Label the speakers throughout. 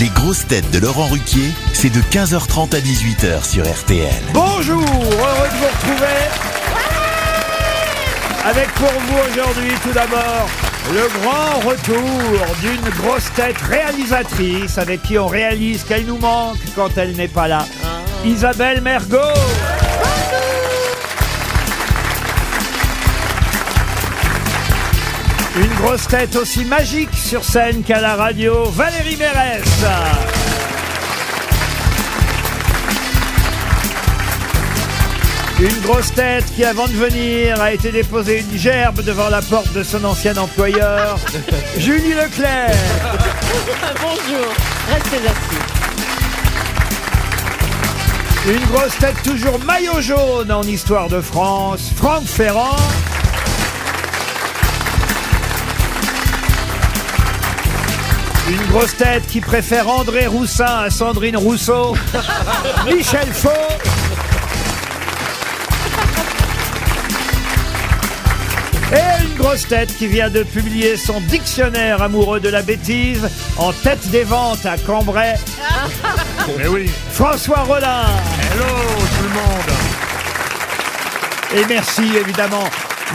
Speaker 1: Les grosses têtes de Laurent Ruquier, c'est de 15h30 à 18h sur RTL.
Speaker 2: Bonjour, heureux de vous retrouver. Avec pour vous aujourd'hui tout d'abord le grand retour d'une grosse tête réalisatrice avec qui on réalise qu'elle nous manque quand elle n'est pas là. Isabelle Mergot. Une grosse tête aussi magique sur scène qu'à la radio, Valérie Mérès. Une grosse tête qui, avant de venir, a été déposer une gerbe devant la porte de son ancien employeur, Julie Leclerc.
Speaker 3: Bonjour, restez assis.
Speaker 2: Une grosse tête toujours maillot jaune en histoire de France, Franck Ferrand. Une grosse tête qui préfère André Roussin à Sandrine Rousseau, Michel Faux. Et une grosse tête qui vient de publier son dictionnaire amoureux de la bêtise en tête des ventes à Cambrai, Eh
Speaker 4: Mais oui.
Speaker 2: François Rollin.
Speaker 4: Hello tout le monde.
Speaker 2: Et merci évidemment.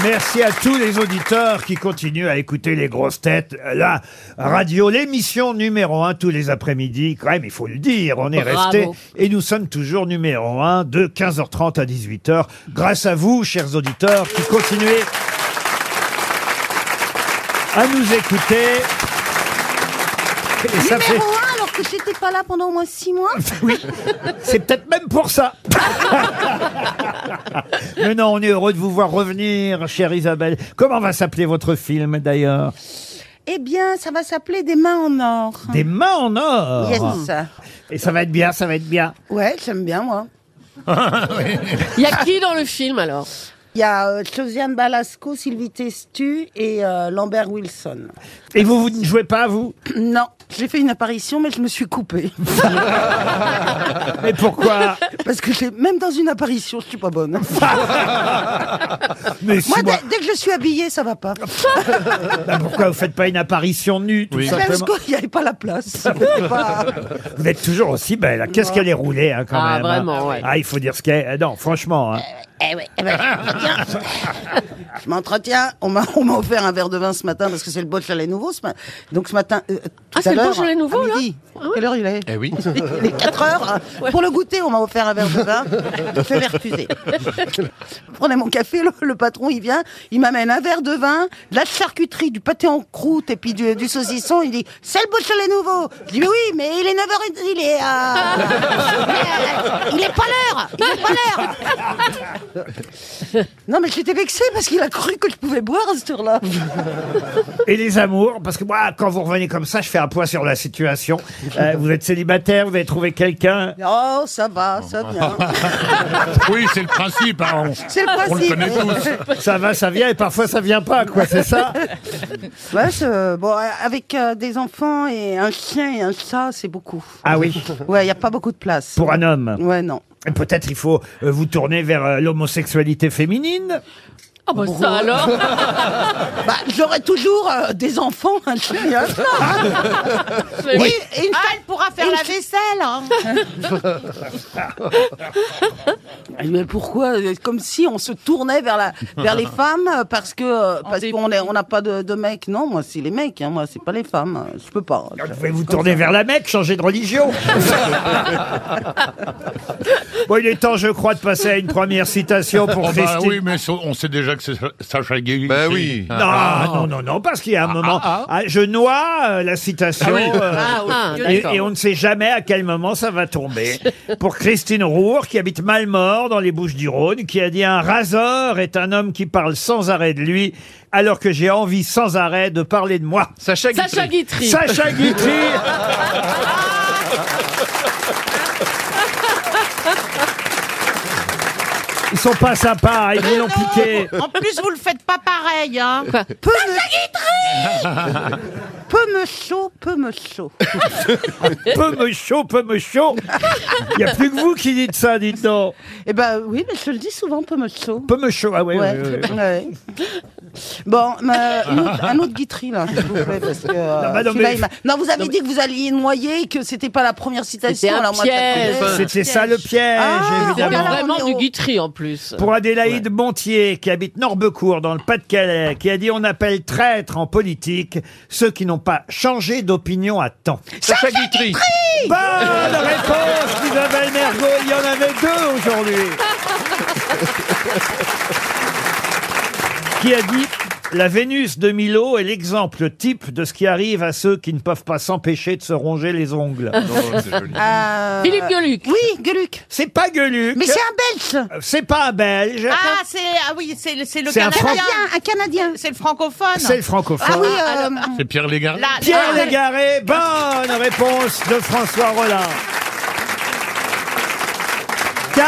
Speaker 2: Merci à tous les auditeurs qui continuent à écouter les grosses têtes. Euh, La radio, l'émission numéro un tous les après-midi. Quand même, il faut le dire, on est
Speaker 3: Bravo.
Speaker 2: resté et nous sommes toujours numéro un de 15h30 à 18h. Grâce à vous, chers auditeurs, qui continuez à nous écouter. Et ça fait-
Speaker 3: Numéro 1 alors que j'étais pas là pendant au moins 6 mois
Speaker 2: C'est peut-être même pour ça. Mais non, on est heureux de vous voir revenir, chère Isabelle. Comment va s'appeler votre film d'ailleurs
Speaker 3: Eh bien, ça va s'appeler Des mains en or.
Speaker 2: Des mains en or.
Speaker 3: Yes.
Speaker 2: Et ça va être bien, ça va être bien.
Speaker 3: Ouais, j'aime bien moi.
Speaker 5: Il y a qui dans le film alors
Speaker 3: Il y a euh, Josiane Balasco, Sylvie Testu et euh, Lambert Wilson.
Speaker 2: Et vous, vous ne jouez pas, vous
Speaker 3: Non, j'ai fait une apparition mais je me suis coupée.
Speaker 2: Mais pourquoi
Speaker 3: Parce que j'ai- même dans une apparition, je suis pas bonne.
Speaker 2: Mais si,
Speaker 3: Moi,
Speaker 2: moi,
Speaker 3: dès, dès que je suis habillée, ça va pas.
Speaker 2: bah, pourquoi vous faites pas une apparition nue tout
Speaker 4: Oui.
Speaker 3: Parce
Speaker 2: simplement
Speaker 3: qu'il n'y avait pas la place. C'était pas-
Speaker 2: Vous êtes toujours aussi belle. Qu'est-ce qu'elle est roulée, hein, quand
Speaker 5: Ah,
Speaker 2: même. hein.
Speaker 5: vraiment, ouais.
Speaker 2: Ah, il faut dire ce qu'elle. est. Non, franchement. hein.
Speaker 3: Eh ouais, eh ben, je m'entretiens. je m'entretiens. On m'a, on m'a offert un verre de vin ce matin parce que c'est le Beaujolais nouveau. Ce ma- Donc ce matin. euh, tout
Speaker 5: Ah,
Speaker 3: à
Speaker 5: c'est le
Speaker 3: l'heure,
Speaker 5: Beaujolais nouveau,
Speaker 3: à
Speaker 5: là
Speaker 3: midi.
Speaker 5: Ah ouais.
Speaker 3: Quelle heure il est
Speaker 4: Eh oui.
Speaker 3: Il est 4 Euh, heures.
Speaker 6: euh,
Speaker 3: Pour le goûter, on m'a offert un verre de vin. Je l'ai refusé. Je prenais mon café, le, le patron, il vient, il m'amène un verre de vin, de la charcuterie, du pâté en croûte et puis du, du saucisson. Il dit C'est le Beaujolais nouveau Je dis Mais oui, mais il est 9h, il est à. Il est pas l'heure Il est pas l'heure Non, mais j'étais vexée parce qu'il a cru que je pouvais boire à cette heure-là.
Speaker 2: Et les amours, parce que moi, quand vous revenez comme ça, je fais un point sur la situation. Euh, vous êtes célibataire, vous avez trouvé quelqu'un.
Speaker 3: Oh, ça va, ça
Speaker 2: bah.
Speaker 3: vient.
Speaker 4: Hein Oui, c'est le principe. hein, on-
Speaker 3: C'est le
Speaker 4: On le
Speaker 3: principe.
Speaker 4: connaît tous.
Speaker 2: Ça va, ça vient, et parfois ça vient pas, quoi, c'est ça
Speaker 3: Ouais, c'est- bon, euh, avec euh, des enfants et un chien et un chat, c'est beaucoup.
Speaker 2: Ah oui,
Speaker 3: Ouais, il n'y a pas beaucoup de place.
Speaker 2: pour un homme.
Speaker 3: Ouais, non.
Speaker 2: Et Peut-être il faut euh, vous tourner vers euh, l'homosexualité féminine.
Speaker 5: Ah bah ça alors
Speaker 3: Bah, j'aurais toujours euh, des enfants, un chien et un chat.
Speaker 5: oui.
Speaker 3: Et une femme-
Speaker 7: elle pourra faire
Speaker 3: Une
Speaker 7: la vaisselle. hein.
Speaker 3: Mais pourquoi euh, Comme si on se tournait vers, la, vers les femmes euh, parce que euh, parce qu'on est- on n'a pas de, de mecs. Non, moi, c'est les mecs, hein, moi, c'est pas les femmes. euh, Je peux pas.
Speaker 2: Ah, Vous pouvez vous tourner vers la Mecque, changer de religion. bon, il est temps, je crois, de passer à une première citation pour
Speaker 4: Oh, bah
Speaker 2: festi-
Speaker 4: oui, mais so- on sait déjà que c'est Sa- Sacha Guitry.
Speaker 6: Bah oui.
Speaker 4: Ah,
Speaker 2: Non, non, non, non, parce qu'il y a un moment, Ah, je noie euh, la citation.
Speaker 4: Ah oui.
Speaker 2: euh,
Speaker 5: Ah,
Speaker 2: Et,
Speaker 5: d'accord.
Speaker 2: et on ne sait jamais à quel moment ça va tomber. Pour Christine Roure, qui habite Malmort, dans les Bouches-du-Rhône, qui a dit Un raseur est un homme qui parle sans arrêt de lui, alors que j'ai envie sans arrêt de parler de moi.
Speaker 6: Sacha
Speaker 5: Sacha Guitry.
Speaker 2: Sacha Guitry Ils sont pas sympas, ils vous l'ont piqué.
Speaker 7: En plus, vous le faites pas pareil. Hein.
Speaker 3: Peu, Peu me chaud, peu me chaud.
Speaker 2: Peu me chaud, peu me chaud. Il n'y a plus que vous qui dites ça, dites donc.
Speaker 3: Eh ben oui, mais je le dis souvent, peu me chaud.
Speaker 2: Peu me chaud. Ah ouais,
Speaker 3: Ouais,
Speaker 2: ouais, ouais.
Speaker 3: ouais. Bon, mais, euh, une autre- un autre guitterie, là, s'il vous plaît, parce que... euh,
Speaker 2: Non, madame,
Speaker 3: celui-là,
Speaker 2: mais-
Speaker 3: il m'a- non, vous avez dit que vous alliez noyer et que c'était pas la première citation.
Speaker 5: C'était un
Speaker 3: alors moi, ça
Speaker 5: piège.
Speaker 3: me plaît.
Speaker 2: C'était ça le piège,
Speaker 3: Ah,
Speaker 5: C'est
Speaker 2: évidemment.
Speaker 3: voilà.
Speaker 5: vraiment
Speaker 3: on est
Speaker 5: du
Speaker 3: au-
Speaker 5: guitry en plus.
Speaker 2: Pour Adélaïde Montier, qui habite Norbecourt, dans le Pas-de-Calais, qui a dit On appelle traître en politique ceux qui n'ont pas changé d'opinion à temps.
Speaker 7: Sacha Guitry.
Speaker 2: Bonne réponse d'Isabelle Mergo, il y en avait deux aujourd'hui. qui a dit La Vénus de Milo est l'exemple type de ce qui arrive à ceux qui ne peuvent pas s'empêcher de se ronger les ongles.
Speaker 3: Oh, Euh,
Speaker 5: Philippe Gueluc.
Speaker 3: Oui, Gueluc.
Speaker 2: C'est pas Gueluc, Euh,
Speaker 3: Mais c'est un Belge.
Speaker 2: c'est pas un Belge,
Speaker 6: Ah, c'est ah oui, c'est le- c'est le
Speaker 2: C'est un
Speaker 6: Canadien.
Speaker 2: Franc-
Speaker 3: Bien, un Canadien.
Speaker 6: C'est le francophone.
Speaker 2: c'est le francophone.
Speaker 3: Ah oui,
Speaker 6: Ah,
Speaker 3: euh, Ah,
Speaker 4: C'est Pierre Légaré.
Speaker 6: Là,
Speaker 2: Pierre
Speaker 6: là,
Speaker 2: Légaré, bonne réponse de François Rollin. Tiens,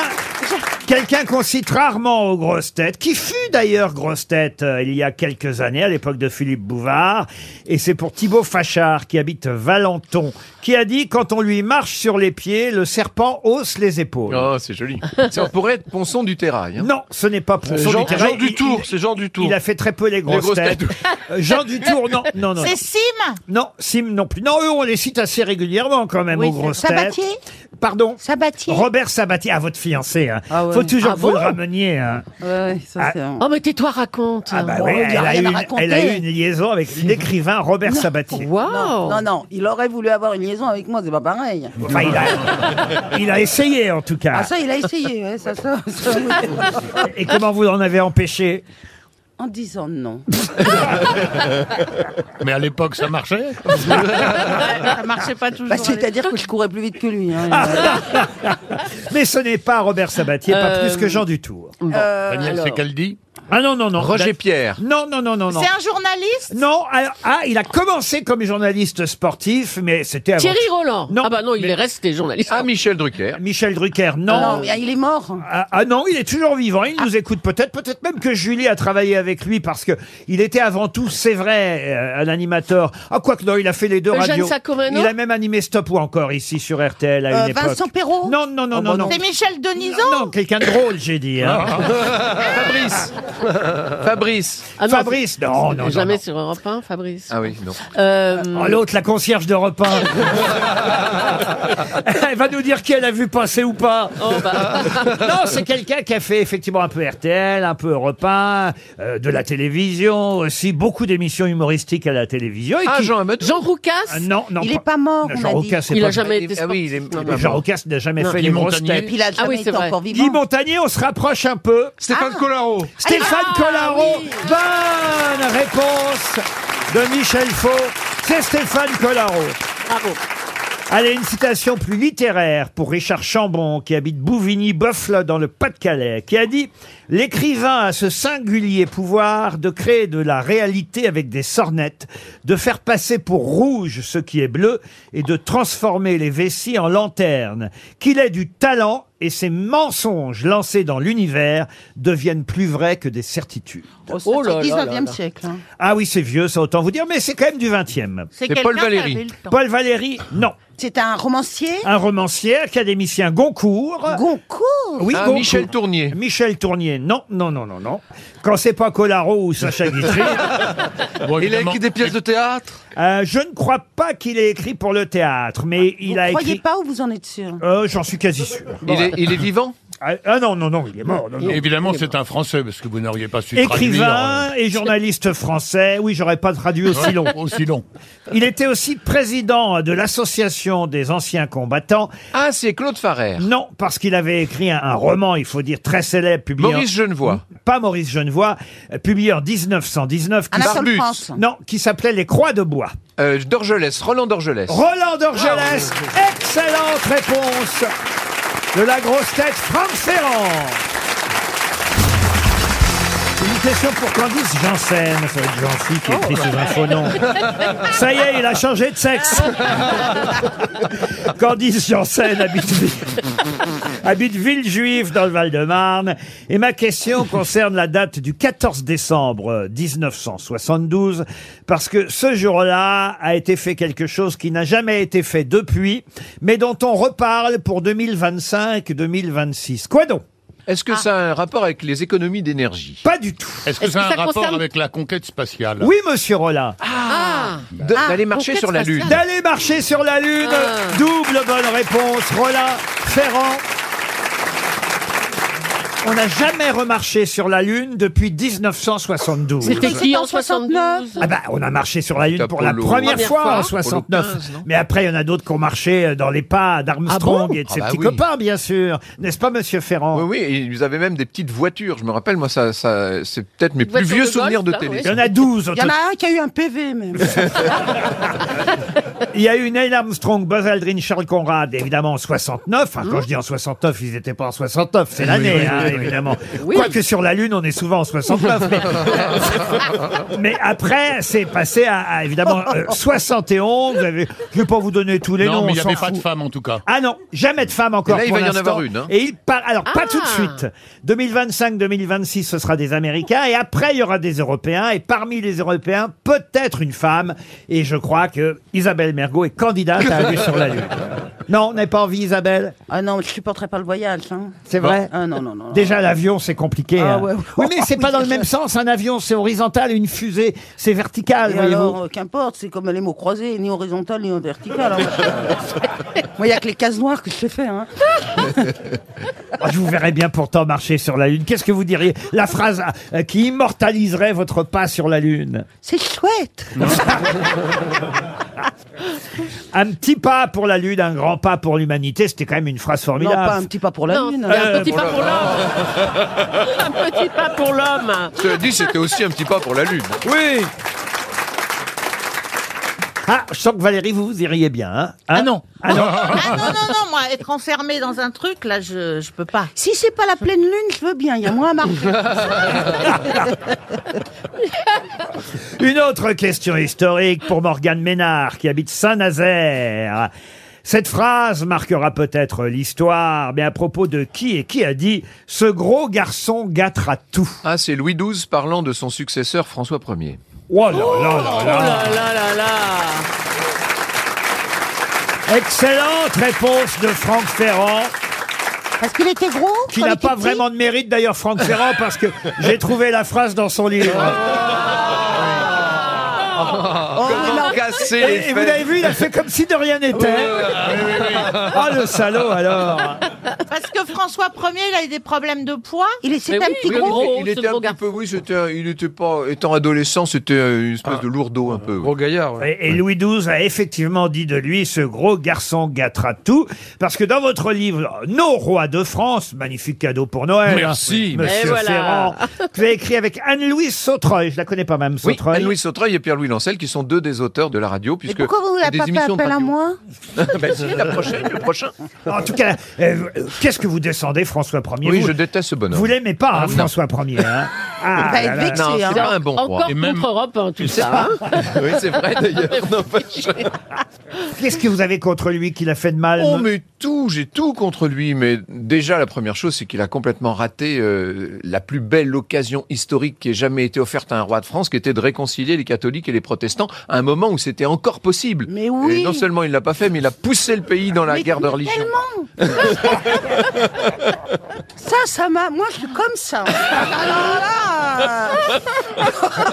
Speaker 2: Quelqu'un qu'on cite rarement aux grosses têtes, qui fut d'ailleurs grosse tête euh, il y a quelques années, à l'époque de Philippe Bouvard, et c'est pour Thibaut Fachard, qui habite Valenton, qui a dit « Quand on lui marche sur les pieds, le serpent hausse les épaules
Speaker 7: Oh, c'est joli. C'est- On pourrait être Ponson du Terrail. hein.
Speaker 2: Non, ce n'est pas pour son
Speaker 7: Jean,
Speaker 2: littéraire.
Speaker 7: Jean
Speaker 2: Il-
Speaker 7: Dutour,
Speaker 2: il-
Speaker 7: c'est Jean
Speaker 2: Il,
Speaker 7: Dutour.
Speaker 2: a fait très peu les grosses,
Speaker 7: grosses
Speaker 2: têtes. Euh,
Speaker 7: têtes.
Speaker 2: Jean Dutour, non, non, non. non.
Speaker 6: C'est Sim.
Speaker 2: Non, Sim non plus. Non, eux, on les cite assez régulièrement quand même
Speaker 6: Oui,
Speaker 2: aux
Speaker 6: c'est
Speaker 2: grosses
Speaker 3: vrai.
Speaker 2: têtes. Pardon
Speaker 3: Sabatier.
Speaker 2: Robert Sabatier, à votre fiancé. hein.
Speaker 3: Ah ouais.
Speaker 2: Faut toujours
Speaker 5: Ah
Speaker 2: que vous
Speaker 5: bon
Speaker 2: le rameniez. hein.
Speaker 3: Ouais, ça, c'est un-
Speaker 5: Oh, mais tais-toi, raconte.
Speaker 2: Ah bah
Speaker 3: bon,
Speaker 2: oui,
Speaker 3: Oh, il y a
Speaker 2: elle, a
Speaker 3: rien à
Speaker 2: une,
Speaker 3: raconter.
Speaker 2: elle a eu une liaison avec l'écrivain Robert Sabatier.
Speaker 5: Waouh.
Speaker 3: Non, non, il aurait voulu avoir une liaison avec moi, c'est pas pareil.
Speaker 2: Enfin, il a, il a essayé en tout cas.
Speaker 3: Ah ça, il a essayé, ouais, ça, ça, ça, oui.
Speaker 2: Et comment vous en avez empêché
Speaker 3: En disant non.
Speaker 4: Mais à l'époque, ça marchait.
Speaker 6: Ça marchait pas toujours.
Speaker 3: Bah, C'est-à-dire que je courais plus vite que lui. hein.
Speaker 2: Ah, Mais ce n'est pas Robert Sabatier, pas
Speaker 5: Euh,
Speaker 2: plus que Jean Dutour.
Speaker 3: Euh,
Speaker 4: Daniel Secaldi.
Speaker 2: Ah non, non, non.
Speaker 7: Roger Pierre.
Speaker 2: Non, non, non, non, non.
Speaker 6: C'est un journaliste.
Speaker 2: Non, ah, ah, il a commencé comme journaliste sportif, mais c'était avant.
Speaker 5: Thierry Roland.
Speaker 2: Non,
Speaker 5: ah bah non, il
Speaker 2: mais-
Speaker 5: est resté journaliste.
Speaker 7: Ah, Michel Drucker.
Speaker 2: Michel Drucker,
Speaker 3: non, mais il est mort.
Speaker 2: Ah, ah non, il est toujours vivant, il nous écoute peut-être, peut-être même que Julie a travaillé avec lui parce que il était avant tout, c'est vrai, euh, un animateur. Ah quoi que non, il a fait les deux
Speaker 5: Eugène
Speaker 2: radios.
Speaker 5: Saccoreno
Speaker 2: Il a même animé Stop ou encore ici sur RTL à
Speaker 3: Euh,
Speaker 2: une époque.
Speaker 3: Vincent Perrault
Speaker 2: Non, non, non,
Speaker 3: Oh,
Speaker 2: non,
Speaker 3: bah
Speaker 2: non.
Speaker 6: C'est Michel Denisot.
Speaker 2: Non, quelqu'un de drôle, j'ai dit. hein.
Speaker 7: Fabrice. Fabrice.
Speaker 5: Ah non,
Speaker 2: Fabrice, non, non, non,
Speaker 5: jamais
Speaker 2: non.
Speaker 5: sur Europe 1, Fabrice.
Speaker 7: Ah oui, non.
Speaker 5: Euh,
Speaker 2: Oh, L'autre, la concierge d'Europe 1. Elle va nous dire qui elle a vu passer ou pas.
Speaker 5: oh, bah,
Speaker 2: Non, c'est quelqu'un qui a fait effectivement un peu RTL, un peu Europe 1, euh, de la télévision aussi, beaucoup d'émissions humoristiques à la télévision. Et
Speaker 7: Ah,
Speaker 2: qui-
Speaker 7: Jean Hameut.
Speaker 5: Jean Roucas,
Speaker 2: Ah, non, non.
Speaker 3: Euh, Il est pas mort, on
Speaker 2: Jean
Speaker 3: a dit.
Speaker 2: Roucas, c'est
Speaker 5: il
Speaker 2: pas-
Speaker 5: a jamais été
Speaker 7: Ah oui, il est- il
Speaker 5: sportif.
Speaker 7: est
Speaker 5: Non, non.
Speaker 2: Jean Roucas n'a jamais fait
Speaker 4: Guy
Speaker 2: les grosses
Speaker 4: Montagnier.
Speaker 3: Et
Speaker 2: têtes.
Speaker 3: puis il a jamais
Speaker 5: oui, c'est
Speaker 3: été
Speaker 5: vrai.
Speaker 3: encore
Speaker 2: Guy
Speaker 3: vivant. Ah.
Speaker 2: Montagnier, on se rapproche un peu.
Speaker 7: Stéphane Collaro.
Speaker 2: Stéphane Collaro, bonne réponse de Michel Faux. C'est Stéphane Collaro.
Speaker 5: Bravo.
Speaker 2: Allez, une citation plus littéraire pour Richard Chambon, qui habite Bouvigny-Boffle dans le Pas-de-Calais, qui a dit « L'écrivain a ce singulier pouvoir de créer de la réalité avec des sornettes, de faire passer pour rouge ce qui est bleu et de transformer les vessies en lanternes. Qu'il ait du talent et ses mensonges lancés dans l'univers deviennent plus vrais que des certitudes.
Speaker 3: Oh,
Speaker 5: Oh là là
Speaker 3: c'est
Speaker 5: là
Speaker 3: 19e
Speaker 5: là.
Speaker 3: siècle. hein. »
Speaker 2: Ah oui, c'est vieux, ça autant vous dire, mais c'est quand même du 20e.
Speaker 6: C'est
Speaker 7: Paul
Speaker 6: quelqu'un qui
Speaker 7: Valéry.
Speaker 6: avait le temps.
Speaker 2: Paul Valéry, non.
Speaker 3: C'était un romancier
Speaker 2: Un romancier, académicien Goncourt.
Speaker 3: Goncourt
Speaker 2: Oui,
Speaker 7: Ah,
Speaker 2: Goncourt.
Speaker 7: Michel Tournier.
Speaker 2: Michel Tournier, non, non, non, non, non. Quand c'est pas Collaro ou Sacha Guitry,
Speaker 4: Bon,
Speaker 7: Il a
Speaker 4: évidemment,
Speaker 7: écrit des pièces de théâtre.
Speaker 2: euh, je ne crois pas qu'il ait écrit pour le théâtre, mais
Speaker 3: Ah, Vous
Speaker 2: il a
Speaker 3: croyez
Speaker 2: écrit.
Speaker 3: pas ou vous en êtes sûr
Speaker 2: Euh, J'en suis quasi sûr.
Speaker 7: Il est, il est vivant.
Speaker 2: Ah ah non, non, non, il est mort. non, non.
Speaker 4: évidemment, c'est un Français, parce que vous n'auriez pas su traduire.
Speaker 2: Écrivain et journaliste français. Oui, j'aurais pas traduit aussi long.
Speaker 4: euh, Aussi long.
Speaker 2: Il était aussi président de l'association des anciens combattants.
Speaker 7: Ah, c'est Claude Farrer.
Speaker 2: Non, parce qu'il avait écrit un, un roman, il faut dire très célèbre, publié. en-
Speaker 7: Maurice Genevois.
Speaker 2: Pas Maurice Genevois, euh, publié en 1919. qui
Speaker 3: Anatole
Speaker 7: Barbus.
Speaker 3: France.
Speaker 2: Non, qui s'appelait Les Croix de Bois.
Speaker 7: Euh, Dorgelès, Roland Dorgelès. Ah,
Speaker 2: Roland Dorgelès, excellente réponse de la grosse tête Franck Ferrand. Une question pour Candice Janssen. Ça va être Jancy qui écrit sous un faux nom. Ça y est, il a changé de sexe. Candice Janssen habite, habite Villejuif dans le Val-de-Marne. Et ma question concerne la date du 14 décembre euh, 1972, parce que ce jour-là a été fait quelque chose qui n'a jamais été fait depuis, mais dont on reparle pour 2025-2026. Quoi donc
Speaker 7: Est-ce que ça a un rapport avec les économies d'énergie
Speaker 2: Pas du tout.
Speaker 4: Est-ce que
Speaker 5: Est-ce
Speaker 4: ça a
Speaker 5: que
Speaker 4: un
Speaker 5: ça
Speaker 4: rapport
Speaker 5: concerne-
Speaker 4: avec la conquête spatiale
Speaker 2: Oui, monsieur Rolla.
Speaker 5: Ah,
Speaker 7: De-
Speaker 5: Ah,
Speaker 7: D'aller marcher
Speaker 5: conquête
Speaker 7: sur la Lune
Speaker 5: spatiale.
Speaker 2: D'aller marcher sur la Lune.
Speaker 5: Ah.
Speaker 2: Double bonne réponse. Roland Ferrand. On n'a jamais remarché sur la Lune depuis 1972.
Speaker 5: C'était
Speaker 6: C'est
Speaker 5: qui
Speaker 6: en
Speaker 5: en 72
Speaker 2: Ah bah, on a marché sur la Lune pour la
Speaker 7: Apollo.
Speaker 2: première
Speaker 5: Première
Speaker 2: fois
Speaker 5: fois.
Speaker 2: en 69.
Speaker 7: Apollo 15, non
Speaker 2: Mais après, il y en a d'autres qui ont marché euh, dans les pas d'Armstrong et de
Speaker 7: Ah
Speaker 2: ses
Speaker 7: bah
Speaker 2: petits
Speaker 7: oui.
Speaker 2: copains, bien sûr. N'est-ce pas, monsieur Ferrand
Speaker 7: Oui, oui, et ils avaient même des petites voitures. Je me rappelle, moi, ça, ça c'est peut-être mes
Speaker 5: Une
Speaker 7: plus
Speaker 5: voiture
Speaker 7: vieux
Speaker 5: de
Speaker 7: souvenirs
Speaker 5: golf,
Speaker 7: de
Speaker 5: là,
Speaker 7: télé.
Speaker 5: oui.
Speaker 2: Il y en a 12 au
Speaker 3: Il y en a un qui a eu un PV même.
Speaker 2: Il y a eu Neil Armstrong, Buzz Aldrin, Charles Conrad, évidemment en 69. Enfin, quand je dis en 69, ils n'étaient pas en 69, c'est l'année, hein, évidemment. Quoique sur la Lune, on est souvent en 69. Mais, mais après, c'est passé à, à, évidemment euh, 71. Vous avez- Je ne vais pas vous donner tous les
Speaker 4: Non,
Speaker 2: noms.
Speaker 4: mais
Speaker 2: on
Speaker 4: il n'y
Speaker 2: s'en
Speaker 4: avait pas
Speaker 2: fout.
Speaker 4: de femme en tout cas.
Speaker 2: Ah non, jamais de femme encore.
Speaker 7: Et là, il
Speaker 2: pour
Speaker 7: va y en
Speaker 2: l'instant.
Speaker 7: avoir une, hein.
Speaker 2: Et il part. Alors, pas
Speaker 5: Ah.
Speaker 2: tout de suite. 2025-2026, ce sera des Américains. Et après, il y aura des Européens. Et parmi les Européens, peut-être une femme. Et je crois que Isabelle Mergot est candidate à aller Ah, sur la Lune. Non, on n'a pas envie, Isabelle.
Speaker 3: Ah non, je supporterai pas le voyage. hein.
Speaker 2: C'est vrai.
Speaker 3: Ah non, non, non. non.
Speaker 2: Déjà, l'avion, c'est compliqué.
Speaker 3: Ah
Speaker 2: hein.
Speaker 3: ouais.
Speaker 2: Oui, mais c'est pas dans le
Speaker 3: Oui,
Speaker 2: même sens. Un avion, c'est horizontal. Une fusée, c'est vertical,
Speaker 3: Et
Speaker 2: voyez-vous.
Speaker 3: alors, euh, qu'importe, c'est comme les mots croisés, ni horizontal, ni vertical. hein. Moi, il n'y a que les cases noires que je sais faire. Hein.
Speaker 2: Oh, Je vous verrais bien pourtant marcher sur la Lune. Qu'est-ce que vous diriez La phrase euh, qui immortaliserait votre pas sur la Lune
Speaker 3: C'est chouette.
Speaker 2: Un petit pas pour la Lune, un grand pas pour l'humanité, c'était quand même une phrase
Speaker 3: Non,
Speaker 2: formidable.
Speaker 3: pas un petit pas pour la
Speaker 5: Non,
Speaker 3: lune.
Speaker 5: c'est
Speaker 2: Euh,
Speaker 5: un petit pas pour l'homme. un petit pas pour l'homme.
Speaker 7: Cela dit, c'était aussi un petit pas pour la Lune.
Speaker 2: Euh, Oui Ah, je sens que Valérie, vous vous iriez bien. Hein Hein
Speaker 4: Ah non.
Speaker 3: Euh,
Speaker 2: Ah non
Speaker 6: Ah non, non, non, moi, être enfermé dans un truc, là, je, je peux pas.
Speaker 3: Si c'est pas la pleine lune, je veux bien, il y a moins à marcher.
Speaker 2: Une autre question historique pour Morgane Ménard, qui habite Saint-Nazaire. Cette phrase marquera peut-être l'histoire, mais à propos de qui et qui a dit « Ce gros garçon gâtera tout
Speaker 7: Ah, c'est Louis XII parlant de son successeur François Ier. ».
Speaker 2: Oh là là là là
Speaker 5: Oh là là là là.
Speaker 2: Excellente réponse de Franck Ferrand.
Speaker 3: Parce qu'il était gros.
Speaker 2: qui
Speaker 3: quand il
Speaker 2: n'a
Speaker 3: était
Speaker 2: pas
Speaker 3: petit.
Speaker 2: vraiment de mérite d'ailleurs Franck Ferrand parce que j'ai trouvé la phrase dans son livre. Ah.
Speaker 3: Oh, oui, là,
Speaker 7: Casser les
Speaker 2: Et, et vous
Speaker 7: fesses.
Speaker 2: avez vu, il a fait comme si de rien n'était. Ah le salaud alors.
Speaker 6: Parce que François 1er, il a eu des problèmes de poids.
Speaker 3: Il est, c'est
Speaker 5: Mais
Speaker 3: un
Speaker 5: oui,
Speaker 3: petit
Speaker 5: oui,
Speaker 3: gros.
Speaker 5: gros,
Speaker 7: il
Speaker 5: ce
Speaker 7: était un
Speaker 5: gros
Speaker 7: petit
Speaker 5: garçon.
Speaker 7: peu, oui, c'était, il était pas, étant adolescent, c'était une espèce de lourdeau un peu. oui.
Speaker 2: Et, et Louis XII a effectivement dit de lui ce gros garçon gâtera tout parce que dans votre livre Nos rois de France, magnifique cadeau pour Noël.
Speaker 4: Merci.
Speaker 2: hein, Monsieur
Speaker 5: Et voilà.
Speaker 2: Ferrand, vous avez écrit avec Anne-Louise Sautreuil. Je la connais pas, même
Speaker 7: Oui,
Speaker 2: Sautreuil.
Speaker 7: Anne-Louise Sautreuil et Pierre-Louis Lancel, qui sont deux des auteurs de la radio,
Speaker 3: Mais
Speaker 7: puisque
Speaker 3: pourquoi vous
Speaker 7: des
Speaker 3: n'avez pas fait
Speaker 7: émissions de
Speaker 3: appel à
Speaker 7: radio.
Speaker 3: moi
Speaker 7: Ben si, la prochaine, le prochain.
Speaker 2: En tout cas, euh, euh, qu'est-ce que vous descendez, François Ier
Speaker 7: Oui,
Speaker 2: vous,
Speaker 7: je déteste ce bonhomme. Ah,
Speaker 2: vous l'aimez pas, hein,
Speaker 7: Non.
Speaker 2: François Ier. Hein Ah,
Speaker 3: Il va être
Speaker 2: là, là, là.
Speaker 3: vexé.
Speaker 7: Non,
Speaker 3: hein.
Speaker 7: c'est pas un bon
Speaker 5: Encore
Speaker 7: roi.
Speaker 4: Et même-
Speaker 5: contre Europe, hein, tout ça. hein.
Speaker 7: Oui, c'est vrai d'ailleurs. n'empêche.
Speaker 2: Qu'est-ce que vous avez contre lui qu'il a fait de mal
Speaker 7: Oh mais tout, j'ai tout contre lui. Mais déjà la première chose, c'est qu'il a complètement raté euh, la plus belle occasion historique qui ait jamais été offerte à un roi de France, qui était de réconcilier les catholiques et les protestants à un moment où c'était encore possible.
Speaker 3: Mais oui.
Speaker 7: Et non seulement il l'a pas fait, mais il a poussé le pays dans la guerre de religion.
Speaker 3: Ça, ça m'a. Moi, je suis comme ça. Alors là,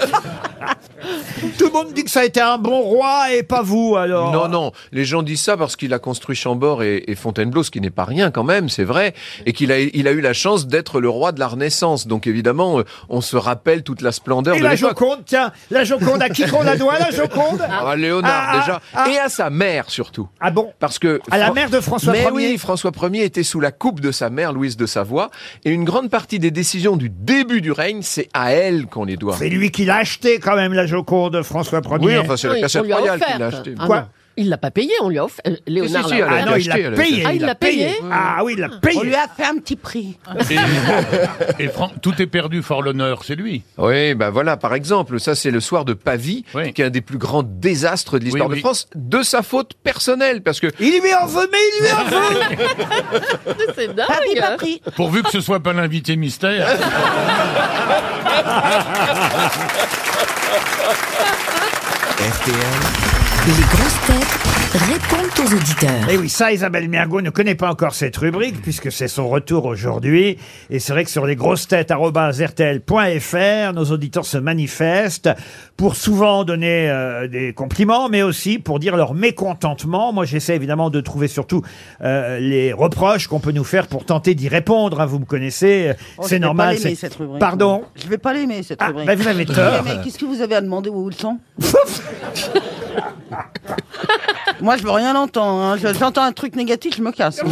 Speaker 2: Tout le monde dit que ça a été un bon roi et pas vous alors.
Speaker 7: Non, non, les gens disent ça parce qu'il a construit Chambord et, et Fontainebleau, ce qui n'est pas rien quand même, c'est vrai, et qu'il a, il a eu la chance d'être le roi de la Renaissance. Donc évidemment, euh, on se rappelle toute la splendeur
Speaker 2: Et
Speaker 7: de
Speaker 2: la
Speaker 7: l'époque.
Speaker 2: Joconde, tiens, la Joconde, à qui qu'on la doit, la Joconde
Speaker 7: Ah, Léonard
Speaker 2: Ah,
Speaker 7: déjà,
Speaker 2: ah, ah.
Speaker 7: et à sa mère surtout.
Speaker 2: Ah bon
Speaker 7: Parce que
Speaker 2: À la
Speaker 7: Fran-
Speaker 2: mère de François
Speaker 7: Mais
Speaker 2: Ier.
Speaker 7: oui, François Ier était sous la coupe de sa mère, Louise de Savoie, et une grande partie des décisions du début du règne, c'est à elle qu'on les doit.
Speaker 2: C'est lui qui l'a acheté quand même, la Joconde, François Ier.
Speaker 7: Oui, enfin c'est
Speaker 5: Oui,
Speaker 7: la
Speaker 5: on
Speaker 7: cassette
Speaker 5: lui a
Speaker 7: royale qui
Speaker 5: offerte.
Speaker 7: l'a achetée.
Speaker 5: Ah
Speaker 2: Quoi
Speaker 5: non. il l'a pas payé, on lui a offert. euh, Léonard
Speaker 7: si,
Speaker 5: l'a
Speaker 7: elle a
Speaker 5: offert.
Speaker 2: Ah non, il
Speaker 7: acheté,
Speaker 2: l'a
Speaker 7: elle a
Speaker 2: payé.
Speaker 7: acheté.
Speaker 5: Ah, il l'a payé
Speaker 2: Ah oui, il l'a
Speaker 3: On lui
Speaker 2: payé. Ah.
Speaker 3: a fait un petit prix.
Speaker 4: Et, et Franck, tout est perdu, fort l'honneur, c'est lui.
Speaker 7: Oui, ben voilà, par exemple, ça c'est le soir de Pavie,
Speaker 4: Oui.
Speaker 7: qui est un des plus grands désastres de l'histoire
Speaker 4: Oui, oui.
Speaker 7: de France, de sa faute personnelle, parce que
Speaker 2: Il lui en veut, mais il lui en veut
Speaker 5: C'est
Speaker 3: Pas pris, Ah pas
Speaker 5: dingue.
Speaker 3: pris.
Speaker 4: Pourvu que ce soit pas l'invité mystère.
Speaker 8: RTL,
Speaker 9: Les grosses têtes répondent aux auditeurs.
Speaker 2: Et Eh oui, ça, Isabelle Mergo ne connaît pas encore cette rubrique puisque c'est son retour aujourd'hui. Et c'est vrai que sur les grosses nos auditeurs se manifestent pour souvent donner euh, des compliments, mais aussi pour dire leur mécontentement. Moi, j'essaie évidemment de trouver surtout euh, les reproches qu'on peut nous faire pour tenter d'y répondre. hein. vous me connaissez,
Speaker 3: Oh, je
Speaker 2: c'est
Speaker 3: vais
Speaker 2: normal.
Speaker 3: pas l'aimer,
Speaker 2: c'est-
Speaker 3: cette rubrique.
Speaker 2: Pardon.
Speaker 3: Je vais pas l'aimer, cette
Speaker 2: Ah,
Speaker 3: rubrique.
Speaker 2: bah, vous avez
Speaker 3: Eh,
Speaker 2: tort.
Speaker 3: mais qu'est-ce que vous avez à demander où ils sont Moi, je veux rien entendre. hein. Je- J'entends un truc négatif, je me casse. je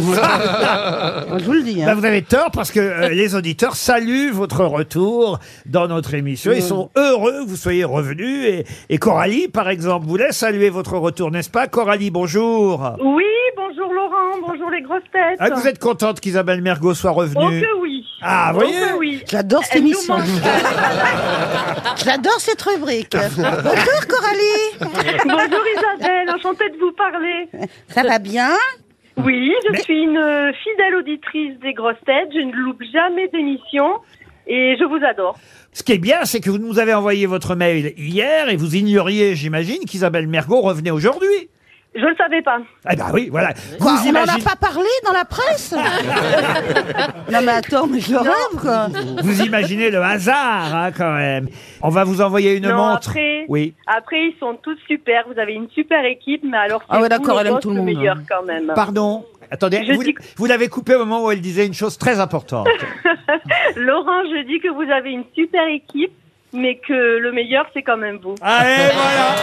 Speaker 3: vous le dis.
Speaker 2: Bah,
Speaker 3: hein.
Speaker 2: vous avez tort parce que euh, les auditeurs saluent votre retour dans notre émission. Ils sont heureux que vous soyez revenus. Et, et Coralie, par exemple, voulait saluer votre retour, n'est-ce pas Coralie, bonjour.
Speaker 10: Oui, bonjour Laurent, bonjour les grosses têtes.
Speaker 2: Ah, vous êtes contente qu'Isabelle Mergot soit
Speaker 10: Oh
Speaker 2: revenue
Speaker 10: que oui.
Speaker 2: Ah,
Speaker 10: Oh
Speaker 2: voyez
Speaker 10: que oui.
Speaker 3: J'adore cette
Speaker 10: Elle nous
Speaker 3: émission.
Speaker 10: manque.
Speaker 3: J'adore cette rubrique. Bonjour, Coralie.
Speaker 10: bonjour Isabelle, enchantée de vous parler.
Speaker 3: Ça va bien
Speaker 10: Oui, je suis une euh, fidèle auditrice des grosses têtes, je ne loupe jamais d'émission hein. et je vous adore.
Speaker 2: Ce qui est bien, c'est que vous nous avez envoyé votre mail hier et vous ignoriez, j'imagine, qu'Isabelle Mergot revenait aujourd'hui.
Speaker 10: Je ne le savais pas.
Speaker 2: Eh ben oui, voilà. Vous
Speaker 3: Quoi, On n'en a
Speaker 2: imaginez-
Speaker 3: pas parlé dans la presse Non, mais attends, mais je le rêve, quoi.
Speaker 2: Vous imaginez le hasard, hein, quand même. On va vous envoyer une
Speaker 10: Non,
Speaker 2: montre.
Speaker 10: après-
Speaker 2: Oui.
Speaker 10: Après, ils sont tous super, vous avez une super équipe, mais alors
Speaker 3: Ah ouais,
Speaker 10: vous,
Speaker 3: d'accord,
Speaker 10: le
Speaker 3: elle aime
Speaker 10: boss,
Speaker 3: tout le monde,
Speaker 10: meilleur
Speaker 3: hein.
Speaker 10: quand même.
Speaker 2: Pardon. Attendez,
Speaker 10: Je
Speaker 2: vous,
Speaker 10: dis-
Speaker 2: vous l'avez coupé au moment où elle disait une chose très importante.
Speaker 10: Laurent, je dis que vous avez une super équipe, mais que le meilleur, c'est quand même vous.
Speaker 2: Allez, Ah,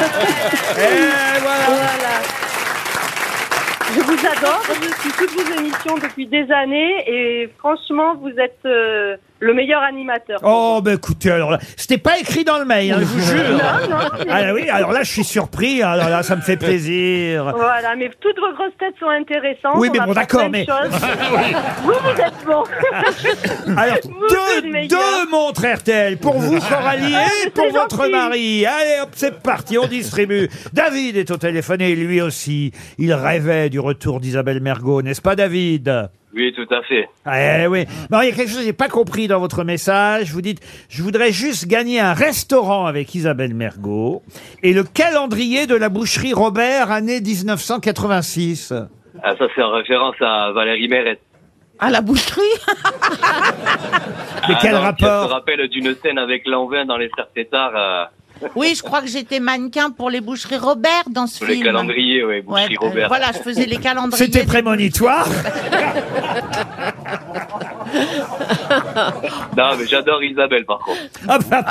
Speaker 2: voilà. Et voilà.
Speaker 10: Voilà. Je vous adore, je suis toutes vos émissions depuis des années et franchement, vous êtes euh, le meilleur animateur.
Speaker 2: Oh, bah écoutez, alors là, c'était pas écrit dans le mail, hein, je vous jure. Ah oui, alors là, je suis surpris. hein, Alors là, ça me fait plaisir.
Speaker 10: Voilà, mais toutes vos grosses têtes sont intéressantes.
Speaker 2: Oui, mais
Speaker 10: on
Speaker 2: bon,
Speaker 10: apprend plein
Speaker 2: d'accord,
Speaker 10: de
Speaker 2: mais-
Speaker 10: choses. vous, vous êtes bon.
Speaker 2: Alors,
Speaker 10: Vous êtes
Speaker 2: deux,
Speaker 10: meilleurs.
Speaker 2: deux montres RTL pour vous, Coralie, et pour
Speaker 10: C'est
Speaker 2: votre
Speaker 10: gentil.
Speaker 2: mari. Allez, hop, c'est parti, on distribue. David est au téléphone et lui aussi. Il rêvait du retour d'Isabelle Mergot, n'est-ce pas, David
Speaker 11: Oui, tout à fait.
Speaker 2: Eh oui. Non, il y a quelque chose que j'ai pas compris dans votre message. Vous dites, je voudrais juste gagner un restaurant avec Isabelle Mergot et le calendrier de la boucherie Robert, année 1986.
Speaker 11: Ah, ça, c'est en référence à Valérie Mérette.
Speaker 3: À Ah, la boucherie
Speaker 2: Mais quel
Speaker 11: Ah, non,
Speaker 2: rapport
Speaker 11: Je me rappelle d'une scène avec Lanvin dans les Serpétards, euh,
Speaker 6: Oui, je crois que j'étais mannequin pour les boucheries Robert dans ce
Speaker 11: sur
Speaker 6: film.
Speaker 11: les calendriers, oui,
Speaker 6: Ouais,
Speaker 11: Boucherie
Speaker 6: euh,
Speaker 11: Robert.
Speaker 6: Voilà, je faisais les calendriers.
Speaker 2: C'était prémonitoire.
Speaker 11: Non, mais j'adore Isabelle, par contre.
Speaker 2: Hop, hop.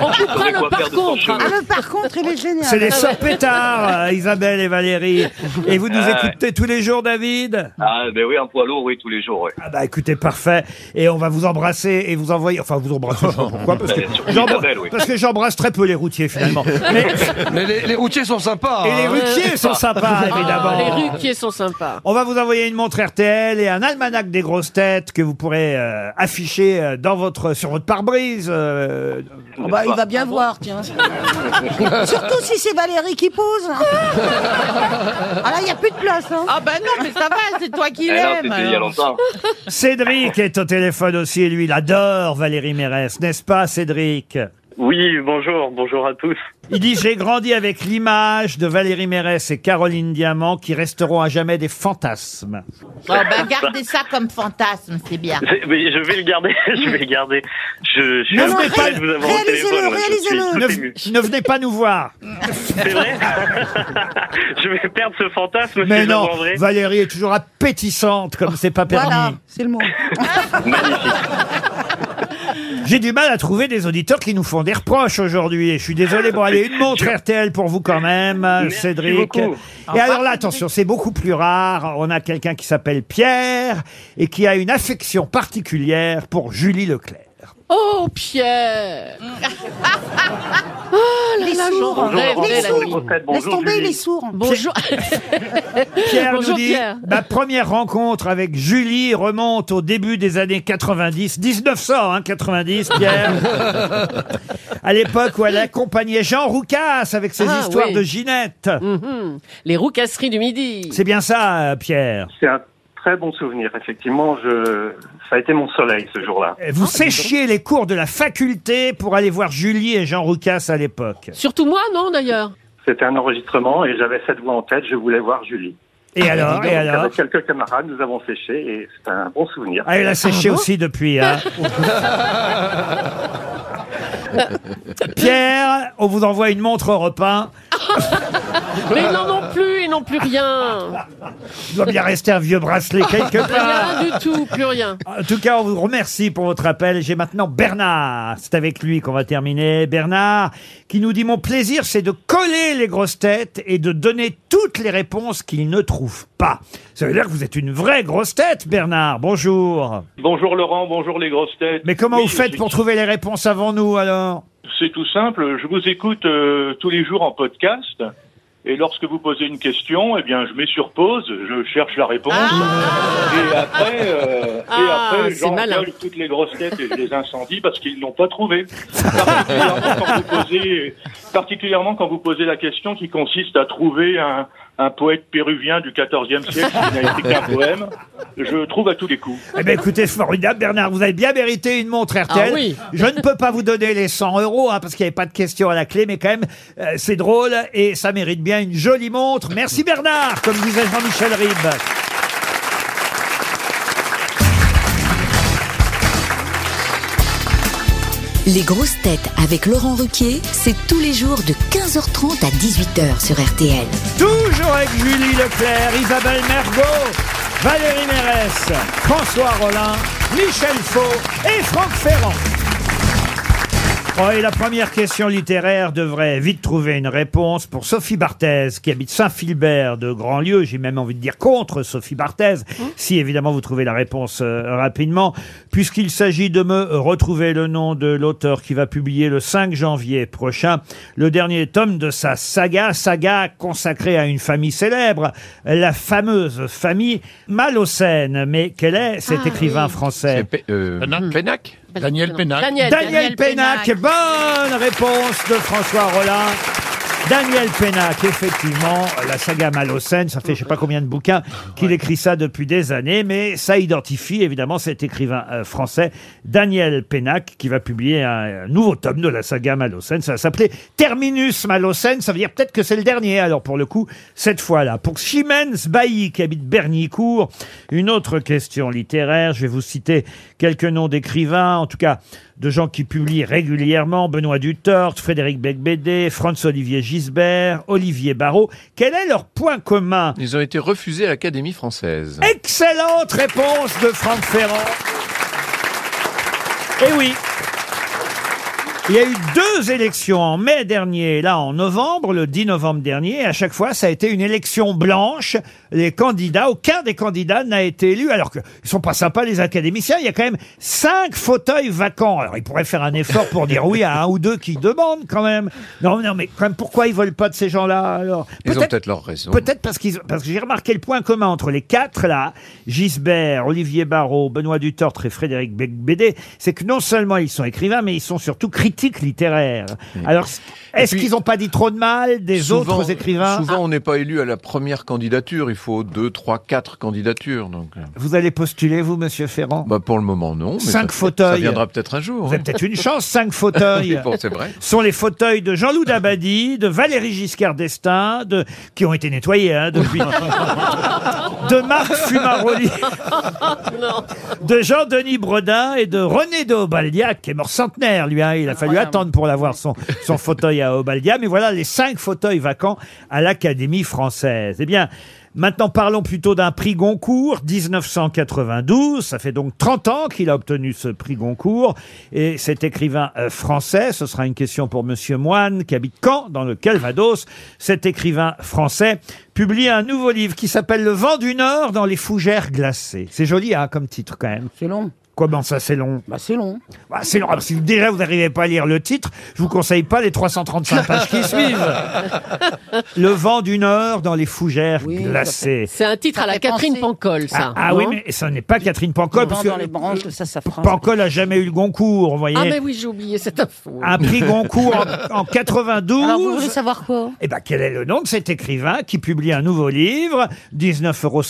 Speaker 5: On coupera
Speaker 11: Savez
Speaker 5: le
Speaker 11: quoi
Speaker 5: par
Speaker 11: faire de son
Speaker 5: contre.
Speaker 11: cheveu.
Speaker 5: hein.
Speaker 3: Ah, mais par contre, il est génial. Ah,
Speaker 2: C'est les sœurs pétards, euh, Isabelle et Valérie. Et vous nous
Speaker 11: Ah ouais.
Speaker 2: écoutez tous les jours, David
Speaker 11: Ah, ben oui, en poids lourd, oui, tous les jours, oui.
Speaker 2: Ah bah écoutez, parfait. Et on va vous embrasser et vous envoyer... Enfin, vous embrasser, je sais pas pourquoi, parce que
Speaker 11: Bah, surtout
Speaker 2: j'embr-
Speaker 11: Isabelle, oui.
Speaker 2: parce que j'embrasse très peu les routiers, finalement. Mais...
Speaker 12: Mais les, les routiers sont sympas.
Speaker 2: Et les
Speaker 12: hein.
Speaker 2: ruquiers sont sympas,
Speaker 5: Ah,
Speaker 2: évidemment.
Speaker 5: les ruquiers sont sympas.
Speaker 2: On va vous envoyer une montre RTL et un almanach des grosses têtes que vous pourrez euh, afficher euh, dans votre, sur votre pare-brise. euh,
Speaker 3: Ah bah, il va bien voir, tiens. Surtout si c'est Valérie qui pose. Ah là, il n'y a plus de place. Hein.
Speaker 6: Ah ben non, mais ça va, c'est toi qui
Speaker 11: Eh non,
Speaker 6: l'aimes.
Speaker 11: c'était il y a
Speaker 6: bah alors.
Speaker 11: longtemps.
Speaker 2: Cédric est au téléphone aussi et lui, il adore Valérie Mérès, n'est-ce pas, Cédric
Speaker 10: Oui, bonjour, bonjour à tous.
Speaker 2: Il dit J'ai grandi avec l'image de Valérie Mérès et Caroline Diamant qui resteront à jamais des fantasmes.
Speaker 6: Bon, ben gardez ça comme fantasme, c'est bien.
Speaker 10: Mais je vais le garder, je vais le garder. Je, suis
Speaker 2: Ne venez pas-
Speaker 3: réalisez-le, réalisez-le.
Speaker 2: Ne, ne venez pas nous voir.
Speaker 10: C'est vrai Je vais perdre ce fantasme
Speaker 2: Mais
Speaker 10: si je
Speaker 2: non,
Speaker 10: le vendrai.
Speaker 2: Valérie est toujours appétissante comme c'est pas permis.
Speaker 3: Voilà, c'est le mot. Ah,
Speaker 2: J'ai du mal à trouver des auditeurs qui nous font des reproches aujourd'hui. Et je suis désolé. Bon, allez, une montre RTL pour vous quand même,
Speaker 10: Merci
Speaker 2: Cédric.
Speaker 10: beaucoup.
Speaker 2: Et alors là, attention, c'est beaucoup plus rare. On a quelqu'un qui s'appelle Pierre et qui a une affection particulière pour Julie Leclerc.
Speaker 5: Oh, Pierre Ah, là là,
Speaker 3: sourds.
Speaker 5: j'en
Speaker 3: Bonjour,
Speaker 5: rêve
Speaker 3: Laurent,
Speaker 5: dès la
Speaker 3: bonjour,
Speaker 5: nuit.
Speaker 3: les grosses têtes, bonjour, Laisse tomber, Julie. il est sourd.
Speaker 5: Bonjour.
Speaker 2: Pierre
Speaker 5: Bonjour,
Speaker 2: nous dit
Speaker 5: Pierre.
Speaker 2: Ma première rencontre avec Julie remonte au début des années 90, 1900, hein, 90, Pierre. à l'époque où elle accompagnait Jean Roucas avec ses
Speaker 5: Ah,
Speaker 2: histoires
Speaker 5: oui.
Speaker 2: de Ginette.
Speaker 5: Mhm. Les roucasseries du midi.
Speaker 2: C'est bien ça, euh, Pierre.
Speaker 13: C'est un très bon souvenir, effectivement. Je... Ça a été mon soleil ce jour-là.
Speaker 5: Ah,
Speaker 2: Et Vous séchiez les cours de la faculté pour aller voir Julie et Jean Roucas à l'époque.
Speaker 5: Surtout moi, non, d'ailleurs.
Speaker 13: C'était un enregistrement et j'avais cette voix en tête, je voulais voir Julie. Ah,
Speaker 2: Et alors, et
Speaker 13: Donc,
Speaker 2: alors
Speaker 13: Avec quelques camarades, nous avons séché et c'est un bon souvenir.
Speaker 2: Ah, elle a séché aussi depuis. hein. Pierre, on vous envoie une montre Europe 1.
Speaker 5: Mais ils n'en ont plus, ils n'ont plus rien.
Speaker 2: Il doit bien rester un vieux bracelet quelque part.
Speaker 5: Rien du tout, plus rien.
Speaker 2: En tout cas, on vous remercie pour votre appel. J'ai maintenant Bernard. C'est avec lui qu'on va terminer. Bernard, qui nous dit mon plaisir, c'est de coller les grosses têtes et de donner toutes les réponses qu'il ne trouve pas. Ça veut dire que vous êtes une vraie grosse tête, Bernard. Bonjour.
Speaker 11: Bonjour Laurent, bonjour les grosses têtes.
Speaker 2: Mais comment
Speaker 11: Oui,
Speaker 2: vous faites
Speaker 11: c'est-
Speaker 2: pour trouver les réponses avant nous alors
Speaker 11: C'est tout simple, je vous écoute euh, tous les jours en podcast. Et lorsque vous posez une question, eh bien, je mets sur pause, je cherche la réponse. et après, euh,
Speaker 5: Ah,
Speaker 11: et après
Speaker 5: c'est malin.
Speaker 11: j'engueule toutes les grosses têtes et je les incendie parce qu'ils ne l'ont pas trouvé. particulièrement, quand vous posez, particulièrement quand vous posez la question qui consiste à trouver un, un poète péruvien du XIVe siècle qui n'a écrit qu'un poème. Je trouve à tous les coups.
Speaker 2: Eh bien, écoutez, formidable, Bernard. Vous avez bien mérité une montre RTL.
Speaker 11: Ah oui.
Speaker 2: Je ne peux pas vous donner les 100 euros, hein, parce qu'il n'y avait pas de question à la clé, mais quand même, euh, c'est drôle et ça mérite bien une jolie montre. Merci, Bernard, comme disait Jean-Michel Ribes.
Speaker 14: Les grosses têtes avec Laurent Ruquier, c'est tous les jours de 15h30 à 18h sur RTL.
Speaker 2: Toujours avec Julie Leclerc, Isabelle Mergot, Valérie Mérès, François Rollin, Michel Faux et Franck Ferrand. Oh, et la première question littéraire devrait vite trouver une réponse pour Sophie Barthez, qui habite Saint-Philbert de Grandlieu. J'ai même envie de dire contre Sophie Barthez,
Speaker 7: Hein
Speaker 2: si évidemment vous trouvez la réponse euh, rapidement, puisqu'il s'agit de me retrouver le nom de l'auteur qui va publier le 5 janvier prochain le dernier tome de sa saga, saga consacrée à une famille célèbre, la fameuse famille Malocène. Mais quel est cet
Speaker 7: Ah,
Speaker 2: écrivain
Speaker 7: oui.
Speaker 2: français
Speaker 7: Pénac
Speaker 4: Daniel Pénac.
Speaker 2: Daniel, Pénac. Bonne réponse de François Rollin. Daniel Pénac, effectivement, la saga Malocène, ça fait je sais pas combien de bouquins qu'il écrit ça depuis des années, mais ça identifie évidemment cet écrivain euh, français, Daniel Pénac, qui va publier un, un nouveau tome de la saga Malocène. Ça va s'appeler Terminus Malocène, ça veut dire peut-être que c'est le dernier, alors pour le coup, cette fois-là. Pour Chimens Bailly, qui habite Bernicourt, une autre question littéraire, je vais vous citer quelques noms d'écrivains, en tout cas de gens qui publient régulièrement, Benoît Dutort, Frédéric Becbédé, Franz-Olivier Gisbert, Olivier Barrault. Quel est leur point commun
Speaker 7: Ils ont été refusés à l'Académie française.
Speaker 2: Excellente réponse de Franck Ferrand. Eh oui il y a eu deux élections en mai dernier, et là en novembre, le 10 novembre dernier. et À chaque fois, ça a été une élection blanche. Les candidats, aucun des candidats n'a été élu. Alors qu'ils sont pas sympas les académiciens. Il y a quand même cinq fauteuils vacants. Alors ils pourraient faire un effort pour dire oui à un ou deux qui demandent quand même. Non, non, mais quand même, pourquoi ils veulent pas de ces gens-là alors
Speaker 7: Ils ont
Speaker 2: Peut-être-
Speaker 7: peut-être leur raison.
Speaker 2: Peut-être parce, qu'ils- parce que j'ai remarqué le point commun entre les quatre, là, Gisbert, Olivier Barrault, Benoît Dutortre et Frédéric Becbédé, c'est que non seulement ils sont écrivains, mais ils sont surtout critiques littéraires. Alors, est-ce qu'ils n'ont pas dit trop de mal des autres écrivains
Speaker 7: Souvent, on n'est pas élu à la première candidature. Il faut deux, trois, quatre candidatures. Donc, euh,
Speaker 2: Vous allez postuler, vous, monsieur Ferrand
Speaker 7: bah, pour le moment, non. mais
Speaker 2: Cinq
Speaker 7: ça-
Speaker 2: fauteuils.
Speaker 7: Ça viendra peut-être un jour.
Speaker 2: Vous avez
Speaker 7: hein.
Speaker 2: peut-être une chance, cinq fauteuils.
Speaker 7: Oui, bon, c'est vrai.
Speaker 2: sont les fauteuils de Jean-Loup Dabadi, de Valérie Giscard d'Estaing, de... qui ont été nettoyés hein, depuis, de Marc Fumaroli. de Jean-Denis Bredin et de René de Obaldiac, qui est mort centenaire, lui. hein. Il a fallu attendre pour l'avoir, son, son fauteuil à Obaldia. Mais voilà les cinq fauteuils vacants à l'Académie française. Eh bien, maintenant parlons plutôt d'un prix Goncourt, 1992. Ça fait donc 30 ans qu'il a obtenu ce prix Goncourt. Et cet écrivain euh, français, ce sera une question pour Monsieur Moine, qui habite Caen, dans le Calvados. Cet écrivain français publie un nouveau livre qui s'appelle Le vent du Nord dans les fougères glacées. C'est joli hein, comme titre quand même.
Speaker 3: C'est long.
Speaker 2: Comment ça, c'est long
Speaker 3: Bah, c'est long.
Speaker 2: Bah, c'est long. Alors, si déjà vous n'arrivez pas à lire le titre, je vous conseille pas les 335 pages qui suivent. Le vent du Nord dans les fougères glacées.
Speaker 5: C'est un titre à la Catherine Pancol, ça.
Speaker 2: Ah, ah oui, mais ça n'est pas Catherine Pancol.
Speaker 5: Le
Speaker 2: parce
Speaker 5: vent
Speaker 2: que
Speaker 5: dans les branches, tout ça, ça
Speaker 2: Pancol a jamais eu le Goncourt, vous voyez.
Speaker 5: Ah, mais oui, j'ai oublié cette info.
Speaker 2: Un prix Goncourt en, en 92.
Speaker 5: Alors, vous voulez savoir quoi
Speaker 2: Eh ben, quel est le nom de cet écrivain qui publie un nouveau livre, 19,50 euros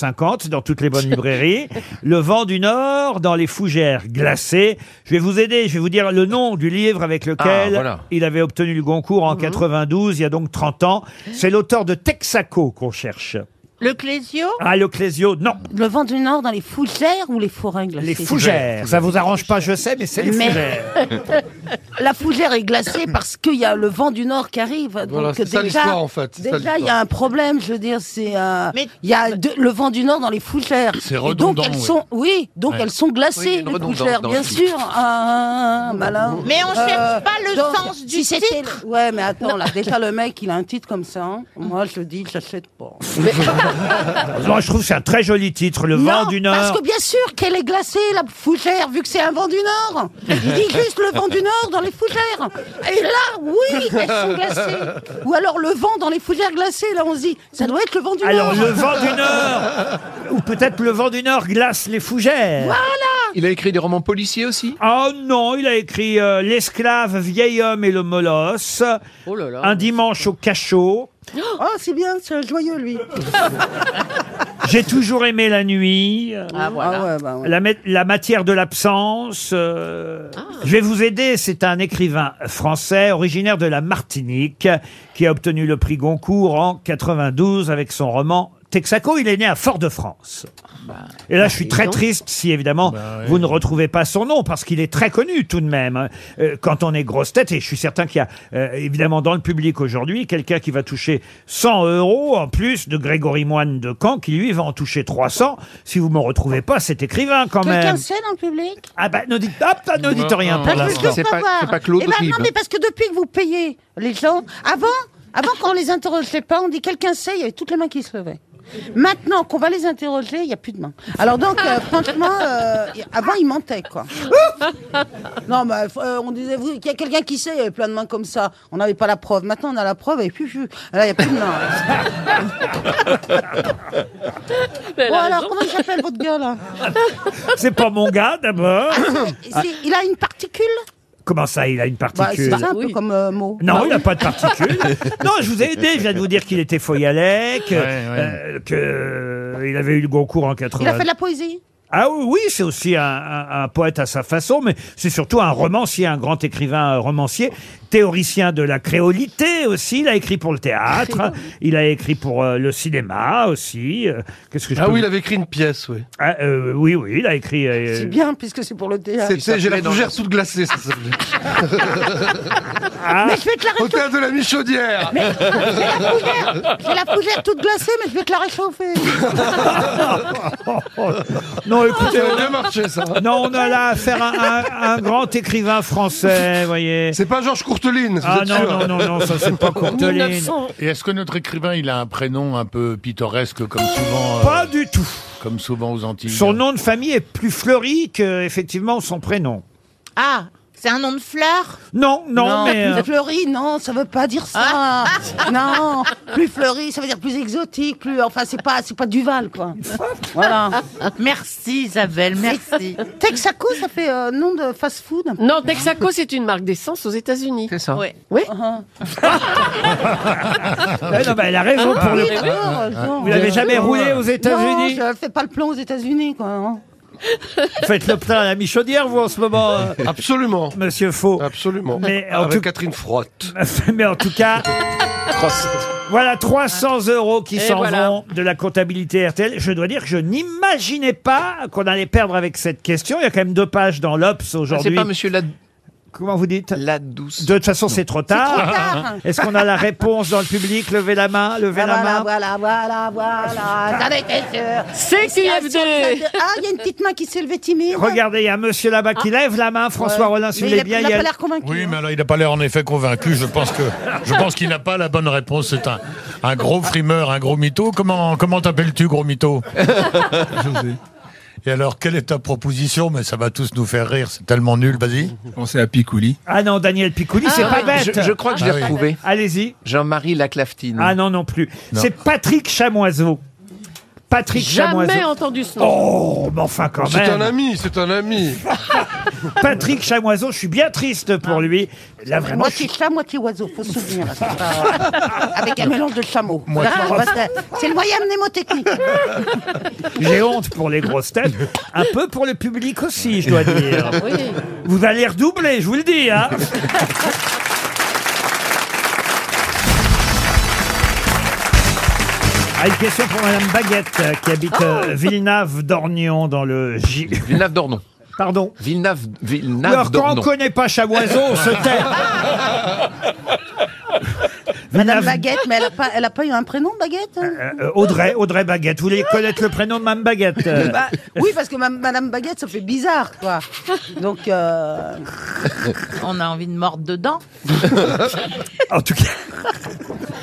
Speaker 2: dans toutes les bonnes librairies, Le vent du Nord dans les fougères glacées. Je vais vous aider, je vais vous dire le nom du livre avec lequel
Speaker 7: Ah, voilà.
Speaker 2: il avait obtenu le Goncourt
Speaker 3: Mhm.
Speaker 2: en 92, il y a donc 30 ans. C'est l'auteur de Texaco qu'on cherche.
Speaker 3: Le Clésio
Speaker 2: Ah, le Clésio, non.
Speaker 3: Le vent du Nord dans les fougères ou les forains glacés
Speaker 2: Les fougères. Ça vous arrange pas, je sais, mais c'est les
Speaker 3: Mais-
Speaker 2: fougères.
Speaker 3: La fougère est glacée parce qu'il y a le vent du Nord qui arrive. Donc
Speaker 15: Voilà, c'est ça
Speaker 3: déjà,
Speaker 15: l'histoire, en fait, c'est ça
Speaker 3: Déjà, il y a
Speaker 15: l'histoire.
Speaker 3: un problème, je veux dire, c'est euh, il y a de- le vent du Nord dans les fougères.
Speaker 15: C'est
Speaker 3: Et
Speaker 15: redondant,
Speaker 3: Donc elles
Speaker 15: oui.
Speaker 3: sont, oui, donc
Speaker 15: Ouais.
Speaker 3: elles sont
Speaker 15: Oui,
Speaker 3: glacées les
Speaker 15: redondant
Speaker 3: fougères,
Speaker 15: dans
Speaker 3: bien
Speaker 15: le
Speaker 3: sûr. Ah, malin. Euh,
Speaker 6: Mais on cherche pas le sens du
Speaker 3: si c'était le- Ouais, mais attends, là, déjà le mec, il a un titre comme ça. hein. Moi, je dis, j'achète pas.
Speaker 2: Non, je trouve que c'est un très joli titre, Le vent
Speaker 3: Non,
Speaker 2: du Nord.
Speaker 3: Parce que bien sûr qu'elle est glacée, la fougère, vu que c'est un vent du Nord. Il dit juste le vent du Nord dans les fougères. Et là, oui, elles sont glacées. Ou alors le vent dans les fougères glacées, là on se dit, ça doit être le vent du
Speaker 2: Alors,
Speaker 3: Nord.
Speaker 2: le vent du Nord Ou peut-être le vent du Nord glace les fougères.
Speaker 3: Voilà
Speaker 2: Il a écrit des romans policiers aussi Oh non, il a écrit euh, L'esclave, vieil homme et le molosse.
Speaker 5: Oh là là.
Speaker 2: Un dimanche au cachot.
Speaker 3: Oh, c'est bien, c'est joyeux lui.
Speaker 2: J'ai toujours aimé la nuit.
Speaker 3: Ah, voilà. Ah ouais, bah ouais.
Speaker 2: la, ma- la matière de l'absence. euh,
Speaker 5: Ah.
Speaker 2: Je vais vous aider. C'est un écrivain français originaire de la Martinique qui a obtenu le prix Goncourt en 92 avec son roman Texaco. Il est né à Fort-de-France. Et là, je
Speaker 3: Ah,
Speaker 2: suis très triste si évidemment vous ne retrouvez pas son nom parce qu'il est très connu tout de même. hein. Euh, quand on est grosse tête, et je suis certain qu'il y a euh, évidemment dans le public aujourd'hui quelqu'un qui va toucher 100 euros en plus de Grégory Moine de Caen qui lui va en toucher 300. Si vous me retrouvez pas, cet écrivain quand même.
Speaker 3: Quelqu'un sait dans le public
Speaker 2: Ah bah, ne dites, hop, là, ne dites rien pour
Speaker 3: Ah, je veux
Speaker 2: l'instant.
Speaker 3: tout savoir. Eh ben, Non, mais parce que depuis que vous payez les gens, avant, avant qu'on les interrogeait pas, on dit quelqu'un sait, il y avait toutes les mains qui se levaient. Maintenant qu'on va les interroger, il n'y a plus de mains. Alors donc, euh, franchement, euh, avant, ils mentaient, quoi. non, mais euh, on disait, vous, il y a quelqu'un qui sait, il y avait plein de mains comme ça. On n'avait pas la preuve. Maintenant, on a la preuve, et puis, puis, là, il n'y a plus de mains. Bon, alors, comment il s'appelle, votre gars, là
Speaker 2: C'est pas mon gars d'abord. Ah,
Speaker 3: C'est- Il a une particule
Speaker 2: Comment ça, il a une
Speaker 3: Bah,
Speaker 2: particule
Speaker 3: C'est un peu comme euh, mot.
Speaker 2: Non, il n'a pas de particules. non, je vous ai aidé. Je viens de vous dire qu'il était foyalec, qu'il euh, avait eu le Goncourt en 80.
Speaker 3: Il a fait de la poésie
Speaker 2: Ah oui, oui, c'est aussi un, un- un poète à sa façon, mais c'est surtout un romancier, un grand écrivain euh, romancier, théoricien de la créolité aussi. Il a écrit pour le théâtre, hein. il a écrit pour euh, le cinéma aussi. euh, Qu'est-ce que je
Speaker 15: Ah
Speaker 2: peux
Speaker 15: oui, il
Speaker 2: vous-
Speaker 15: avait écrit une pièce, oui.
Speaker 2: Ah, euh, oui, oui, il a écrit. euh,
Speaker 3: C'est bien, puisque c'est pour le théâtre.
Speaker 15: C'était J'ai la fougère toute glacée, ça s'appelait.
Speaker 2: Ah.
Speaker 3: Mais je vais te la réchauffer.
Speaker 15: Hôtel de la Michaudière
Speaker 3: Mais j'ai la fougère, j'ai la fougère toute glacée, mais je vais te la réchauffer.
Speaker 2: Non, écoutez,
Speaker 15: Ça a bien marché, ça.
Speaker 2: Non, on a là affaire à un, un grand écrivain français, voyez.
Speaker 15: C'est pas Georges Courteline, vous
Speaker 2: Ah
Speaker 15: êtes
Speaker 2: non,
Speaker 15: sûr
Speaker 2: non, non, non, ça c'est pas Courteline.
Speaker 4: Et est-ce que notre écrivain, il a un prénom un peu pittoresque comme souvent euh,
Speaker 2: Pas du tout.
Speaker 4: comme souvent aux Antilles
Speaker 2: Son nom de famille est plus fleuri que effectivement son prénom.
Speaker 6: Ah, c'est un nom de fleur
Speaker 2: Non, non, mais euh,
Speaker 3: Fleuri, non, ça veut pas dire ça. Non, plus fleuri, ça veut dire plus exotique, plus. Enfin, c'est pas, c'est pas Duval, quoi. Voilà.
Speaker 6: Merci Isabelle, merci.
Speaker 3: Texaco, ça fait euh, nom de fast-food.
Speaker 5: Non, Texaco, c'est une marque d'essence aux États-Unis. C'est ça. Oui.
Speaker 2: ouais, non, bah, elle a raison
Speaker 3: Ah,
Speaker 2: pour le
Speaker 3: oui, d'accord, non.
Speaker 2: Vous l'avez jamais roulé aux États-Unis
Speaker 3: Non, je fais pas le plan aux États-Unis, quoi. hein.
Speaker 2: Faites le plein à la michaudière, vous, en ce moment. Absolument. Monsieur Faux. Absolument. Mais en
Speaker 15: Avec
Speaker 2: tout... Catherine Frotte. Mais en tout cas. Voilà 300 euros qui
Speaker 15: Et
Speaker 2: s'en
Speaker 15: voilà.
Speaker 2: vont de la comptabilité RTL. Je dois dire que je n'imaginais pas qu'on allait perdre avec cette question. Il y a quand même deux pages dans l'Obs aujourd'hui.
Speaker 7: Ah, c'est pas monsieur Lad...
Speaker 2: Comment vous dites
Speaker 7: Ladouce.
Speaker 2: De toute façon, c'est trop tard.
Speaker 7: trop tard.
Speaker 2: Est-ce qu'on a la réponse dans le public Levez la main, levez la
Speaker 3: Ah, Voilà,
Speaker 2: main.
Speaker 3: voilà, voilà, voilà. J'en étais sûre.
Speaker 5: C'est qui
Speaker 3: Ah,
Speaker 5: FD?
Speaker 3: sur le- Ah, il y a une petite main qui s'est levée timide.
Speaker 2: Regardez, il y a un monsieur là-bas qui lève la main, François
Speaker 3: Ah. Ouais.
Speaker 2: Rollin, si
Speaker 3: Mais
Speaker 2: vous voulez
Speaker 3: il a-
Speaker 2: bien.
Speaker 3: il a
Speaker 2: y
Speaker 3: pas l'air convaincu, hein.
Speaker 4: Oui, mais alors il n'a pas l'air en effet convaincu. Je pense que je pense qu'il n'a pas la bonne réponse. C'est un, un gros frimeur, un gros mytho. Comment comment t'appelles-tu gros mytho Et alors, quelle est ta proposition Mais ça va tous nous faire rire, c'est tellement nul, vas-y. Pensez à Picouli.
Speaker 2: Ah non, Daniel Picouli, c'est
Speaker 7: Ah,
Speaker 2: pas bête.
Speaker 7: je- je crois que je l'ai retrouvé.
Speaker 2: Allez-y.
Speaker 7: Jean-Marie Laclaftine.
Speaker 2: Ah non, non plus.
Speaker 7: Non.
Speaker 2: C'est Patrick Chamoiseau. Patrick
Speaker 5: Jamais
Speaker 2: Chamoiseau.
Speaker 5: entendu ce nom.
Speaker 2: Oh, mais enfin quand même.
Speaker 15: C'est un ami, c'est un ami.
Speaker 2: Patrick Chamoiseau, je suis bien triste pour lui. Là, vraiment, je
Speaker 3: moitié chat, moitié oiseau, faut se souvenir. là, c'est pas- Avec un mélange de chameau.
Speaker 2: Moitié-
Speaker 3: Ah, bah, c'est- c'est le moyen mnémotechnique.
Speaker 2: J'ai honte pour les grosses têtes, un peu pour le public aussi, je dois dire.
Speaker 3: Ah Oui.
Speaker 2: Vous allez redoubler, je vous le dis. Hein Ah, une question pour Madame Baguette euh, qui habite
Speaker 3: Oh.
Speaker 2: euh, Villeneuve-d'Ornion dans le J.
Speaker 7: Villeneuve-d'Ornon.
Speaker 2: Pardon
Speaker 7: Villeneuve,
Speaker 2: Ou Alors
Speaker 7: Villeneuve
Speaker 2: quand on
Speaker 7: d'Ornon.
Speaker 2: connaît pas Chamoiseau, on se tait.
Speaker 3: Madame
Speaker 2: Villeneuve-
Speaker 3: Baguette, mais elle a pas, elle a pas eu un prénom, Baguette hein
Speaker 2: Euh, Audrey, Audrey Baguette. Vous voulez connaître le prénom de Mme Baguette euh
Speaker 3: Bah, Oui, parce que ma- Madame Baguette, ça fait bizarre, quoi. Donc, euh,
Speaker 6: On a envie de mordre dedans.
Speaker 2: En tout cas.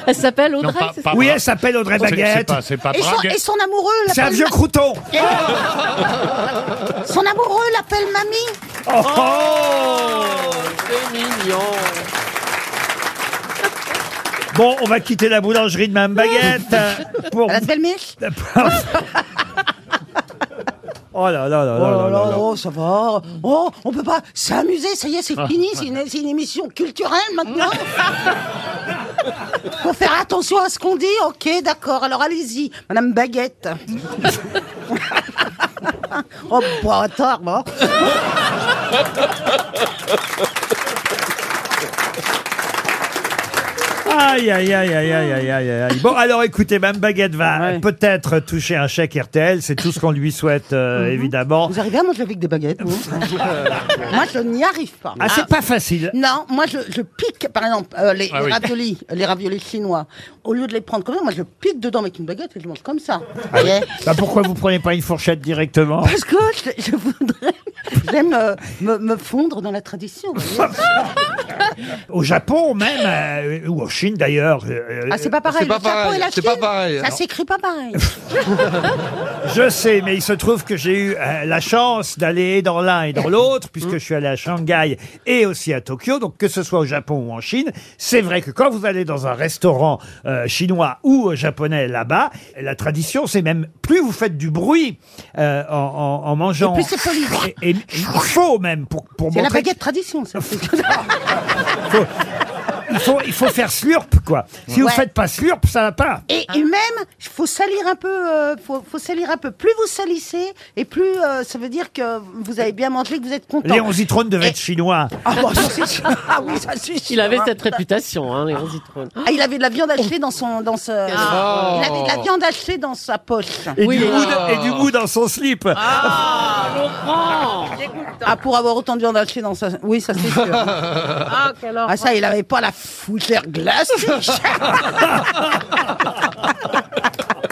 Speaker 5: Elle s'appelle Audrey,
Speaker 4: Non, pas-
Speaker 5: c'est
Speaker 4: pas
Speaker 5: ça
Speaker 2: Oui,
Speaker 4: Bra-
Speaker 2: elle s'appelle Audrey
Speaker 4: C'est- c'est
Speaker 2: Baguette.
Speaker 4: pas- c'est pas
Speaker 3: et, son,
Speaker 4: Braguette.
Speaker 3: et son amoureux
Speaker 2: C'est un
Speaker 3: l'appelle
Speaker 2: vieux
Speaker 3: ma-
Speaker 2: crouton.
Speaker 3: Son amoureux l'appelle mamie.
Speaker 2: Oh,
Speaker 5: C'est mignon.
Speaker 2: Bon, on va quitter la boulangerie de Mme Baguette euh, pour.
Speaker 3: Elle a de belles miches.
Speaker 2: Oh là là là
Speaker 3: Oh
Speaker 2: là là là là.
Speaker 3: oh, ça va. Oh, on peut pas s'amuser, ça y est, c'est
Speaker 2: Ah,
Speaker 3: fini, c'est une, c'est une émission culturelle maintenant. Faut faire attention à ce qu'on dit, ok, d'accord. Alors allez-y, Madame Baguette. oh, bon, tort, bon.
Speaker 2: Aïe, aïe, aïe, aïe, aïe, aïe, aïe, aïe. Bon, alors écoutez, Mme Baguette va peut-être toucher un chèque RTL. C'est tout ce qu'on lui souhaite, euh, évidemment.
Speaker 3: Vous arrivez à manger avec des baguettes, vous Moi, je n'y arrive pas.
Speaker 2: Ah, c'est pas facile.
Speaker 3: Non, moi je, je pique, par exemple, euh, les,
Speaker 4: Ah
Speaker 3: les
Speaker 4: oui.
Speaker 3: raviolis, les raviolis chinois. Au lieu de les prendre comme ça, moi je pique dedans avec une baguette et je mange comme ça.
Speaker 2: Ah oui.
Speaker 3: Ouais.
Speaker 2: Bah, pourquoi vous prenez pas une fourchette directement
Speaker 3: Parce que je, je voudrais, j'aime euh, me, me fondre dans la tradition. vous voyez.
Speaker 2: Au Japon, même, euh, ou en Chine d'ailleurs. euh,
Speaker 3: Ah, c'est pas pareil.
Speaker 15: C'est pas
Speaker 3: le Japon
Speaker 15: pareil,
Speaker 3: et la
Speaker 15: c'est pas
Speaker 3: Chine,
Speaker 15: pareil,
Speaker 3: Ça
Speaker 15: alors.
Speaker 3: s'écrit pas pareil.
Speaker 2: Je sais, mais il se trouve que j'ai eu euh, la chance d'aller dans l'un et dans l'autre, puisque je suis allé à Shanghai et aussi à Tokyo. Donc, que ce soit au Japon ou en Chine, c'est vrai que quand vous allez dans un restaurant euh, chinois ou euh, japonais là-bas, la tradition, c'est même plus vous faites du bruit euh, en, en- en mangeant.
Speaker 3: Et plus c'est poli.
Speaker 2: Et, et chaud même pour, pour
Speaker 3: C'est la
Speaker 2: montrer.
Speaker 3: baguette tradition, ça.
Speaker 2: Il faut, il faut faire slurp, quoi. Si vous
Speaker 3: Ouais.
Speaker 2: faites pas slurp, ça va pas.
Speaker 3: Et, et même, il faut salir un peu. euh, faut, faut salir un peu. Plus vous salissez, et plus euh, ça veut dire que vous avez bien mangé, que vous êtes content.
Speaker 2: Léon Zitrone devait être chinois.
Speaker 3: Ah, bon, ça, c'est sûr. Ah oui, ça c'est sûr.
Speaker 5: Il avait
Speaker 3: Ah,
Speaker 5: cette réputation, hein, Léon Zitrone.
Speaker 3: Ah, il avait de la viande hachée dans son, dans ce,
Speaker 15: Oh.
Speaker 5: Ah.
Speaker 3: il avait de la viande hachée dans sa poche.
Speaker 2: Et,
Speaker 5: Oui. Ah.
Speaker 2: du mou de- et du mou dans son slip.
Speaker 3: Ah, pour avoir autant de viande hachée dans sa, oui, ça c'est sûr.
Speaker 6: Ah, quelle horreur.
Speaker 3: Ah, ça, il avait pas la fougère glacée.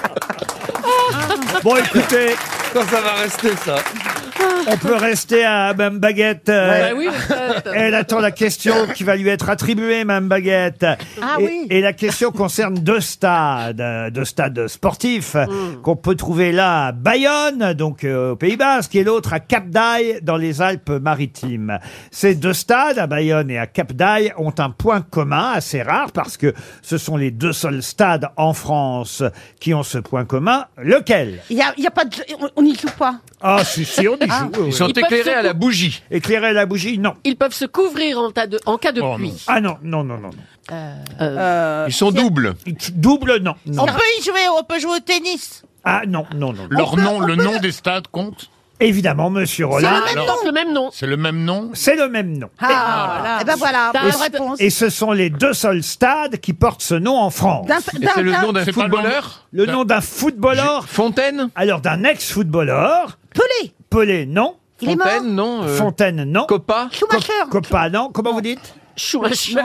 Speaker 2: Bon, écoutez.
Speaker 15: Ça, ça va rester, ça.
Speaker 2: On peut rester à Mme Baguette. euh,
Speaker 5: Bah oui, peut-être.
Speaker 2: Elle attend la question qui va lui être attribuée, Mme Baguette.
Speaker 3: Ah
Speaker 2: et,
Speaker 3: oui.
Speaker 2: et la question concerne deux stades, euh, deux stades sportifs
Speaker 3: Hmm.
Speaker 2: euh, qu'on peut trouver là à Bayonne, donc euh, au Pays Basque, et l'autre à Cap d'Aille dans les Alpes-Maritimes. Ces deux stades, à Bayonne et à Cap d'Aille, ont un point commun assez rare parce que ce sont les deux seuls stades en France qui ont ce point commun. Lequel
Speaker 3: Il y a, il y a pas de, on- on n'y joue pas.
Speaker 2: Ah, si, si, on y joue. oui, oui.
Speaker 7: Ils sont
Speaker 5: Ils peuvent
Speaker 7: éclairés
Speaker 5: se
Speaker 7: à la bougie.
Speaker 2: Éclairer la bougie, non.
Speaker 5: Ils peuvent se couvrir en, tas de- en cas de
Speaker 4: Oh,
Speaker 5: pluie.
Speaker 2: Ah non, non, non, non. non.
Speaker 5: Euh,
Speaker 3: Euh,
Speaker 7: Ils sont doubles.
Speaker 2: Double, non. non.
Speaker 6: On peut y jouer, on peut jouer au tennis.
Speaker 2: Ah non, non, non. non.
Speaker 4: Leur nom, le nom des stades compte
Speaker 2: Évidemment, monsieur Roland,
Speaker 5: c'est le même
Speaker 4: alors.
Speaker 5: nom, le même nom.
Speaker 4: C'est le même nom
Speaker 2: c'est le même nom.
Speaker 3: ah,
Speaker 6: voilà.
Speaker 3: eh ben voilà,
Speaker 5: Et-
Speaker 3: bonne réponse.
Speaker 2: Et ce sont les deux seuls stades qui portent ce nom en France.
Speaker 3: D'un-
Speaker 7: Et c'est
Speaker 3: d'un-
Speaker 7: le
Speaker 3: d'un-
Speaker 7: nom d'un
Speaker 4: C'est pas le nom.
Speaker 7: footballeur
Speaker 2: Le nom d'un footballeur,
Speaker 7: Fontaine
Speaker 2: alors d'un ex-footballeur,
Speaker 3: Pelé,
Speaker 2: Pelé, non.
Speaker 3: il est mort.
Speaker 7: Fontaine, non euh,
Speaker 2: Fontaine, non.
Speaker 7: Coppa
Speaker 3: Schumacher.
Speaker 2: Copa, non. Comment vous dites
Speaker 5: Schumacher.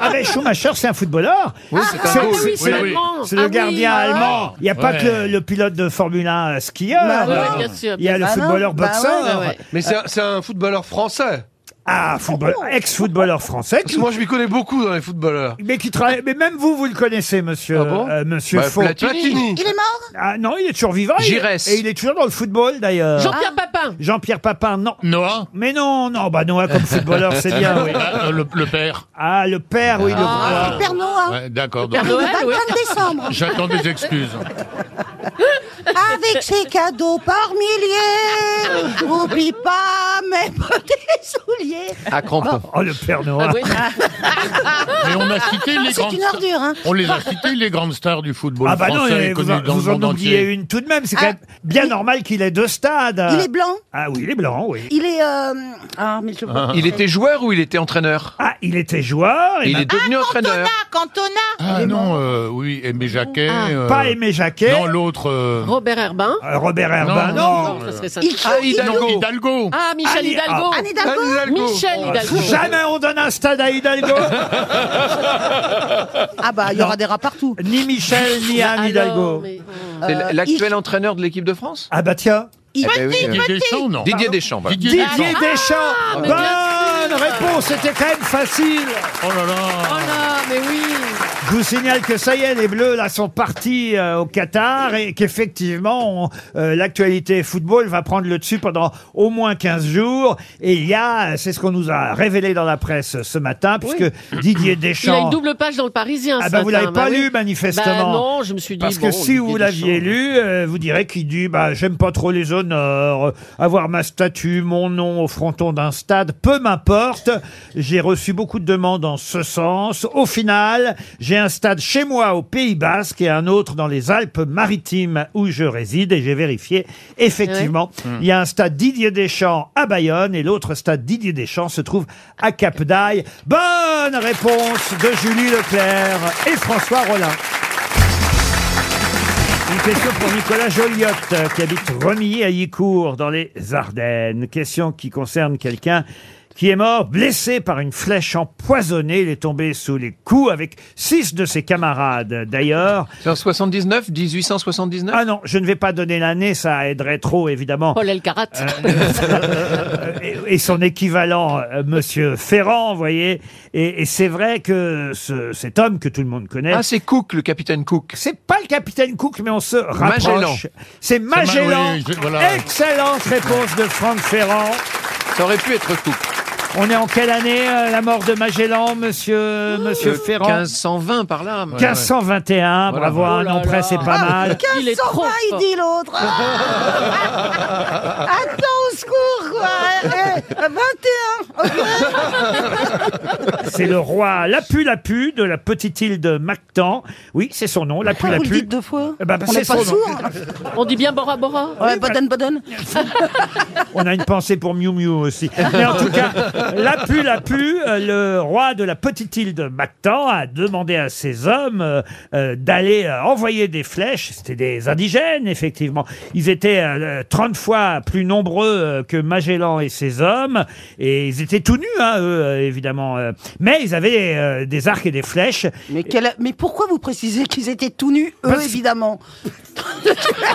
Speaker 2: Ah ben Schumacher, c'est un footballeur.
Speaker 7: Oui, c'est
Speaker 2: c'est-
Speaker 7: un goal.
Speaker 5: Ah oui, c'est
Speaker 4: oui, oui.
Speaker 5: allemand.
Speaker 2: C'est le
Speaker 5: Ah oui.
Speaker 2: gardien allemand. Il n'y a pas
Speaker 4: Ouais.
Speaker 2: que le, le pilote de Formule 1 skieur.
Speaker 3: Bah
Speaker 5: Ah oui,
Speaker 3: ouais.
Speaker 5: bien sûr.
Speaker 2: Il y a le
Speaker 3: Bah non,
Speaker 2: footballeur
Speaker 3: bah ouais,
Speaker 2: boxeur. hein.
Speaker 5: Ah ouais.
Speaker 15: Mais c'est un- c'est un footballeur français.
Speaker 2: Ah, football, ex-footballeur français.
Speaker 15: Parce que moi, je m'y connais beaucoup dans les footballeurs.
Speaker 2: Mais qui travaille. Mais même vous, vous le connaissez, monsieur.
Speaker 15: Ah bon
Speaker 2: euh, monsieur
Speaker 15: Bah,
Speaker 5: Ah,
Speaker 2: Faux.
Speaker 15: Platini. Platini.
Speaker 6: Il est mort
Speaker 2: Ah non, il est toujours vivant. il-
Speaker 7: Giresse.
Speaker 2: Et il est toujours dans le football, d'ailleurs.
Speaker 5: Euh,
Speaker 2: Ah.
Speaker 5: Jean-Pierre Papin.
Speaker 2: Jean-Pierre Papin, non. Noah Mais non, non, bah Noah comme footballeur, c'est bien, oui.
Speaker 4: Ah, euh, le, le père.
Speaker 2: Ah, le père, oui, le
Speaker 4: Ah.
Speaker 2: voilà.
Speaker 4: Père Noah. Ouais, d'accord,
Speaker 2: Le père
Speaker 4: donc-
Speaker 2: Noël,
Speaker 4: oui.
Speaker 3: 25 décembre.
Speaker 4: J'attends des excuses.
Speaker 3: Avec ses cadeaux par milliers, oublie pas mes petits souliers.
Speaker 7: À crampons.
Speaker 2: Oh, le Père
Speaker 5: Ah,
Speaker 2: Noël.
Speaker 4: Mais on a cité Ah les
Speaker 3: C'est
Speaker 4: grandes.
Speaker 3: une ordure, hein.
Speaker 4: On les a cités les grandes stars du football
Speaker 2: Ah bah non,
Speaker 4: français
Speaker 2: et vous
Speaker 4: connues
Speaker 2: en,
Speaker 4: dans
Speaker 2: vous
Speaker 4: le
Speaker 2: en
Speaker 4: monde
Speaker 2: oubliez
Speaker 4: entier.
Speaker 2: une tout de même.
Speaker 5: Ah,
Speaker 2: C'est quand même bien normal qu'il ait deux stades.
Speaker 3: Il est blanc
Speaker 2: Ah oui, il est blanc, oui.
Speaker 3: Il est. euh, Ah, mais je vois.
Speaker 7: Il était joueur ou il était entraîneur
Speaker 2: Ah, il était joueur. bah-
Speaker 7: Il est devenu entraîneur.
Speaker 6: Cantona
Speaker 4: Ah non, euh, oui, Aimé Jacquet. euh,
Speaker 2: Pas Aimé Jacquet.
Speaker 4: Non, l'autre. euh,
Speaker 5: Robert Herbin.
Speaker 2: Euh, Robert Herbin,
Speaker 4: Non,
Speaker 2: non.
Speaker 4: non,
Speaker 5: ça serait ça.
Speaker 4: Ah, Hidalgo. Hidalgo.
Speaker 5: Ah, Michel
Speaker 2: Anne-
Speaker 5: Hidalgo.
Speaker 2: Euh. ah.
Speaker 5: Anne Hidalgo. Anne Hidalgo. Michel Hidalgo.
Speaker 2: Jamais on donne un stade à Hidalgo.
Speaker 3: Ah bah, il y aura des rats partout.
Speaker 2: Ni Michel, ni Anne
Speaker 5: Ah,
Speaker 2: Hidalgo.
Speaker 7: C'est
Speaker 3: Euh,
Speaker 7: l'actuel entraîneur de l'équipe de France
Speaker 2: Ah bah tiens.
Speaker 7: Eh ben oui, euh,
Speaker 4: Didier Deschamps, non
Speaker 7: Didier Deschamps, voilà. Ah,
Speaker 4: Didier
Speaker 2: Didier
Speaker 4: Deschamps.
Speaker 2: Deschamps.
Speaker 4: Ah,
Speaker 5: mais bien
Speaker 2: Bonne
Speaker 5: sûr.
Speaker 2: réponse, c'était quand même facile.
Speaker 4: Oh là là.
Speaker 5: Oh là, mais oui.
Speaker 2: Je vous signale que ça y est, les Bleus là sont partis euh, au Qatar et qu'effectivement on- euh, l'actualité football va prendre le dessus pendant au moins 15 jours. Et il y a, euh, c'est ce qu'on nous a révélé dans la presse ce matin, puisque Didier
Speaker 5: Il a une
Speaker 2: Deschamps.
Speaker 5: double page dans le Parisien.
Speaker 2: Ah
Speaker 5: ce
Speaker 2: bah vous
Speaker 5: matin,
Speaker 2: l'avez pas
Speaker 5: bah oui.
Speaker 2: lu manifestement.
Speaker 5: Bah non, je me suis dit.
Speaker 2: Parce
Speaker 5: bon,
Speaker 2: que si vous
Speaker 5: Didier
Speaker 2: l'aviez
Speaker 5: Deschamps.
Speaker 2: lu, euh, vous direz qu'il dit bah j'aime pas trop les honneurs, euh, avoir ma statue, mon nom au fronton d'un stade, peu m'importe. J'ai reçu beaucoup de demandes en ce sens. Au final, j'ai un stade chez moi au Pays Basque et un autre dans les Alpes-Maritimes où je réside et j'ai vérifié effectivement,
Speaker 5: Ah
Speaker 2: il y a un stade Didier Deschamps à Bayonne et l'autre stade Didier Deschamps se trouve à Cap d'Aille. Bonne réponse de Julie Leclerc et François Rollin. Une question pour Nicolas Joliot, euh, qui habite Remilly à Yicourt, dans les Ardennes. Question qui concerne quelqu'un qui est mort blessé par une flèche empoisonnée. Il est tombé sous les coups avec six de ses camarades. D'ailleurs,
Speaker 7: C'est en 79, 1879
Speaker 2: ah non, je ne vais pas donner l'année, ça aiderait trop, évidemment.
Speaker 5: Paul Elkarat.
Speaker 2: Euh, bah, et, Euh, et son équivalent, euh, Monsieur Ferrand, vous voyez. Et, et c'est vrai que ce- cet homme que tout le monde connaît,
Speaker 7: Ah, c'est Cook, le capitaine Cook.
Speaker 2: c'est pas le capitaine Cook, mais on se rapproche.
Speaker 7: Magellan.
Speaker 2: C'est Magellan.
Speaker 4: Ma- oui, oui, voilà.
Speaker 2: Excellente réponse de Franck Ferrand.
Speaker 7: Ça aurait pu être Cook.
Speaker 2: On est en quelle année euh, la mort de Magellan, Monsieur Monsieur
Speaker 7: Euh,
Speaker 2: Ferrand
Speaker 7: 1520 par là.
Speaker 2: 1521.
Speaker 7: Voilà.
Speaker 2: Bravo, un
Speaker 5: Oh là
Speaker 2: an près,
Speaker 5: là.
Speaker 2: c'est pas mal.
Speaker 5: Il est
Speaker 3: 1500
Speaker 5: trop
Speaker 3: pas, Ah, il
Speaker 5: fort.
Speaker 3: dit l'autre. Ah Attends, au secours, quoi. Eh, eh, 21.
Speaker 2: C'est le roi Lapu Lapu de la petite île de Mactan. Oui, c'est son nom, Lapu
Speaker 3: Pourquoi vous le
Speaker 2: Lapu.
Speaker 3: dites deux fois
Speaker 2: Eh ben, parce
Speaker 3: On
Speaker 2: que
Speaker 3: n'est
Speaker 2: c'est
Speaker 3: pas hein
Speaker 2: son nom.
Speaker 3: sourd.
Speaker 5: On dit bien Bora Bora.
Speaker 3: Ouais, Baden, Baden.
Speaker 2: On a une pensée pour Miu Miu aussi. Mais en tout cas, Lapu Lapu, euh, le roi de la petite île de Mactan, a demandé à ses hommes euh, euh, d'aller euh, envoyer des flèches. C'était des indigènes, effectivement. Ils étaient euh, 30 fois plus nombreux euh, que Magellan et ses hommes. Et ils étaient tout nus, hein, eux, euh, évidemment. euh. Mais ils avaient euh, des arcs et des flèches.
Speaker 3: Mais, quelle- mais pourquoi vous précisez qu'ils étaient tout nus, eux,
Speaker 2: Parce-
Speaker 3: évidemment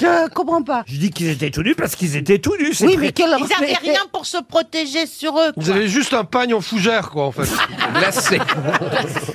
Speaker 3: Je comprends pas.
Speaker 2: Je dis qu'ils étaient tout nus parce qu'ils étaient tout nus. c'est
Speaker 3: Oui,
Speaker 2: pré-
Speaker 3: mais quel
Speaker 6: Ils n'avaient rien pour se protéger sur eux.
Speaker 15: Vous avez juste un pagne en fougère, quoi, en fait.
Speaker 7: Glacé.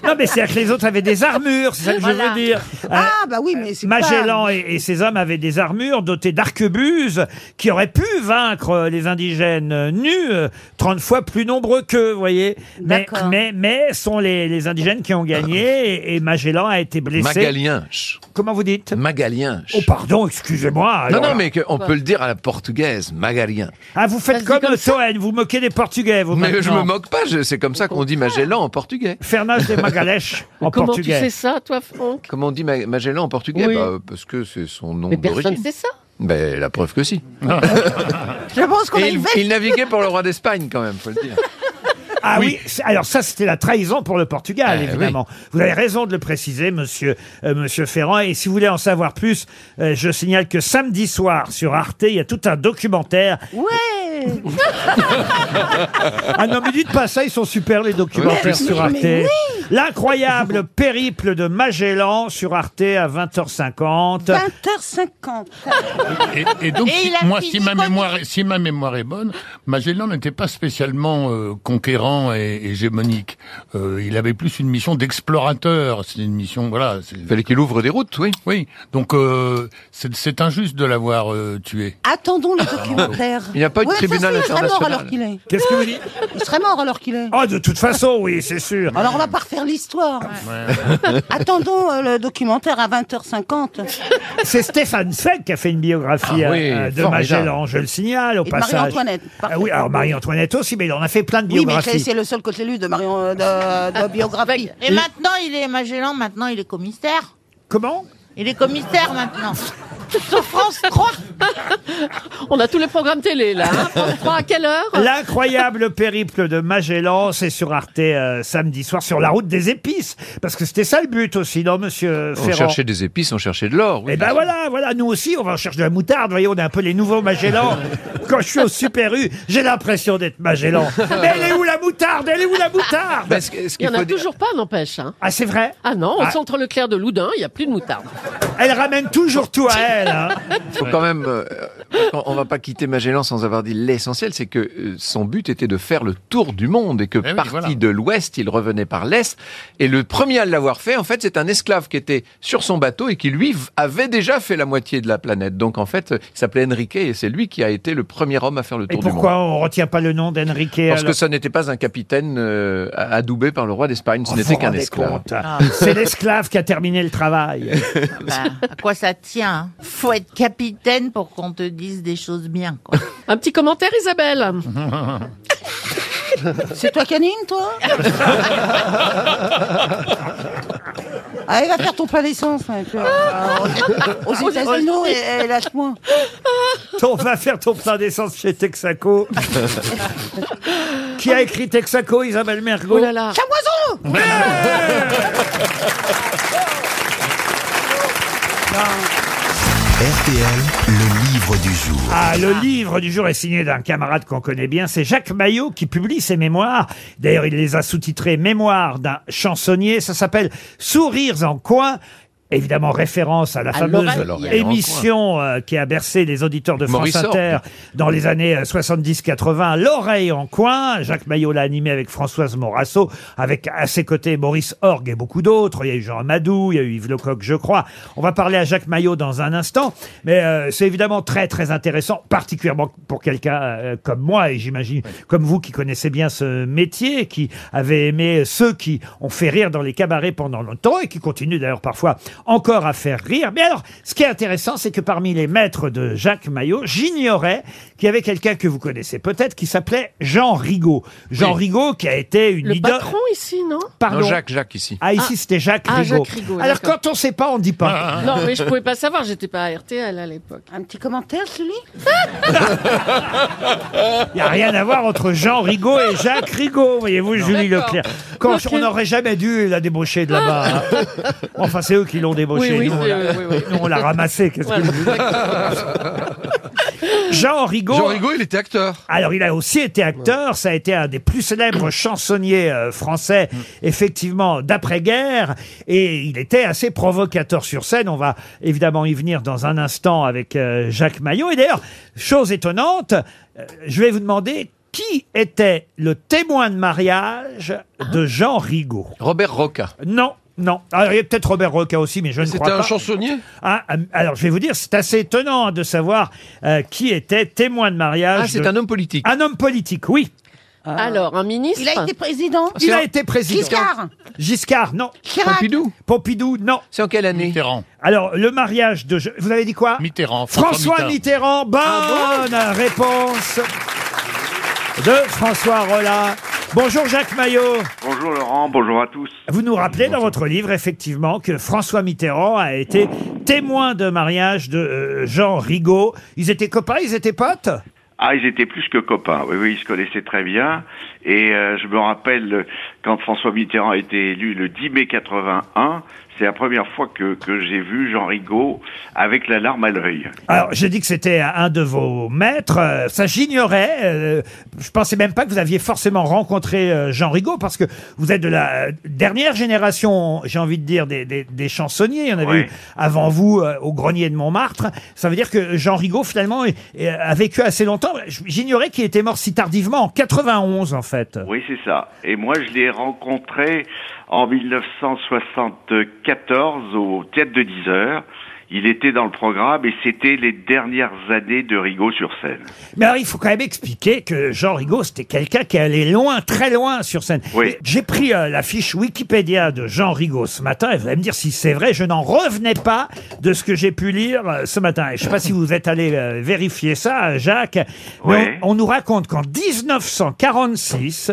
Speaker 2: Non, mais c'est-à-dire que les autres avaient des armures, c'est ça que je
Speaker 6: Voilà.
Speaker 2: veux dire. Euh,
Speaker 3: Ah, bah oui, mais c'est pas-
Speaker 2: Magellan et, et ses hommes avaient des armures dotées d'arquebuses qui auraient pu vaincre euh, les indigènes euh, nus, euh, 30 fois plus nombreux qu'eux, vous voyez. Mais,
Speaker 3: D'accord.
Speaker 2: mais, mais sont les, les indigènes qui ont gagné et, et Magellan a été blessé.
Speaker 7: Magalienche.
Speaker 2: Comment vous dites
Speaker 7: Magalienche.
Speaker 2: Oh pardon, excusez-moi.
Speaker 7: Non,
Speaker 2: alors là.
Speaker 7: non, mais que- on peut le dire à la portugaise, Magalienche.
Speaker 2: Ah, vous faites
Speaker 5: se dit
Speaker 2: comme,
Speaker 5: comme ça
Speaker 2: Toen, vous moquez des Portugais, vous
Speaker 7: Mais je
Speaker 2: maintenant.
Speaker 7: me moque pas, je- c'est comme ça qu'on dit Magellan en portugais.
Speaker 2: Fernas de Magalhães en
Speaker 5: Comment tu
Speaker 2: portugais.
Speaker 5: sais ça, toi, Franck
Speaker 7: Comment on dit Ma- Magellan en portugais
Speaker 5: Oui.
Speaker 7: Bah, Parce que c'est son nom
Speaker 5: Mais personne
Speaker 7: d'origine.
Speaker 5: sait ça.
Speaker 7: Ben, la preuve que si.
Speaker 3: Je pense qu'on a
Speaker 7: Et il,
Speaker 3: une veille.
Speaker 7: il naviguait pour le roi d'Espagne quand même, faut le dire.
Speaker 2: Ah oui, c'est- alors ça c'était la trahison pour le Portugal
Speaker 7: Eh
Speaker 2: évidemment. Vous avez raison de le préciser monsieur euh, monsieur Ferrand et si vous voulez en savoir plus, euh, je signale que samedi soir sur Arte, il y a tout un documentaire.
Speaker 3: Ouais
Speaker 2: Ah non mais dites pas ça, ils sont super les
Speaker 7: Oui,
Speaker 2: documentaires
Speaker 7: mais-
Speaker 2: sur Arte.
Speaker 3: mais
Speaker 2: L'incroyable périple de Magellan sur Arte à 20h50.
Speaker 3: 20h50.
Speaker 4: Et, et donc, si- moi, si ma, mémoire, est- si ma mémoire est bonne, Magellan n'était pas spécialement euh, conquérant et hégémonique. Euh, il avait plus une mission d'explorateur. C'est une mission, voilà. Il
Speaker 7: fallait qu'il ouvre des routes, oui.
Speaker 4: Oui. Donc, euh, c'est c'est injuste de l'avoir euh, tué.
Speaker 3: Attendons le documentaire.
Speaker 4: Il n'y a pas de
Speaker 3: Ouais, ça,
Speaker 4: tribunal
Speaker 3: si, Il serait mort
Speaker 4: international.
Speaker 3: alors qu'il est.
Speaker 2: Qu'est-ce que vous dites
Speaker 3: Il serait mort alors qu'il est.
Speaker 2: Oh, de toute façon, oui, c'est sûr.
Speaker 3: Alors on va pas refaire l'histoire. Attendons euh, le documentaire à 20h50.
Speaker 2: C'est Stéphane Zweig qui a fait une biographie
Speaker 7: Ah oui,
Speaker 2: euh, de
Speaker 7: formidable.
Speaker 2: Magellan, je le signale
Speaker 3: Et
Speaker 2: au
Speaker 3: de
Speaker 2: passage.
Speaker 3: Marie-Antoinette,
Speaker 2: Ah oui, alors Marie-Antoinette aussi, mais il en a fait plein de
Speaker 3: Oui, mais
Speaker 2: biographies.
Speaker 3: c'est- c'est le seul côté lu de Marion euh, de, de biographie.
Speaker 6: Ah, Et maintenant, il est Magellan, maintenant, il est commissaire.
Speaker 2: Comment
Speaker 6: Il est commissaire maintenant. Sur France 3.
Speaker 5: On a tous les programmes télé, là. hein. France 3, à quelle heure
Speaker 2: L'incroyable périple de Magellan, c'est sur Arte euh, samedi soir, sur la route des épices. Parce que c'était ça le but aussi, non, monsieur
Speaker 7: On
Speaker 2: Ferrand
Speaker 7: cherchait des épices, on cherchait de l'or. oui.
Speaker 2: Eh ben voilà, voilà, nous aussi, on va en chercher de la moutarde. Voyez, on est un peu les nouveaux Magellan. Quand je suis au Super U, j'ai l'impression d'être Magellan. Mais elle est où la moutarde Elle est où la moutarde
Speaker 5: Il n'y en a toujours pas, n'empêche. hein.
Speaker 2: Ah, c'est vrai
Speaker 5: Ah non, au
Speaker 2: Ah.
Speaker 5: centre Leclerc de Loudun, il n'y a plus de moutarde.
Speaker 2: Elle ramène toujours tout à elle. hein.
Speaker 7: Faut quand même, euh, on- on va pas quitter Magellan sans avoir dit l'essentiel, c'est que euh, son but était de faire le tour du monde et que
Speaker 4: Eh oui,
Speaker 7: parti
Speaker 4: voilà.
Speaker 7: de l'ouest, il revenait par l'est. Et le premier à l'avoir fait, en fait, c'est un esclave qui était sur son bateau et qui lui v- avait déjà fait la moitié de la planète. Donc en fait, euh, il s'appelait Enrique et c'est lui qui a été le premier homme à faire le
Speaker 2: Et
Speaker 7: tour du monde.
Speaker 2: pourquoi on retient pas le nom d'Enrique
Speaker 7: Parce que
Speaker 2: alors
Speaker 7: ça n'était pas un capitaine euh, adoubé par le roi d'Espagne, ce
Speaker 2: Oh,
Speaker 7: n'était
Speaker 2: vous
Speaker 7: qu'un hein.
Speaker 2: rendez
Speaker 7: esclave.
Speaker 2: compte Ah, C'est l'esclave qui a terminé le travail.
Speaker 6: Bah,
Speaker 5: Ah,
Speaker 6: à quoi ça tient hein Faut être capitaine pour qu'on te dise des choses bien. Quoi.
Speaker 5: Un petit commentaire, Isabelle bah.
Speaker 3: C'est toi canine, toi Allez, Ah, va faire ton plein d'essence. hein, tu vois. Euh, Aux États-Unis, et, et lâche-moi.
Speaker 2: On va faire ton plein d'essence chez Texaco. Qui a écrit Texaco, Isabelle Mergo
Speaker 5: Oh là là
Speaker 3: Chamoison
Speaker 1: RTL, le livre du jour.
Speaker 2: Ah, le livre du jour est signé d'un camarade qu'on connaît bien, c'est Jacques Maillot qui publie ses mémoires. D'ailleurs, il les a sous-titrés Mémoires d'un chansonnier. Ça s'appelle Sourires en coin. Évidemment, référence à la
Speaker 7: À
Speaker 2: fameuse
Speaker 7: l'oreille. À l'oreille en
Speaker 2: émission euh, qui a bercé les auditeurs de France
Speaker 7: Maurice Orbe.
Speaker 2: Inter dans les années euh, 70-80, L'oreille en coin. Jacques Maillot l'a animé avec Françoise Morasso, avec à ses côtés Maurice Orgue et beaucoup d'autres. Il y a eu Jean Amadou, il y a eu Yves Lecoq, je crois. On va parler à Jacques Maillot dans un instant, mais euh, c'est évidemment très très intéressant, particulièrement pour quelqu'un euh, comme moi et j'imagine comme vous qui connaissez bien ce métier, qui avez aimé ceux qui ont fait rire dans les cabarets pendant longtemps et qui continuent d'ailleurs parfois encore à faire rire. Mais alors, ce qui est intéressant, c'est que parmi les maîtres de Jacques Maillot, j'ignorais qu'il y avait quelqu'un que vous connaissez peut-être qui s'appelait Jean Rigaud. Jean Rigaud qui a été une
Speaker 5: Le
Speaker 2: idole.
Speaker 5: patron ici, non
Speaker 2: Pardon.
Speaker 7: Non, Jacques, Jacques ici.
Speaker 2: Ah, ici, c'était Jacques
Speaker 5: Ah,
Speaker 2: Rigaud.
Speaker 5: Jacques Rigaud,
Speaker 2: alors,
Speaker 5: d'accord.
Speaker 2: quand on sait pas, on dit pas.
Speaker 7: Ah,
Speaker 5: Non, mais je pouvais pas savoir, j'étais pas à RTL à l'époque.
Speaker 3: Un petit commentaire, celui
Speaker 2: Il n'y a rien à voir entre Jean Rigaud et Jacques Rigaud, voyez-vous, Julie
Speaker 5: D'accord. euh,
Speaker 2: Leclerc. Quand
Speaker 5: Ok.
Speaker 2: on n'aurait jamais dû la débaucher de là-bas. hein. Enfin, c'est eux qui l'ont débauché.
Speaker 5: Oui, oui,
Speaker 2: nous, on
Speaker 5: c'est
Speaker 2: l'a-
Speaker 5: eux, oui, oui.
Speaker 2: nous, on l'a ramassé. Qu'est-ce que
Speaker 5: Voilà.
Speaker 2: vous voulez Jean Rigaud.
Speaker 15: Jean Rigaud, il était acteur.
Speaker 2: Alors, il a aussi été acteur. Ça a été un des plus célèbres chansonniers euh,
Speaker 15: Mm.
Speaker 2: français, effectivement, d'après-guerre. Et il était assez provocateur sur scène. On va évidemment y venir dans un instant avec euh, Jacques Maillot. Et d'ailleurs, chose étonnante, euh, je vais vous demander qui était le témoin de mariage de Jean Rigaud.
Speaker 7: Robert Roca.
Speaker 2: Non. Non. Alors, il y a peut-être Robert Roca aussi, mais je ne crois
Speaker 15: C'était
Speaker 2: pas.
Speaker 15: un chansonnier
Speaker 2: Ah, ah, alors, je vais vous dire, c'est assez étonnant hein, de savoir euh, qui était témoin de mariage.
Speaker 7: Ah, c'est
Speaker 2: de-
Speaker 7: un homme politique.
Speaker 2: un homme politique, oui.
Speaker 3: Ah.
Speaker 5: Bah. Ah. Alors, un ministre
Speaker 3: Il a été président
Speaker 2: Il a été président.
Speaker 3: Giscard
Speaker 2: Giscard, non.
Speaker 3: Chirac
Speaker 7: Pompidou.
Speaker 2: Pompidou, non.
Speaker 7: C'est en quelle année
Speaker 4: Mitterrand.
Speaker 2: Alors, le mariage de... je- Vous avez dit quoi
Speaker 4: Mitterrand.
Speaker 2: François Mitterrand. Bonne
Speaker 7: Ah
Speaker 2: réponse de François Rollin. Bonjour Jacques Maillot.
Speaker 13: Bonjour Laurent, bonjour à tous.
Speaker 2: Vous nous rappelez dans votre livre, effectivement, que François Mitterrand a été témoin de mariage de euh, Jean Rigaud. Ils étaient copains, ils étaient potes
Speaker 13: Ah, ils étaient plus que copains. Oui, oui, ils se connaissaient très bien.
Speaker 16: Et euh, je me rappelle euh, quand François Mitterrand a été élu le 10 mai 81, c'est la première fois que, que j'ai vu Jean Rigaud avec la larme à l'œil.
Speaker 2: Alors, j'ai dit que c'était un de vos maîtres. euh, Ça, j'ignorais. euh, Je pensais même pas que vous aviez forcément rencontré euh, Jean Rigaud, parce que vous êtes de la euh, dernière génération, j'ai envie de dire, des, des- des chansonniers. Il y en avait
Speaker 16: Ouais.
Speaker 2: eu avant vous euh, au grenier de Montmartre. Ça veut dire que Jean Rigaud, finalement, est- est- a vécu assez longtemps. J- J'ignorais qu'il était mort si tardivement, en 91, en fait.
Speaker 16: Oui, c'est ça. Et moi, je l'ai rencontré en 1974 au Théâtre de 10 heures. Il était dans le programme et c'était les dernières années de Rigaud sur scène.
Speaker 2: Mais alors, il faut quand même expliquer que Jean Rigaud, c'était quelqu'un qui allait loin, très loin sur scène.
Speaker 16: Oui.
Speaker 2: J'ai pris euh, la fiche Wikipédia de Jean Rigaud ce matin et vous allez me dire si c'est vrai. Je n'en revenais pas de ce que j'ai pu lire euh, ce matin. Et je ne sais pas si vous êtes allé euh, vérifier ça, Jacques. Mais
Speaker 16: Ouais.
Speaker 2: on, on nous raconte qu'en 1946,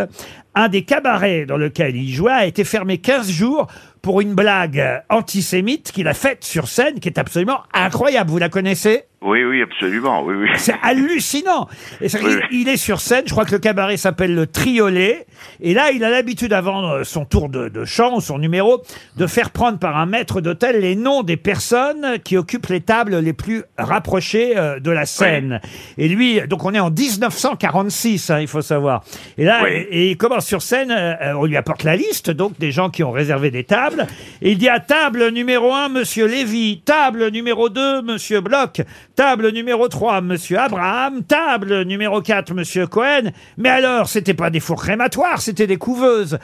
Speaker 2: un des cabarets dans lequel il jouait a été fermé 15 jours pour une blague euh, antisémite qu'il a faite sur scène, qui est absolument incroyable. Vous la connaissez
Speaker 16: Oui, oui, absolument. Oui, oui.
Speaker 2: Ah, c'est hallucinant. Et c'est vrai qu'il-
Speaker 16: Oui,
Speaker 2: il, est sur scène, je crois que le cabaret s'appelle le Triolet. Et là, il a l'habitude, avant euh, son tour de, de chant ou son numéro, de faire prendre par un maître d'hôtel les noms des personnes qui occupent les tables les plus rapprochées euh, de la scène. Et lui, donc on est en 1946, hein, il faut savoir. Et là,
Speaker 16: Oui.
Speaker 2: et il commence sur scène, euh, euh, on lui apporte la liste donc des gens qui ont réservé des tables. Et il dit à table numéro 1, monsieur Lévy, table numéro 2, monsieur Bloch, table numéro 3, monsieur Abraham, table numéro 4, monsieur Cohen. Mais alors, c'était pas des fours crématoires, c'était des couveuses.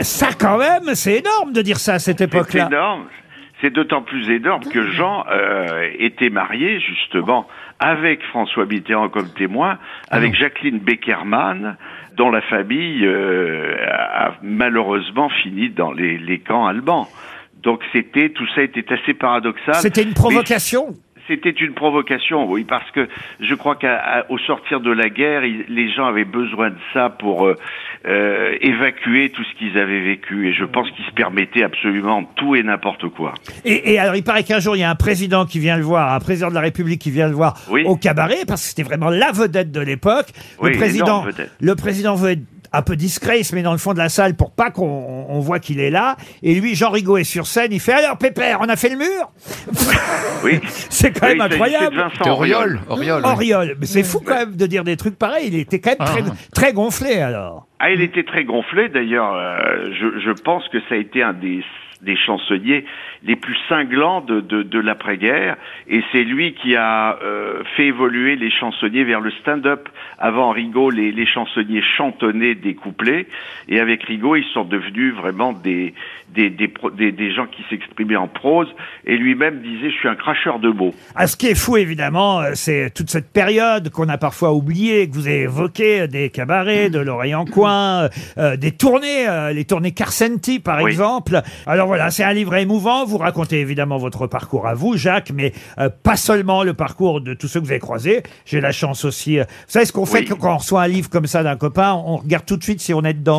Speaker 2: Ça quand même, c'est énorme de dire ça à cette
Speaker 16: C'est
Speaker 2: époque-là.
Speaker 16: énorme. C'est d'autant plus énorme que Jean euh, était marié justement avec François Mitterrand comme témoin,
Speaker 2: Ah
Speaker 16: avec Jacqueline Beckerman, dont la famille euh, a malheureusement fini dans les, les camps allemands. Donc c'était tout ça était assez paradoxal.
Speaker 2: C'était une
Speaker 16: Mais
Speaker 2: provocation.
Speaker 16: c'était une provocation, oui, parce que je crois qu'au sortir de la guerre, il- les gens avaient besoin de ça pour euh, euh, évacuer tout ce qu'ils avaient vécu, et je pense qu'ils se permettaient absolument tout et n'importe quoi.
Speaker 2: Et, et alors, il paraît qu'un jour, il y a un président qui vient le voir, un président de la République qui vient le voir au cabaret, parce que c'était vraiment la vedette de l'époque.
Speaker 16: Oui,
Speaker 2: le président,
Speaker 16: énorme vedette.
Speaker 2: le président veut être un peu discret, il se met dans le fond de la salle pour pas qu'on on voit qu'il est là. Et lui, Jean Rigaud est sur scène, il fait alors Pépère, on a fait le mur.
Speaker 16: Oui.
Speaker 2: C'est quand
Speaker 16: Oui,
Speaker 2: même
Speaker 16: il s'agissait
Speaker 2: incroyable.
Speaker 16: de Vincent De Auriol. Auriol, oui.
Speaker 2: Auriol. Mais c'est fou quand même de dire des trucs pareils. Il était quand même très, très gonflé alors.
Speaker 16: Ah, il était très gonflé, d'ailleurs. euh, je, je pense que ça a été un des, des chansonniers les plus cinglants de, de, de l'après-guerre. Et c'est lui qui a euh, fait évoluer les chansonniers vers le stand-up. Avant Rigaud, les, les chansonniers chantonnaient des couplets. Et avec Rigaud, ils sont devenus vraiment des, des, des, pro- des, des gens qui s'exprimaient en prose. Et lui-même disait, je suis un cracheur de mots.
Speaker 2: Ah, ce qui est fou, évidemment, euh, c'est toute cette période qu'on a parfois oubliée, que vous avez évoquée, euh, des cabarets, de l'oreille en coin, euh, euh, des tournées, euh, les tournées Carcenti, par exemple. Alors voilà, c'est un livre émouvant. Vous racontez évidemment votre parcours à vous, Jacques, mais euh, pas seulement le parcours de tous ceux que vous avez croisés. J'ai la chance aussi. euh, Vous savez ce qu'on fait que- quand on reçoit un livre comme ça d'un copain On regarde tout de suite si on est dedans.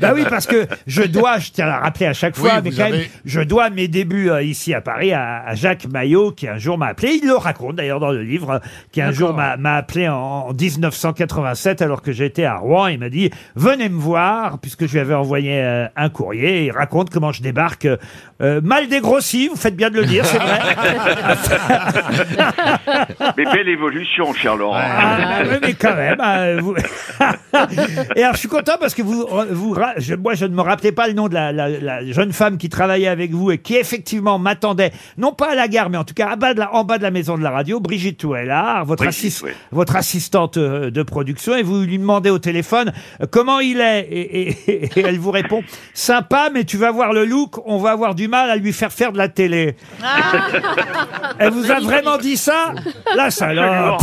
Speaker 2: bah oui, parce que je dois, je tiens à le rappeler à chaque fois,
Speaker 4: Oui,
Speaker 2: mais
Speaker 4: vous
Speaker 2: quand même,
Speaker 4: avez-
Speaker 2: je dois mes débuts euh, ici à Paris à, à Jacques Maillot qui un jour m'a appelé. Il le raconte d'ailleurs dans le livre, euh, qui un jour m'a m'a appelé en, en 1987 alors que j'étais à Rouen. Il m'a dit venez me voir puisque je lui avais envoyé euh, un courrier. Il raconte comment je débarque euh, euh, mal dégrossi. Vous faites bien de le dire, c'est vrai.
Speaker 16: Mais belle évolution, cher Laurent.
Speaker 2: Ah, oui, mais quand même. euh, vous- Et alors, je suis content parce que vous, vous, ra- je- moi, je ne me rappelais pas le nom de la, la- la jeune femme qui travaillait avec vous et qui effectivement m'attendait, non pas à la gare, mais en tout cas à bas de la- en bas de la maison de la radio, Brigitte Ouellard, votre,
Speaker 16: Brigitte,
Speaker 2: assis-
Speaker 16: oui.
Speaker 2: votre assistante euh, de production, et vous lui demandez au téléphone euh, comment il est, et, et- et elle vous répond sympa, mais tu vas voir le look, on va avoir du mal à lui faire faire de la télé. Elle vous a vraiment dit ça La salope.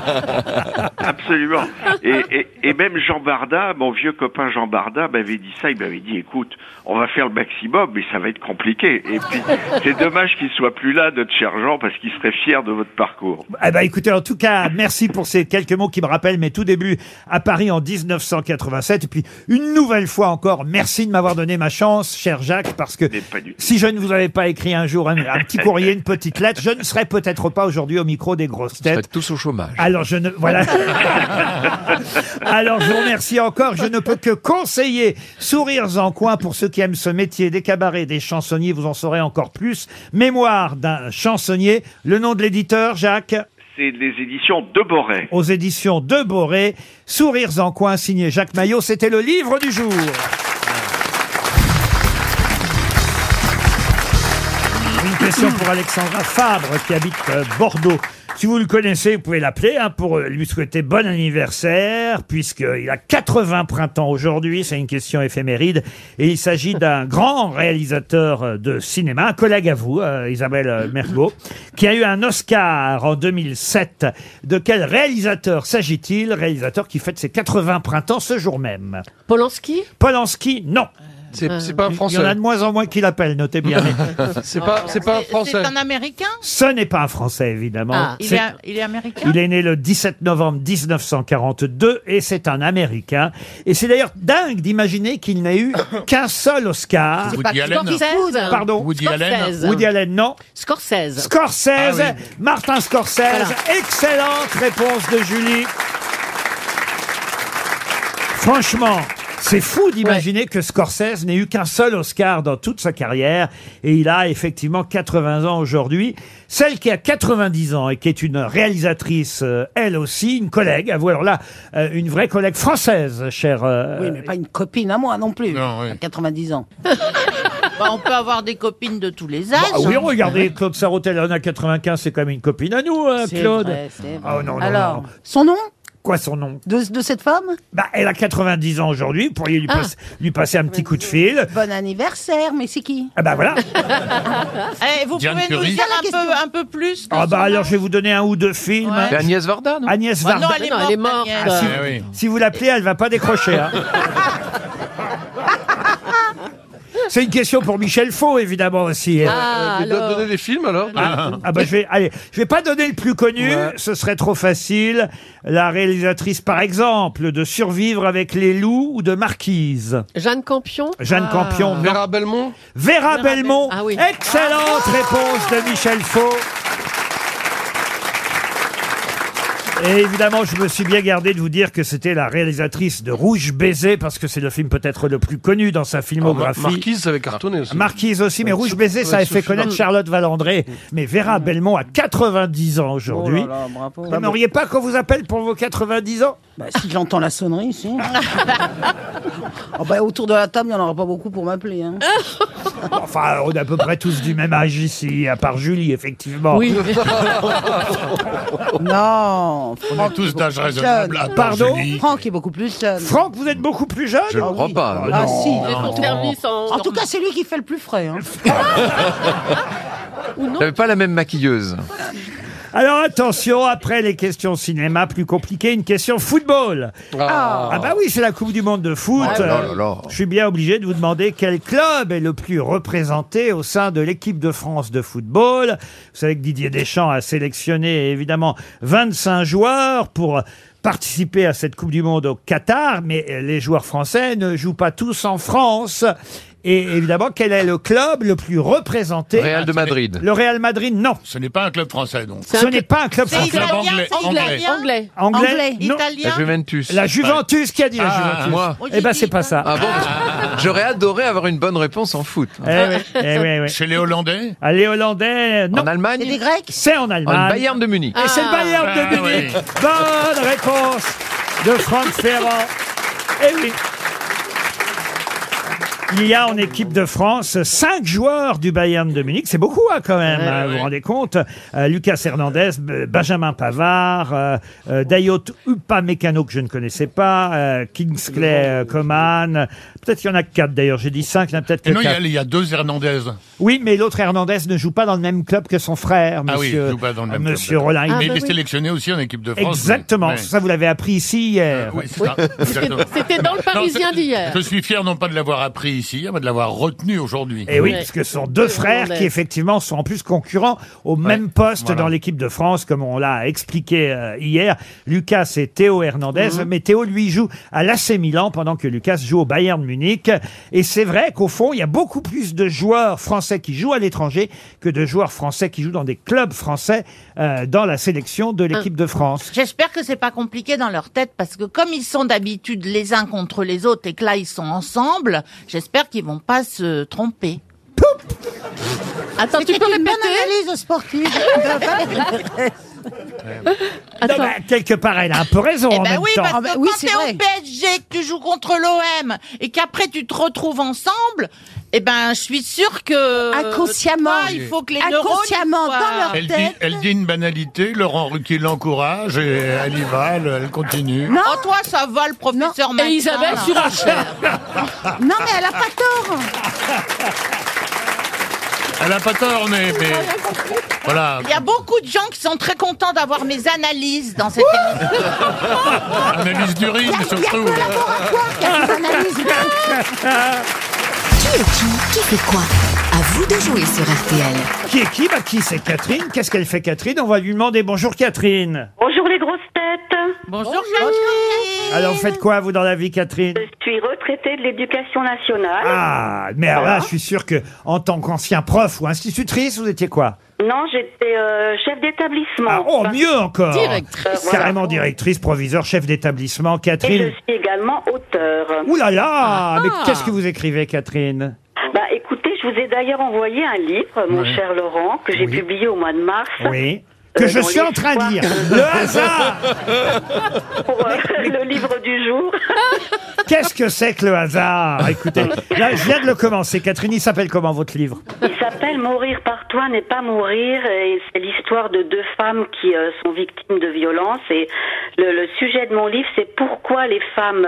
Speaker 16: Absolument. Et, et- et même Jean Barda, mon vieux copain Jean Barda, m'avait dit ça. Il m'avait dit, écoute, on va faire le maximum, mais ça va être compliqué. Et puis, c'est dommage qu'il soit plus là, notre cher Jean, parce qu'il serait fier de votre parcours.
Speaker 2: Eh ben, écoutez, en tout cas, merci pour ces quelques mots qui me rappellent mes tout débuts à Paris en 1987. Et puis, une nouvelle fois encore, merci de m'avoir donné ma chance, cher Jacques, parce que si je ne vous avais pas écrit un jour un, un petit courrier, une petite lettre, je ne serais peut-être pas aujourd'hui au micro des grosses têtes.
Speaker 7: tous au chômage.
Speaker 2: Alors, je ne. Voilà. Alors, je vous remercie encore. Je ne peux que conseiller Sourires en coin pour ceux qui aiment ce métier des cabarets, des chansonniers. Vous en saurez encore plus. Mémoire d'un chansonnier. Le nom de l'éditeur, Jacques
Speaker 16: C'est les éditions de Boré.
Speaker 2: aux éditions de Boré. Sourires en coin, signé Jacques Maillot. C'était le livre du jour. Une question pour Alexandra Fabre, qui habite euh, Bordeaux. Si vous le connaissez, vous pouvez l'appeler hein, pour euh, lui souhaiter bon anniversaire, puisqu'il a 80 printemps aujourd'hui. C'est une question éphéméride. Et il s'agit d'un grand réalisateur euh, de cinéma, un collègue à vous, euh, Isabelle euh, Mergo, qui a eu un Oscar en 2007. De quel réalisateur s'agit-il Réalisateur qui fête ses 80 printemps ce jour même.
Speaker 5: Polanski
Speaker 2: Polanski, non.
Speaker 15: C'est- c'est pas un Français.
Speaker 2: Il y en a de moins en moins qui l'appellent, notez bien.
Speaker 15: C'est pas- c'est pas un
Speaker 6: C'est un Américain
Speaker 2: Ce n'est pas un Français, évidemment.
Speaker 6: Ah, il,
Speaker 2: C'est-
Speaker 6: est, un- il est Américain
Speaker 2: il est né le 17 novembre 1942 et c'est un Américain. Et c'est d'ailleurs dingue d'imaginer qu'il n'ait eu qu'un seul Oscar.
Speaker 4: C'est Woody pas Allen. Scorsese.
Speaker 2: Pardon.
Speaker 4: Woody Allen. Scorsese.
Speaker 2: Woody Allen, non.
Speaker 5: Scorsese.
Speaker 2: Scorsese.
Speaker 4: Ah oui.
Speaker 2: Martin Scorsese. Excellente réponse de Julie. Franchement, c'est fou d'imaginer que Scorsese n'ait eu qu'un seul Oscar dans toute sa carrière. Et il a effectivement 80 ans aujourd'hui. Celle qui a 90 ans et qui est une réalisatrice, euh, elle aussi, une collègue, à vous, alors là, euh, une vraie collègue française, chère. euh,
Speaker 3: Oui, mais pas une copine à moi non plus. À 90 ans.
Speaker 6: Bah, On peut avoir des copines de tous les âges.
Speaker 2: Ah oui,
Speaker 6: hein.
Speaker 2: regardez, Claude Sarotel en a 95, c'est quand même une copine à nous, hein,
Speaker 6: C'est
Speaker 2: Claude.
Speaker 6: vrai, c'est vrai.
Speaker 2: Ah non, non,
Speaker 3: Alors,
Speaker 2: non.
Speaker 3: son nom
Speaker 2: Quoi son nom
Speaker 3: de, de cette femme
Speaker 2: Bah, elle a 90 ans aujourd'hui, vous pourriez lui,
Speaker 3: Ah.
Speaker 2: passer- lui passer un petit coup de fil.
Speaker 3: Bon anniversaire, mais c'est qui
Speaker 2: Ah bah voilà.
Speaker 6: Eh, vous
Speaker 2: Diane
Speaker 6: pouvez nous
Speaker 2: Curie.
Speaker 6: dire un peu, un peu plus de
Speaker 2: Ah bah
Speaker 6: son
Speaker 2: alors je vais vous donner un ou deux films.
Speaker 6: Ouais. C'est
Speaker 2: Agnès Varda, non Agnès
Speaker 6: Ah non,
Speaker 2: Varda.
Speaker 6: elle est Non, elle est morte, morte. Agnès.
Speaker 2: Ah, si,
Speaker 6: Ah
Speaker 2: vous- si vous l'appelez, elle va pas décrocher. hein. C'est une question pour Michel Faux, évidemment aussi. hein.
Speaker 15: Ah, Il doit alors. donner des films alors
Speaker 2: Ah, ah bah je vais, allez, je vais pas donner le plus connu, ce serait trop facile. La réalisatrice, par exemple, de Survivre avec les loups ou de Marquise.
Speaker 5: Jeanne Campion
Speaker 2: Jeanne
Speaker 5: Ah.
Speaker 2: Campion. Vera Belmont Vera, Belmont.
Speaker 3: ah
Speaker 2: Excellente réponse de Michel Faux. Et évidemment, je me suis bien gardé de vous dire que c'était la réalisatrice de Rouge Baiser, parce que c'est le film peut-être le plus connu dans sa filmographie.
Speaker 15: Ah, Marquise, ça avait cartonné aussi.
Speaker 2: Marquise aussi, mais
Speaker 15: Ouais,
Speaker 2: Rouge
Speaker 15: sous-
Speaker 2: Baiser, ça
Speaker 15: ouais,
Speaker 2: a fait
Speaker 15: sous-
Speaker 2: connaître
Speaker 15: sous-
Speaker 2: Charlotte Valandré. Mais Vera Belmont a 90 ans aujourd'hui.
Speaker 3: Mm. Oh là là, bravo.
Speaker 2: Vous n'auriez pas qu'on vous appelle pour vos 90 ans
Speaker 3: Bah, si j'entends la sonnerie ici. Ah bah, autour de la table, il n'y en aura pas beaucoup pour m'appeler. hein.
Speaker 2: Enfin, on est à peu près tous du même âge ici, à part Julie, effectivement.
Speaker 3: Oui. non.
Speaker 4: On est tous d'âge raisonnable, à part
Speaker 2: Pardon
Speaker 4: Julie.
Speaker 3: Franck est beaucoup plus jeune.
Speaker 2: Franck, vous êtes beaucoup plus jeune
Speaker 7: Je ne crois pas.
Speaker 3: Ah
Speaker 7: non.
Speaker 3: si.
Speaker 7: Non.
Speaker 3: En tout cas, c'est lui qui fait le plus frais. hein.
Speaker 7: J'avais Euh, pas la même maquilleuse.
Speaker 2: Alors attention, après les questions cinéma plus compliquées, une question football.
Speaker 7: Ah.
Speaker 2: Ah, bah oui, c'est la Coupe du Monde de foot.
Speaker 7: Ah là là là.
Speaker 2: Je suis bien obligé de vous demander quel club est le plus représenté au sein de l'équipe de France de football. Vous savez que Didier Deschamps a sélectionné évidemment 25 joueurs pour participer à cette Coupe du Monde au Qatar, mais euh, les joueurs français ne jouent pas tous en France. Et évidemment, quel est le club le plus représenté
Speaker 7: Real de Madrid.
Speaker 2: Le Real Madrid, non.
Speaker 4: Ce n'est pas un club français, donc.
Speaker 2: Ce n'est pas un club
Speaker 4: C'est
Speaker 2: français.
Speaker 4: italien, Anglais, c'est anglais. italien.
Speaker 5: Anglais.
Speaker 2: Anglais, non.
Speaker 6: Italien.
Speaker 7: Juventus.
Speaker 2: La Juventus qui a dit la
Speaker 7: Ah,
Speaker 2: Juventus.
Speaker 7: moi.
Speaker 2: Eh ben c'est pas ça.
Speaker 7: Ah bon J'aurais adoré avoir une bonne réponse en foot.
Speaker 2: Eh oui, eh oui, oui.
Speaker 4: Chez les Hollandais
Speaker 2: Ah, les Hollandais, non. En
Speaker 7: Allemagne
Speaker 3: C'est des Grecs
Speaker 2: C'est en Allemagne.
Speaker 7: En Ah, Bayern de Munich.
Speaker 2: Et c'est le
Speaker 7: Ah.
Speaker 2: Bayern de
Speaker 7: Ah, oui.
Speaker 2: Munich. Bonne réponse de Franck Ferrand. Eh oui. Il y a en équipe de France cinq joueurs du Bayern de Munich. C'est beaucoup hein, quand même,
Speaker 4: Ouais,
Speaker 2: hein,
Speaker 4: ouais.
Speaker 2: vous vous rendez compte. Euh, Lucas Hernandez, B- Benjamin Pavard, euh, euh, Dayot Upamecano que je ne connaissais pas, euh, Kingsley euh, Coman. Peut-être qu'il y en a quatre d'ailleurs, j'ai dit cinq, il y en a peut-être que
Speaker 4: Et Non, il y, a,
Speaker 2: quatre.
Speaker 4: il y a deux Hernandez.
Speaker 2: Oui, mais l'autre Hernandez ne joue pas dans le même club que son frère,
Speaker 4: Ah oui,
Speaker 2: monsieur, euh,
Speaker 4: il joue pas dans le même club,
Speaker 2: monsieur
Speaker 4: d'accord.
Speaker 2: Rollin.
Speaker 4: Mais il est sélectionné aussi en équipe de France.
Speaker 2: Exactement,
Speaker 4: mais-
Speaker 2: ça vous l'avez appris ici hier.
Speaker 4: Oui, c'est ça. Exactement.
Speaker 5: C'était dans le
Speaker 4: Non,
Speaker 5: Parisien
Speaker 4: c'est-
Speaker 5: d'hier.
Speaker 4: Je suis fier non pas de l'avoir appris ici hier, mais de l'avoir retenu aujourd'hui.
Speaker 2: Et Eh oui, parce que ce sont deux frères qui, effectivement, sont en plus concurrents au même poste dans l'équipe de France, comme on l'a expliqué euh, hier. Lucas et Théo Hernandez.
Speaker 10: Mhm.
Speaker 2: Mais Théo, lui, joue à l'AC Milan pendant que Lucas joue au Bayern Munich. Et c'est vrai qu'au fond, il y a beaucoup plus de joueurs français qui jouent à l'étranger que de joueurs français qui jouent dans des clubs français euh, dans la sélection de l'équipe
Speaker 6: Ah.
Speaker 2: de France.
Speaker 6: J'espère que c'est pas compliqué dans leur tête parce que comme ils sont d'habitude les uns contre les autres et que là ils sont ensemble, j'espère qu'ils vont pas se tromper.
Speaker 5: Attends,
Speaker 3: tu peux une bonne analyse sportive.
Speaker 2: Non, bah, quelque part, elle a un peu raison
Speaker 6: Eh
Speaker 2: en
Speaker 6: ben
Speaker 2: même
Speaker 6: oui,
Speaker 3: Bah,
Speaker 2: temps.
Speaker 6: parce que quand t'es au PSG, que tu joues contre l'OM et qu'après tu te retrouves ensemble, eh ben je suis sûre que
Speaker 3: Inconsciemment.
Speaker 6: Ah, il faut que les neurones
Speaker 3: Inconsciemment,
Speaker 6: soient-
Speaker 3: dans leur
Speaker 4: Elle dit, elle dit une banalité, Laurent Ruquier l'encourage et elle y va, elle, elle continue.
Speaker 6: Non. Oh, toi, ça va le professeur Machin,
Speaker 5: Isabelle
Speaker 6: là.
Speaker 5: surachère.
Speaker 3: Non, mais elle a pas tort.
Speaker 4: Elle a pas tort, mais, mais-
Speaker 2: Ah.
Speaker 4: voilà.
Speaker 6: Il y a beaucoup de gens qui sont très contents d'avoir mes analyses dans cette émission.
Speaker 4: Analyse du rythme, surtout.
Speaker 14: Qui est qui Qui fait quoi À vous de jouer sur RTL.
Speaker 2: Qui est qui Bah qui c'est Catherine Qu'est-ce qu'elle fait Catherine On va lui demander bonjour Catherine.
Speaker 17: Bonjour les grosses têtes.
Speaker 6: Bonjour, Catherine.
Speaker 2: Alors vous faites quoi vous dans la vie Catherine
Speaker 17: Je suis retraitée de l'éducation nationale.
Speaker 2: Ah, mais alors là, je suis sûr que en tant qu'ancien prof ou institutrice, vous étiez quoi
Speaker 17: Non, j'étais euh, chef d'établissement.
Speaker 2: Ah, oh, mieux encore.
Speaker 17: Bah, Euh, voilà.
Speaker 2: Carrément directrice, proviseur, chef d'établissement,
Speaker 17: Et je
Speaker 2: Catherine.
Speaker 17: suis également auteur.
Speaker 2: Ouh là
Speaker 14: Ah.
Speaker 2: là Mais qu'est-ce que vous écrivez, Catherine
Speaker 17: Bah écoutez, je vous ai d'ailleurs envoyé un livre, mon
Speaker 2: Ouais.
Speaker 17: cher Laurent, que j'ai
Speaker 2: Oui.
Speaker 17: publié au mois de mars.
Speaker 2: Oui. Que
Speaker 17: Euh,
Speaker 2: je
Speaker 17: dans
Speaker 2: suis en train de lire.
Speaker 17: l'espoir que-
Speaker 2: Le hasard
Speaker 17: Pour euh, le livre du jour.
Speaker 2: Qu'est-ce que c'est que le hasard Écoutez, là, je viens de le commencer. Catherine, il s'appelle comment votre livre
Speaker 17: Il s'appelle Mourir par toi n'est pas mourir et c'est l'histoire de deux femmes qui euh, sont victimes de violences et le, le sujet de mon livre c'est pourquoi les femmes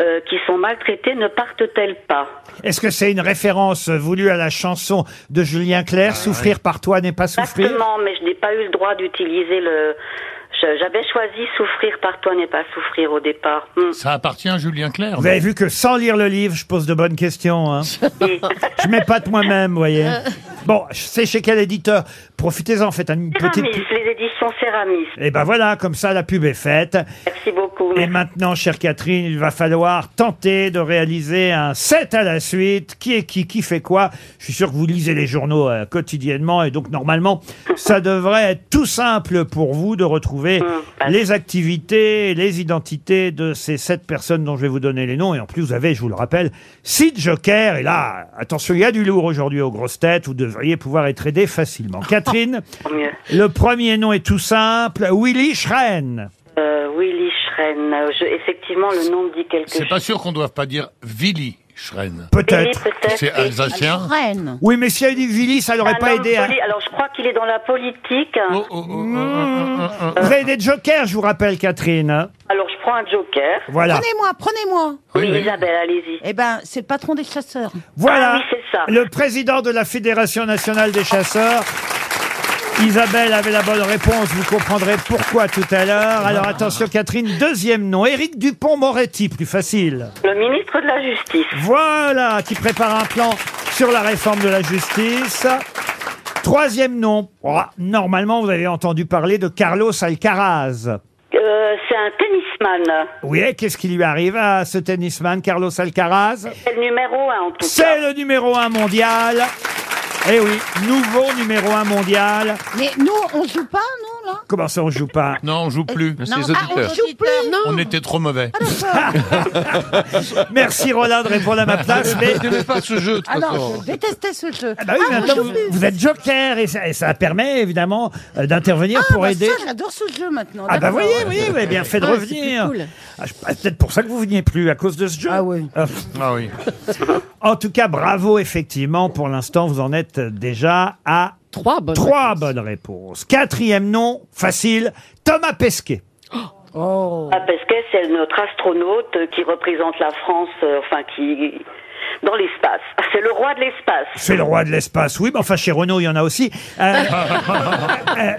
Speaker 17: euh, qui sont maltraitées ne partent-elles pas
Speaker 2: Est-ce que c'est une référence voulue à la chanson de Julien Clerc, Souffrir par toi n'est pas souffrir
Speaker 17: Exactement, mais je n'ai pas eu le droit d'utiliser le. je- J'avais choisi souffrir par toi n'est pas souffrir au départ. Hmm.
Speaker 4: Ça appartient à Julien Clerc.
Speaker 2: Vous avez vu que sans lire le livre, je pose de bonnes questions. Hein. je mets pas de moi-même, vous voyez. Bon, c'est chez quel éditeur Profitez-en, faites une petite...
Speaker 17: Céramis, les éditions Céramis.
Speaker 2: Et ben voilà, comme ça, la pub est faite.
Speaker 17: Merci beaucoup.
Speaker 2: Et maintenant, chère Catherine, il va falloir tenter de réaliser un set à la suite. Qui est qui Qui fait quoi Je suis sûr que vous lisez les journaux euh, quotidiennement et donc normalement, ça devrait être tout simple pour vous de retrouver
Speaker 17: Hum, bah
Speaker 2: les activités, les identités de ces sept personnes dont je vais vous donner les noms. Et en plus, vous avez, je vous le rappelle, six jokers. Et là, attention, il y a du lourd aujourd'hui aux grosses têtes. Vous devriez pouvoir être aidé facilement. Catherine, le premier nom est tout simple. Willy Schrein.
Speaker 17: Euh, Willy Schren, euh, je- effectivement le nom me dit quelque chose.
Speaker 4: C'est pas sûr qu'on ne doive pas dire Willy Schren.
Speaker 2: Peut-être.
Speaker 17: Willy, peut-être,
Speaker 4: C'est
Speaker 17: oui.
Speaker 4: alsacien.
Speaker 2: Oui, mais si elle dit Willy, ça l'aurait
Speaker 17: Un
Speaker 2: pas
Speaker 17: homme
Speaker 2: aidé. hein. à-
Speaker 17: poli- Alors je crois qu'il est dans la politique. euh,
Speaker 2: Vous avez des jokers, je vous rappelle, Catherine. hein.
Speaker 17: Alors je prends un joker.
Speaker 2: Voilà.
Speaker 3: Prenez-moi, prenez-moi.
Speaker 2: Oui, oui.
Speaker 17: Isabelle, allez-y.
Speaker 3: Eh ben, c'est le patron des chasseurs.
Speaker 2: Voilà
Speaker 17: oui, c'est ça.
Speaker 2: le président de la Fédération nationale des chasseurs. Isabelle avait la bonne réponse, vous comprendrez pourquoi tout à l'heure. Alors attention Catherine, deuxième nom, Éric Dupont-Moretti, plus facile.
Speaker 17: Le ministre de la Justice.
Speaker 2: Voilà, qui prépare un plan sur la réforme de la justice. Troisième nom, Oh, normalement vous avez entendu parler de Carlos Alcaraz.
Speaker 17: Euh, c'est un tennisman.
Speaker 2: Oui, et qu'est-ce qui lui arrive à ce tennisman Carlos Alcaraz
Speaker 17: C'est le numéro un en tout cas.
Speaker 2: C'est le numéro un mondial. Eh oui, nouveau numéro un mondial.
Speaker 3: Mais nous, on joue pas, non, là
Speaker 2: Comment ça, on joue pas
Speaker 4: Non, on joue plus.
Speaker 3: Non, ah, on joue plus.
Speaker 4: On était trop mauvais.
Speaker 2: Ah, Merci Roland de répondre à ma place, mais...
Speaker 15: N'aimais pas ce jeu, de toute
Speaker 3: Ah non,
Speaker 15: façon.
Speaker 3: je détestais ce jeu.
Speaker 2: Ah bah oui,
Speaker 3: on
Speaker 2: maintenant,
Speaker 3: joue
Speaker 2: vous,
Speaker 3: plus.
Speaker 2: vous êtes joker et ça, et ça permet évidemment euh, d'intervenir
Speaker 3: Ah,
Speaker 2: pour
Speaker 3: bah
Speaker 2: aider.
Speaker 3: ça, j'adore ce jeu maintenant.
Speaker 2: Ah bah
Speaker 3: d'accord.
Speaker 2: voyez, voyez, vous avez bien fait de
Speaker 3: Ah, c'est
Speaker 2: revenir.
Speaker 3: plus cool.
Speaker 2: Ah, je- ah, Peut-être pour ça que vous veniez plus à cause de ce jeu. Ah oui.
Speaker 4: Ah oui.
Speaker 2: En tout cas, bravo effectivement. Pour l'instant, vous en êtes déjà à
Speaker 5: trois bonnes,
Speaker 2: réponses. Quatrième nom, facile, Thomas Pesquet. Oh.
Speaker 17: Ah, Pesquet, c'est notre astronaute qui représente la France, euh, enfin qui dans l'espace. Ah, C'est le roi de l'espace.
Speaker 2: C'est le roi de l'espace, oui, mais enfin chez Renault, il y en a aussi. Euh, euh, euh,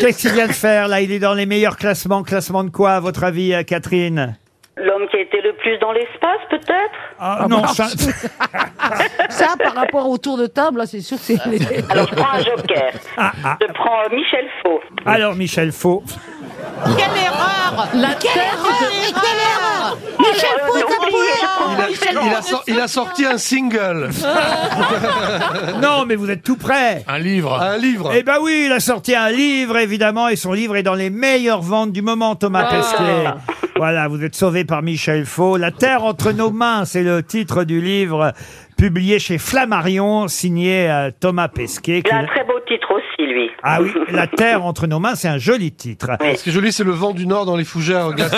Speaker 2: Qu'est-ce qu'il vient de faire là Il est dans les meilleurs classements. Classement de quoi, à votre avis, euh, Catherine
Speaker 17: L'homme qui a été le plus dans l'espace, peut-être
Speaker 2: Ah non, ça...
Speaker 3: Ça, par rapport au tour de table, là, c'est sûr que c'est.
Speaker 17: Alors, je prends un joker. Je prends euh, Michel Faux.
Speaker 2: Ah, Alors, Michel Faux.
Speaker 6: Quelle erreur La Ah, Quelle erreur, Quelle erreur
Speaker 17: Euh,
Speaker 6: Michel Faux, t'as
Speaker 15: Il a, il a sor- il a sorti un single.
Speaker 2: non, mais vous êtes tout prêt.
Speaker 4: Un livre.
Speaker 15: Un livre.
Speaker 2: Eh ben oui, il a sorti un livre, évidemment, et son livre est dans les meilleures ventes du moment, Thomas
Speaker 10: Ah.
Speaker 2: Pesquet. Voilà, vous êtes sauvé par Michel Faux. La Terre entre nos mains, c'est le titre du livre publié chez Flammarion, signé euh, Thomas Pesquet.
Speaker 17: Il
Speaker 2: qui-
Speaker 17: a un très beau titre aussi, lui.
Speaker 2: Ah oui, La Terre entre nos mains, c'est un joli titre.
Speaker 15: Ah, Ce qui est joli, c'est le vent du nord dans les fougères. Regarde,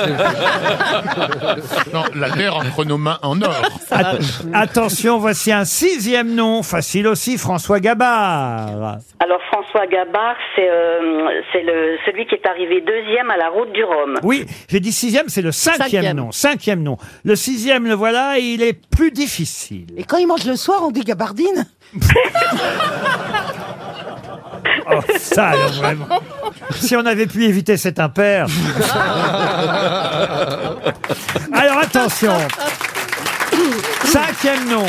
Speaker 4: Non, la terre entre nos mains en or.
Speaker 2: At- Attention, voici un sixième nom, facile aussi, François Gabard.
Speaker 17: Alors, François Gabard, c'est euh, c'est le- celui qui est arrivé deuxième à la route du Rhum.
Speaker 2: Oui, j'ai dit sixième, c'est le cinquième,
Speaker 17: Cinquième.
Speaker 2: nom. Cinquième nom. Le sixième, le voilà, et il est plus difficile.
Speaker 3: Et quand il mange le soir, on dit gabardine.
Speaker 2: Oh, ça, alors, vraiment. Si on avait pu éviter cet impair. Alors attention. Cinquième nom.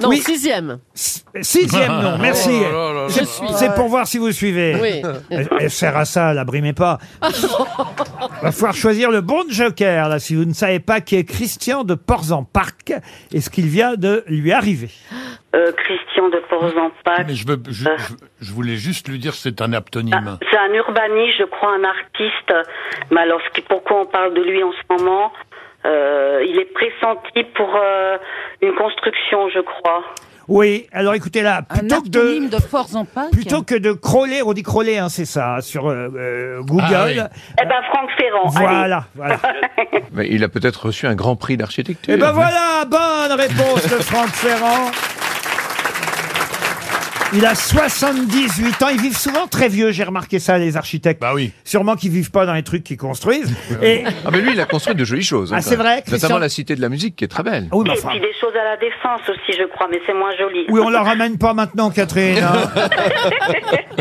Speaker 5: Non,
Speaker 2: Oui.
Speaker 5: sixième.
Speaker 2: Sixième nom, merci.
Speaker 5: Oh là là là là.
Speaker 2: C'est-
Speaker 5: Je suis.
Speaker 2: C'est pour voir si vous suivez.
Speaker 5: Oui.
Speaker 2: Elle, elle sert à ça, la brimez pas. Va falloir choisir le bon joker, là, si vous ne savez pas qui est Christian de Porz-en-Parc et ce qu'il vient de lui arriver.
Speaker 17: Euh, Christian de Euh. Porzampac.
Speaker 4: Mais je, veux, je, je- je voulais juste lui dire c'est un aptonyme.
Speaker 17: C'est un urbaniste, je crois, un artiste. Mais alors, ce qui- pourquoi on parle de lui en ce moment Euh, Il est pressenti pour euh, une construction, je crois.
Speaker 2: Oui, alors écoutez là, plutôt que de, plutôt que de crawler, on dit crawler, hein, c'est ça, sur euh, euh, Google.
Speaker 7: Ah oui.
Speaker 17: Eh ben, Franck Ferrand.
Speaker 2: Voilà,
Speaker 17: allez.
Speaker 2: voilà.
Speaker 7: Mais il a peut-être reçu un grand prix d'architecture.
Speaker 2: Et ben voilà, bonne réponse de Franck Ferrand. Il a 78 ans, ils vivent souvent très vieux, j'ai remarqué ça, les architectes. Bah
Speaker 4: oui.
Speaker 2: Sûrement qu'ils vivent pas dans les trucs qu'ils construisent. Et
Speaker 7: Ah, mais lui, il a construit de jolies choses.
Speaker 2: Ah,
Speaker 7: hein,
Speaker 2: c'est
Speaker 7: quand
Speaker 2: vrai,
Speaker 7: même.
Speaker 2: Christian
Speaker 7: Notamment la Cité de la Musique, qui est très belle.
Speaker 2: Ah Oui, mais
Speaker 17: Et
Speaker 2: enfin.
Speaker 17: puis des choses à la défense aussi, je crois, mais c'est moins joli.
Speaker 2: oui, on leur ramène pas maintenant, Catherine. hein.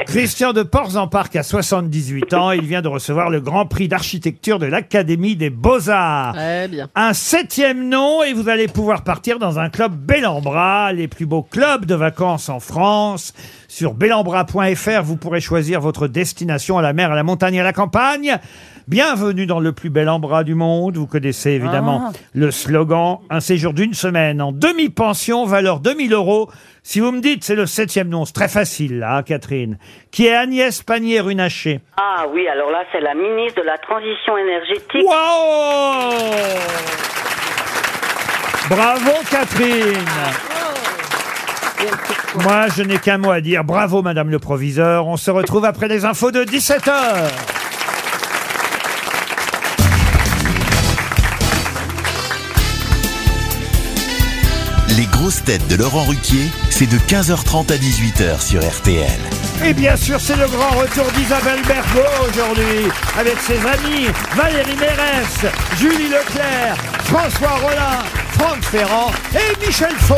Speaker 2: Christian de Porz-en-Parc a 78 ans, il vient de recevoir le Grand Prix d'architecture de l'Académie des Beaux-Arts.
Speaker 5: Très bien.
Speaker 2: Un septième nom et vous allez pouvoir partir dans un club Bellambra, les plus beaux clubs de vacances en France. Sur bellambra.fr, vous pourrez choisir votre destination à la mer, à la montagne, à la campagne. Bienvenue dans le plus bel Ambra du monde. Vous connaissez évidemment
Speaker 10: Ah.
Speaker 2: le slogan. Un séjour d'une semaine en demi-pension, valeur 2000 euros. Si vous me dites, c'est le septième nom. C'est très facile, là, hein, Catherine. Qui est Agnès Pannier-Runacher.
Speaker 17: Ah oui, alors là, c'est la ministre de la Transition énergétique.
Speaker 2: Waouh Bravo Catherine Moi, je n'ai qu'un mot à dire. Bravo Madame le Proviseur. On se retrouve après les infos de 17h.
Speaker 1: Les grosses têtes de Laurent Ruquier, c'est de 15h30 à 18h sur RTL.
Speaker 2: Et bien sûr, c'est le grand retour d'Isabelle Bergot aujourd'hui, avec ses amis Valérie Mérès, Julie Leclerc, François Rollin, Franck Ferrand et Michel Faux.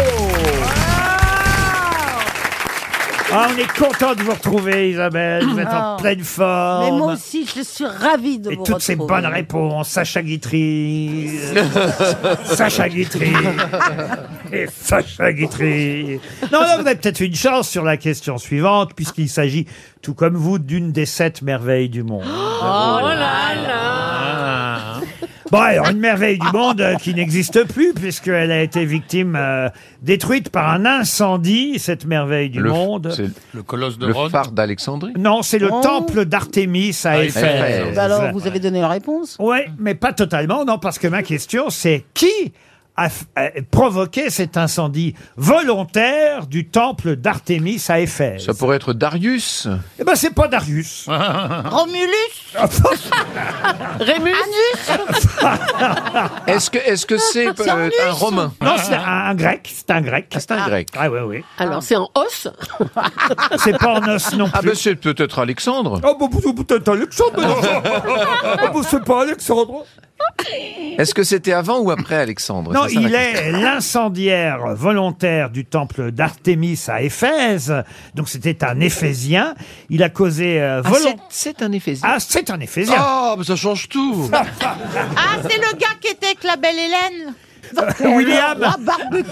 Speaker 2: Ah, on est content de vous retrouver, Isabelle. Vous êtes en
Speaker 3: Ah.
Speaker 2: pleine forme.
Speaker 3: Mais moi aussi, je suis ravie de
Speaker 2: Et
Speaker 3: vous
Speaker 2: toutes ces
Speaker 3: retrouver.
Speaker 2: bonnes réponses, Sacha Guitry, Sacha Guitry, et Sacha Guitry. Non, non, vous avez peut-être une chance sur la question suivante, puisqu'il s'agit, tout comme vous, d'une des sept merveilles du monde.
Speaker 6: Oh
Speaker 5: Oh
Speaker 6: Ah.
Speaker 2: Bon, alors, une merveille du monde euh, qui n'existe plus, puisqu'elle a été victime, euh, détruite par un incendie, cette merveille du
Speaker 7: Le-
Speaker 2: monde.
Speaker 7: c'est
Speaker 4: Le colosse de
Speaker 7: le
Speaker 4: Rhodes.
Speaker 7: phare d'Alexandrie.
Speaker 2: Non, c'est le
Speaker 3: Oh.
Speaker 2: temple d'Artémis à
Speaker 7: Ah,
Speaker 2: Éphèse.
Speaker 7: Éphèse.
Speaker 3: Bah alors, vous avez donné la réponse
Speaker 2: Ouais, mais pas totalement, non, parce que ma question, c'est qui a f- a provoqué cet incendie volontaire du temple d'Artémis à Éphèse
Speaker 7: Ça pourrait être Darius.
Speaker 2: Eh ben, c'est pas Darius.
Speaker 6: Romulus
Speaker 5: Rémus
Speaker 7: Est-ce que est-ce que c'est
Speaker 5: C'est
Speaker 7: euh,
Speaker 5: Darius
Speaker 7: un romain
Speaker 2: Non, c'est un, un grec. C'est un grec.
Speaker 7: c'est un grec.
Speaker 2: Ah ouais, oui.
Speaker 5: Alors, c'est en os
Speaker 2: C'est pas en os non plus.
Speaker 7: Ah ben c'est
Speaker 2: Ah, bah,
Speaker 7: peut-être Alexandre.
Speaker 2: Oh, bon, vous, vous, Alexandre, mais non. Oh, bon, c'est Ah, bah, pas Alexandre.
Speaker 7: Est-ce que c'était avant ou après Alexandre
Speaker 2: Non,
Speaker 7: C'est ça la
Speaker 2: il est
Speaker 7: question.
Speaker 2: l'incendiaire volontaire du temple d'Artémis à Éphèse. Donc c'était un Éphésien. Il a causé euh,
Speaker 7: Ah,
Speaker 2: volon-
Speaker 7: C'est un Éphésien.
Speaker 2: Ah, c'est un Éphésien.
Speaker 15: Oh, mais ça change tout.
Speaker 6: Ah, c'est le gars qui était avec la belle Hélène
Speaker 2: William.
Speaker 6: Ah, barbecue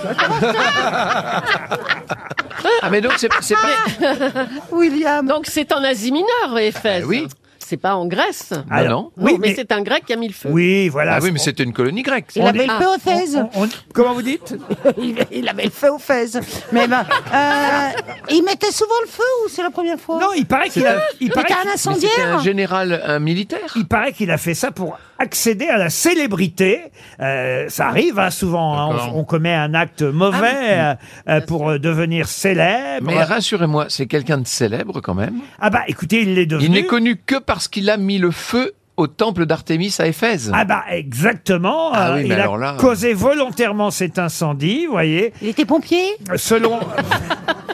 Speaker 7: Ah, mais donc, c'est c'est pas.
Speaker 5: William. Donc c'est en Asie mineure,
Speaker 2: Ah,
Speaker 5: Éphèse. oui. C'est pas en Grèce.
Speaker 7: Ah non.
Speaker 5: Non, mais, c'est un grec qui a mis le feu.
Speaker 2: Oui, voilà.
Speaker 7: Ah oui, mais c'était une colonie grecque.
Speaker 3: Il avait
Speaker 2: Ah,
Speaker 3: le feu aux fèves.
Speaker 2: Comment vous dites
Speaker 3: il, il avait le feu aux fèves. Mais ben, euh, il mettait souvent le feu ou c'est la première fois Non,
Speaker 2: il paraît qu'il a- il paraît
Speaker 3: était
Speaker 2: qu'il-
Speaker 3: un
Speaker 2: mais
Speaker 3: incendiaire.
Speaker 2: c'était un
Speaker 7: général, un militaire.
Speaker 2: Il paraît qu'il a fait ça pour accéder à la célébrité. Euh, ça arrive hein, souvent. hein,
Speaker 7: D'accord.
Speaker 2: on, on commet un acte mauvais
Speaker 7: Ah
Speaker 2: euh, euh, pour euh, devenir célèbre.
Speaker 7: Mais rassurez-moi, c'est quelqu'un de célèbre quand même.
Speaker 2: Ah bah écoutez, il l'est devenu.
Speaker 7: Il n'est connu que parce qu'il a mis le feu au temple d'Artémis à Éphèse.
Speaker 2: Ah bah exactement.
Speaker 7: Ah
Speaker 2: Euh,
Speaker 7: oui, mais
Speaker 2: il a
Speaker 7: alors là-
Speaker 2: causé volontairement cet incendie, vous voyez.
Speaker 3: Il était pompier
Speaker 2: Selon.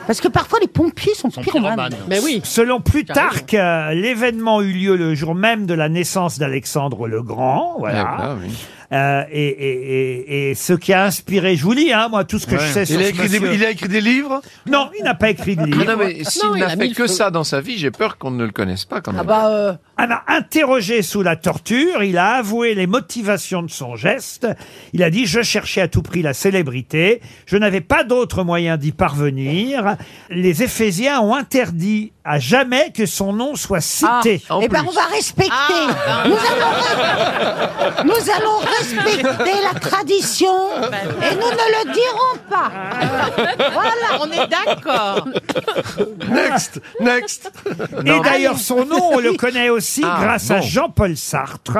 Speaker 3: Parce que parfois les pompiers sont pyromanes.
Speaker 5: Mais oui.
Speaker 2: Selon Plutarque, euh, l'événement eut lieu le jour même de la naissance d'Alexandre le Grand. Voilà.
Speaker 7: Ah, oui.
Speaker 2: Euh, et, et- et- et ce qui a inspiré, je vous lis, hein, moi, tout ce que
Speaker 7: Ouais.
Speaker 2: je sais
Speaker 7: Il
Speaker 2: sur
Speaker 7: a
Speaker 2: ce
Speaker 7: écrit des-
Speaker 2: monsieur.
Speaker 7: il a
Speaker 15: écrit des livres
Speaker 2: Non, il n'a pas écrit de livres.
Speaker 7: Ah non, mais s'il n'a fait que ça dans sa vie, j'ai peur qu'on ne le connaisse pas quand même.
Speaker 2: bah, interrogé sous la torture, il a avoué les motivations de son geste. Il a dit Je cherchais à tout prix la célébrité. Je n'avais pas d'autre moyen d'y parvenir. Les Éphésiens ont interdit à jamais que son nom soit cité.
Speaker 3: Eh ben, on va respecter. nous, allons, nous allons respecter la tradition et nous ne le dirons pas. Voilà,
Speaker 6: on est d'accord.
Speaker 15: Next, next.
Speaker 2: Et d'ailleurs, son nom, on le connaît aussi
Speaker 6: Ah,
Speaker 8: ah,
Speaker 2: grâce à Jean-Paul Sartre.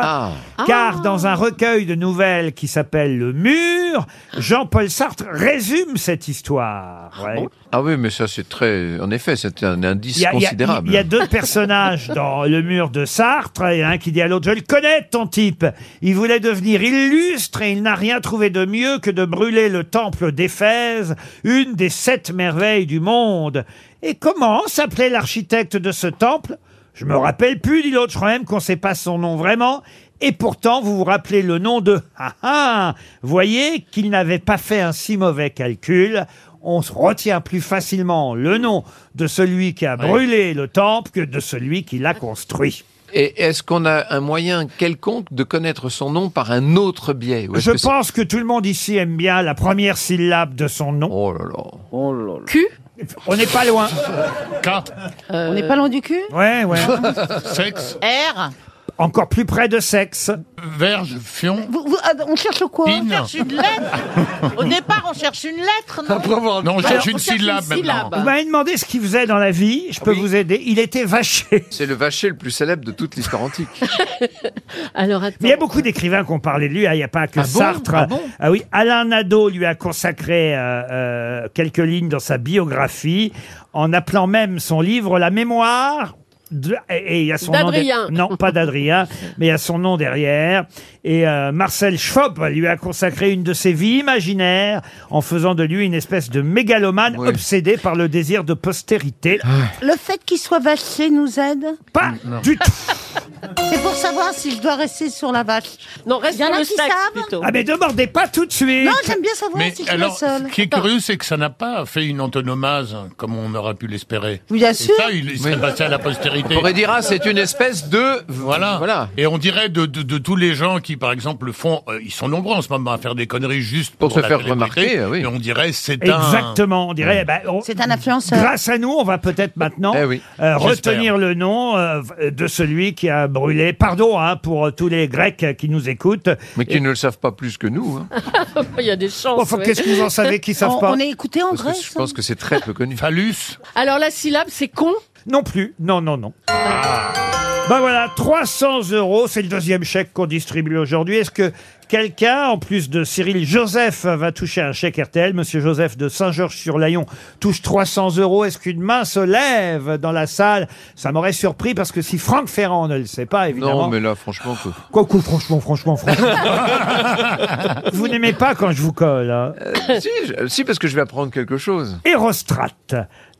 Speaker 2: Car dans un recueil de nouvelles qui s'appelle Le Mur, Jean-Paul Sartre résume cette histoire. Ouais.
Speaker 7: Ah oui, mais ça c'est très. En effet, c'est un indice
Speaker 2: Il y a- il y a-
Speaker 7: considérable.
Speaker 2: Il y, a deux personnages dans Le Mur de Sartre. Il y en a un qui dit à l'autre Je le connais, ton type. Il voulait devenir illustre et il n'a rien trouvé de mieux que de brûler le temple d'Éphèse, une des sept merveilles du monde. Et comment s'appelait l'architecte de ce temple Je me rappelle plus, dit l'autre. Je crois même qu'on ne sait pas son nom vraiment. Et pourtant, vous vous rappelez le nom de Ah ah Voyez qu'il n'avait pas fait un si mauvais calcul. On se retient plus facilement le nom de celui qui a brûlé le temple que de celui qui l'a construit.
Speaker 7: Et est-ce qu'on a un moyen quelconque de connaître son nom par un autre biais ou est-ce
Speaker 2: Je
Speaker 7: que c'est-
Speaker 2: pense que tout le monde ici aime bien la première syllabe de son nom.
Speaker 7: Oh là là.
Speaker 5: Q
Speaker 2: On n'est pas loin.
Speaker 3: Euh, On n'est pas loin du cul
Speaker 2: Ouais, ouais.
Speaker 4: Sexe,
Speaker 6: R
Speaker 2: Encore plus près de sexe.
Speaker 4: verge, fion.
Speaker 3: Vous- vous- ah, on cherche quoi
Speaker 4: Pin.
Speaker 6: On cherche une lettre. Au départ, on cherche une lettre, non
Speaker 4: Non, on cherche une syllabe
Speaker 2: Vous
Speaker 4: maintenant.
Speaker 2: m'avez demandé ce qu'il faisait dans la vie. Je peux vous aider. Il était vaché.
Speaker 7: C'est le vacher le plus célèbre de toute l'histoire antique.
Speaker 5: Alors
Speaker 2: Mais il y a beaucoup d'écrivains qui ont parlé de lui. hein. Il n'y a pas que
Speaker 7: Ah bon
Speaker 2: Sartre.
Speaker 7: Ah bon
Speaker 2: oui, Alain Nadeau lui a consacré euh, euh, quelques lignes dans sa biographie, en appelant même son livre La mémoire. De, et et il y a son nom
Speaker 5: D'Adrien.
Speaker 2: de- non, pas d'Adrien, mais il y a son nom derrière. Et euh, Marcel Schwab lui a consacré une de ses vies imaginaires en faisant de lui une espèce de mégalomane obsédé par le désir de
Speaker 7: Ah.
Speaker 2: postérité.
Speaker 3: Le fait qu'il soit vaché nous aide
Speaker 2: Pas du tout.
Speaker 3: C'est pour savoir si je dois rester sur la vache.
Speaker 5: Non, reste
Speaker 3: Il y en
Speaker 5: sur
Speaker 3: a
Speaker 5: le
Speaker 3: qui
Speaker 5: sexe,
Speaker 3: savent
Speaker 5: plutôt.
Speaker 2: Ah mais demandez pas tout de suite.
Speaker 3: Non, j'aime bien savoir
Speaker 4: Mais
Speaker 3: si je suis la
Speaker 4: alors,
Speaker 3: seule.
Speaker 4: ce qui est curieux, c'est que ça n'a pas fait une antonomase, hein, comme on aurait pu l'espérer.
Speaker 3: Oui, bien
Speaker 4: Et
Speaker 3: sûr.
Speaker 4: ça, il serait passé à la postérité.
Speaker 7: On pourrait dire, ah, c'est une espèce de.
Speaker 4: Voilà. Et on dirait de, de- de tous les gens qui, par exemple, le font, euh, ils sont nombreux en ce moment à faire des conneries juste pour,
Speaker 7: Pour se
Speaker 4: la
Speaker 7: faire
Speaker 4: célébrité.
Speaker 7: remarquer, euh, oui.
Speaker 4: Et on dirait, c'est un. Hmm.
Speaker 2: Exactement, on dirait. bah, on-
Speaker 3: C'est un influenceur.
Speaker 2: Grâce à nous, on va peut-être maintenant
Speaker 7: Eh oui.
Speaker 2: euh,
Speaker 7: J'espère.
Speaker 2: retenir le nom euh, de celui qui a brûlé. Pardon hein, pour euh, tous les Grecs euh, qui nous écoutent.
Speaker 7: Mais qui ne le savent pas plus que nous. hein.
Speaker 5: Il y a des chances.
Speaker 2: Enfin,
Speaker 5: ouais.
Speaker 2: qu'est-ce que vous en savez qui savent
Speaker 3: on,
Speaker 2: pas
Speaker 3: on est écouté en
Speaker 7: Parce que
Speaker 3: Grèce.
Speaker 7: je pense que c'est très peu connu.
Speaker 4: Phallus.
Speaker 5: Alors la syllabe, c'est con.
Speaker 2: Non plus. Non, non, non.
Speaker 6: Ah.
Speaker 2: Ben voilà, 300 euros, c'est le deuxième chèque qu'on distribue aujourd'hui. Est-ce que quelqu'un, en plus de Cyril Joseph, va toucher un chèque RTL Monsieur Joseph de Saint-Georges-sur-Layon touche 300 euros. Est-ce qu'une main se lève dans la salle Ça m'aurait surpris parce que si Franck Ferrand ne le sait pas, évidemment.
Speaker 7: Non, mais là, franchement. quoi.
Speaker 2: Quoique, franchement, franchement, franchement. vous n'aimez pas quand je vous colle. hein.
Speaker 7: Euh, si, je- si, parce que je vais apprendre quelque chose.
Speaker 2: Hérostrate.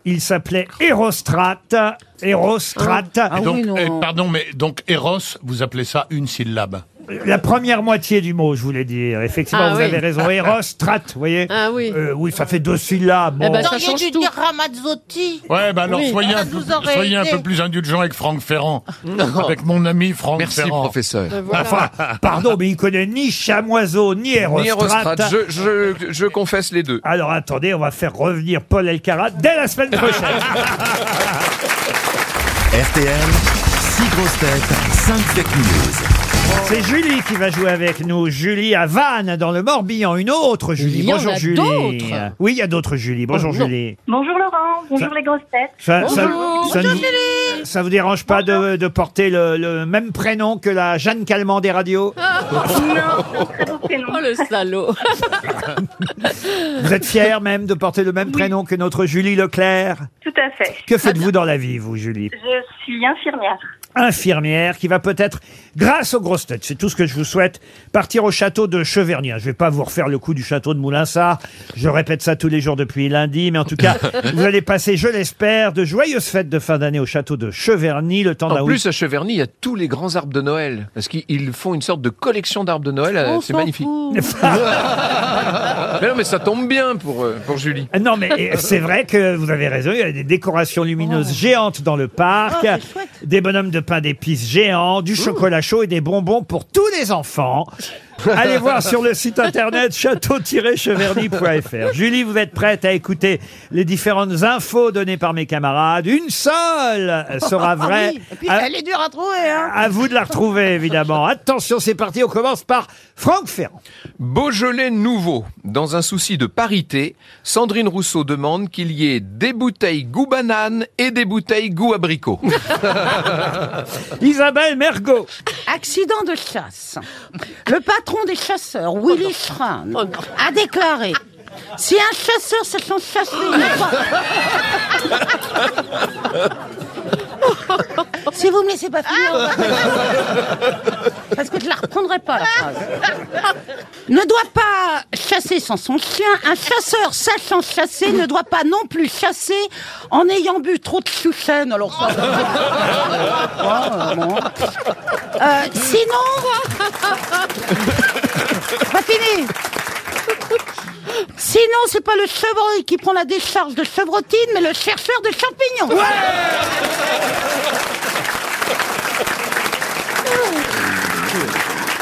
Speaker 2: Il s'appelait Hérostrate. Hérostrate.
Speaker 6: Ah.
Speaker 3: Ah,
Speaker 4: Et donc, eh, pardon, mais donc Eros, vous appelez ça une syllabe
Speaker 2: La première moitié du mot, je voulais dire. Effectivement,
Speaker 6: Ah
Speaker 2: vous
Speaker 6: oui.
Speaker 2: avez raison. Eros, strat, vous voyez
Speaker 6: Ah oui.
Speaker 2: Euh, oui, ça fait deux syllabes.
Speaker 6: Vous
Speaker 3: Eh ben,
Speaker 2: bon.
Speaker 6: auriez dû dire Ramazzotti.
Speaker 4: Ouais, bah alors
Speaker 6: Oui.
Speaker 4: soyez,
Speaker 6: Ça
Speaker 4: un peu,
Speaker 6: vous aurait
Speaker 4: soyez un
Speaker 6: aidé.
Speaker 4: peu plus indulgent avec Franck Ferrand. avec mon ami Franck
Speaker 7: Merci,
Speaker 4: Ferrand.
Speaker 7: professeur.
Speaker 6: Euh,
Speaker 4: Enfin,
Speaker 2: Enfin, pardon, mais il connaît ni chamoiseau, ni Erostrate.
Speaker 7: Ni Erostrate, je- confesse les deux.
Speaker 2: Alors attendez, on va faire revenir Paul Elkarat dès la semaine prochaine.
Speaker 18: RTL, 6 grosses têtes, 5 fake news.
Speaker 2: C'est Julie qui va jouer avec nous. Julie à Vannes, dans le Morbihan. Une autre Julie.
Speaker 15: Il y en
Speaker 2: Bonjour
Speaker 15: a
Speaker 2: Julie.
Speaker 15: d'autres.
Speaker 2: Oui, il y a d'autres Julie. Bonjour
Speaker 15: Oh, non.
Speaker 2: Julie.
Speaker 15: Bonjour Laurent, bonjour
Speaker 2: Ça-
Speaker 15: les grosses têtes.
Speaker 2: Ça, ça-
Speaker 15: bonjour
Speaker 2: ça
Speaker 15: Bonjour,
Speaker 2: ne-
Speaker 15: Julie
Speaker 2: ça vous dérange pas de, de porter le, le même prénom que la Jeanne Calment des radios
Speaker 15: Ah,
Speaker 5: Oh le salaud
Speaker 2: Vous êtes fière même de porter le même prénom que notre Julie Leclerc
Speaker 15: Tout à fait.
Speaker 2: Que faites-vous dans la vie, vous, Julie
Speaker 15: Je suis infirmière.
Speaker 2: infirmière qui va peut-être, grâce aux grosses têtes, c'est tout ce que je vous souhaite, partir au château de Cheverny. Je vais pas vous refaire le coup du château de Moulinsart. Je répète ça tous les jours depuis lundi, mais en tout cas, vous allez passer, je l'espère, de joyeuses fêtes de fin d'année au château de Cheverny, le temps d'un
Speaker 7: En plus, à Cheverny, il y a tous les grands arbres de Noël. Parce qu'ils font une sorte de collection d'arbres de Noël. euh, C'est magnifique. mais non, mais ça tombe bien pour, euh, pour Julie.
Speaker 2: Ah Non, mais eh, c'est vrai que vous avez raison. Il y a des décorations
Speaker 3: Oh.
Speaker 2: lumineuses géantes dans le parc, des bonhommes de pain d'épices géants, du chocolat chaud et des bonbons pour tous les enfants. Allez voir sur le site internet château-cheverny.fr. Julie, vous êtes prête à écouter les différentes infos données par mes camarades. Une seule sera Ah. vraie.
Speaker 3: Ah Oui, Et puis,
Speaker 2: À-
Speaker 3: elle est dure à trouver, hein.
Speaker 2: à vous de la retrouver, évidemment. Attention, c'est parti. On commence par Franck Ferrand.
Speaker 7: Beaujolais nouveau. Dans un souci de parité, Sandrine Rousseau demande qu'il y ait des bouteilles goût banane et des bouteilles goût abricot.
Speaker 6: Ah,
Speaker 2: Isabelle Mergot.
Speaker 3: Accident de chasse. Le patron des chasseurs, Willy Schran, a déclaré Si un chasseur se sent chassé, il n'a pas- Si vous me laissez pas finir. Parce que je la reprendrai pas, la phrase. Ne doit pas chasser sans son chien. Un chasseur sachant chasser ne doit pas non plus chasser en ayant bu trop de chouchen. Alors ça. Ouais, bon. Euh, sinon. Pas fini. Sinon, c'est pas le chevreuil qui prend la décharge de chevrotine, mais le chercheur de champignons.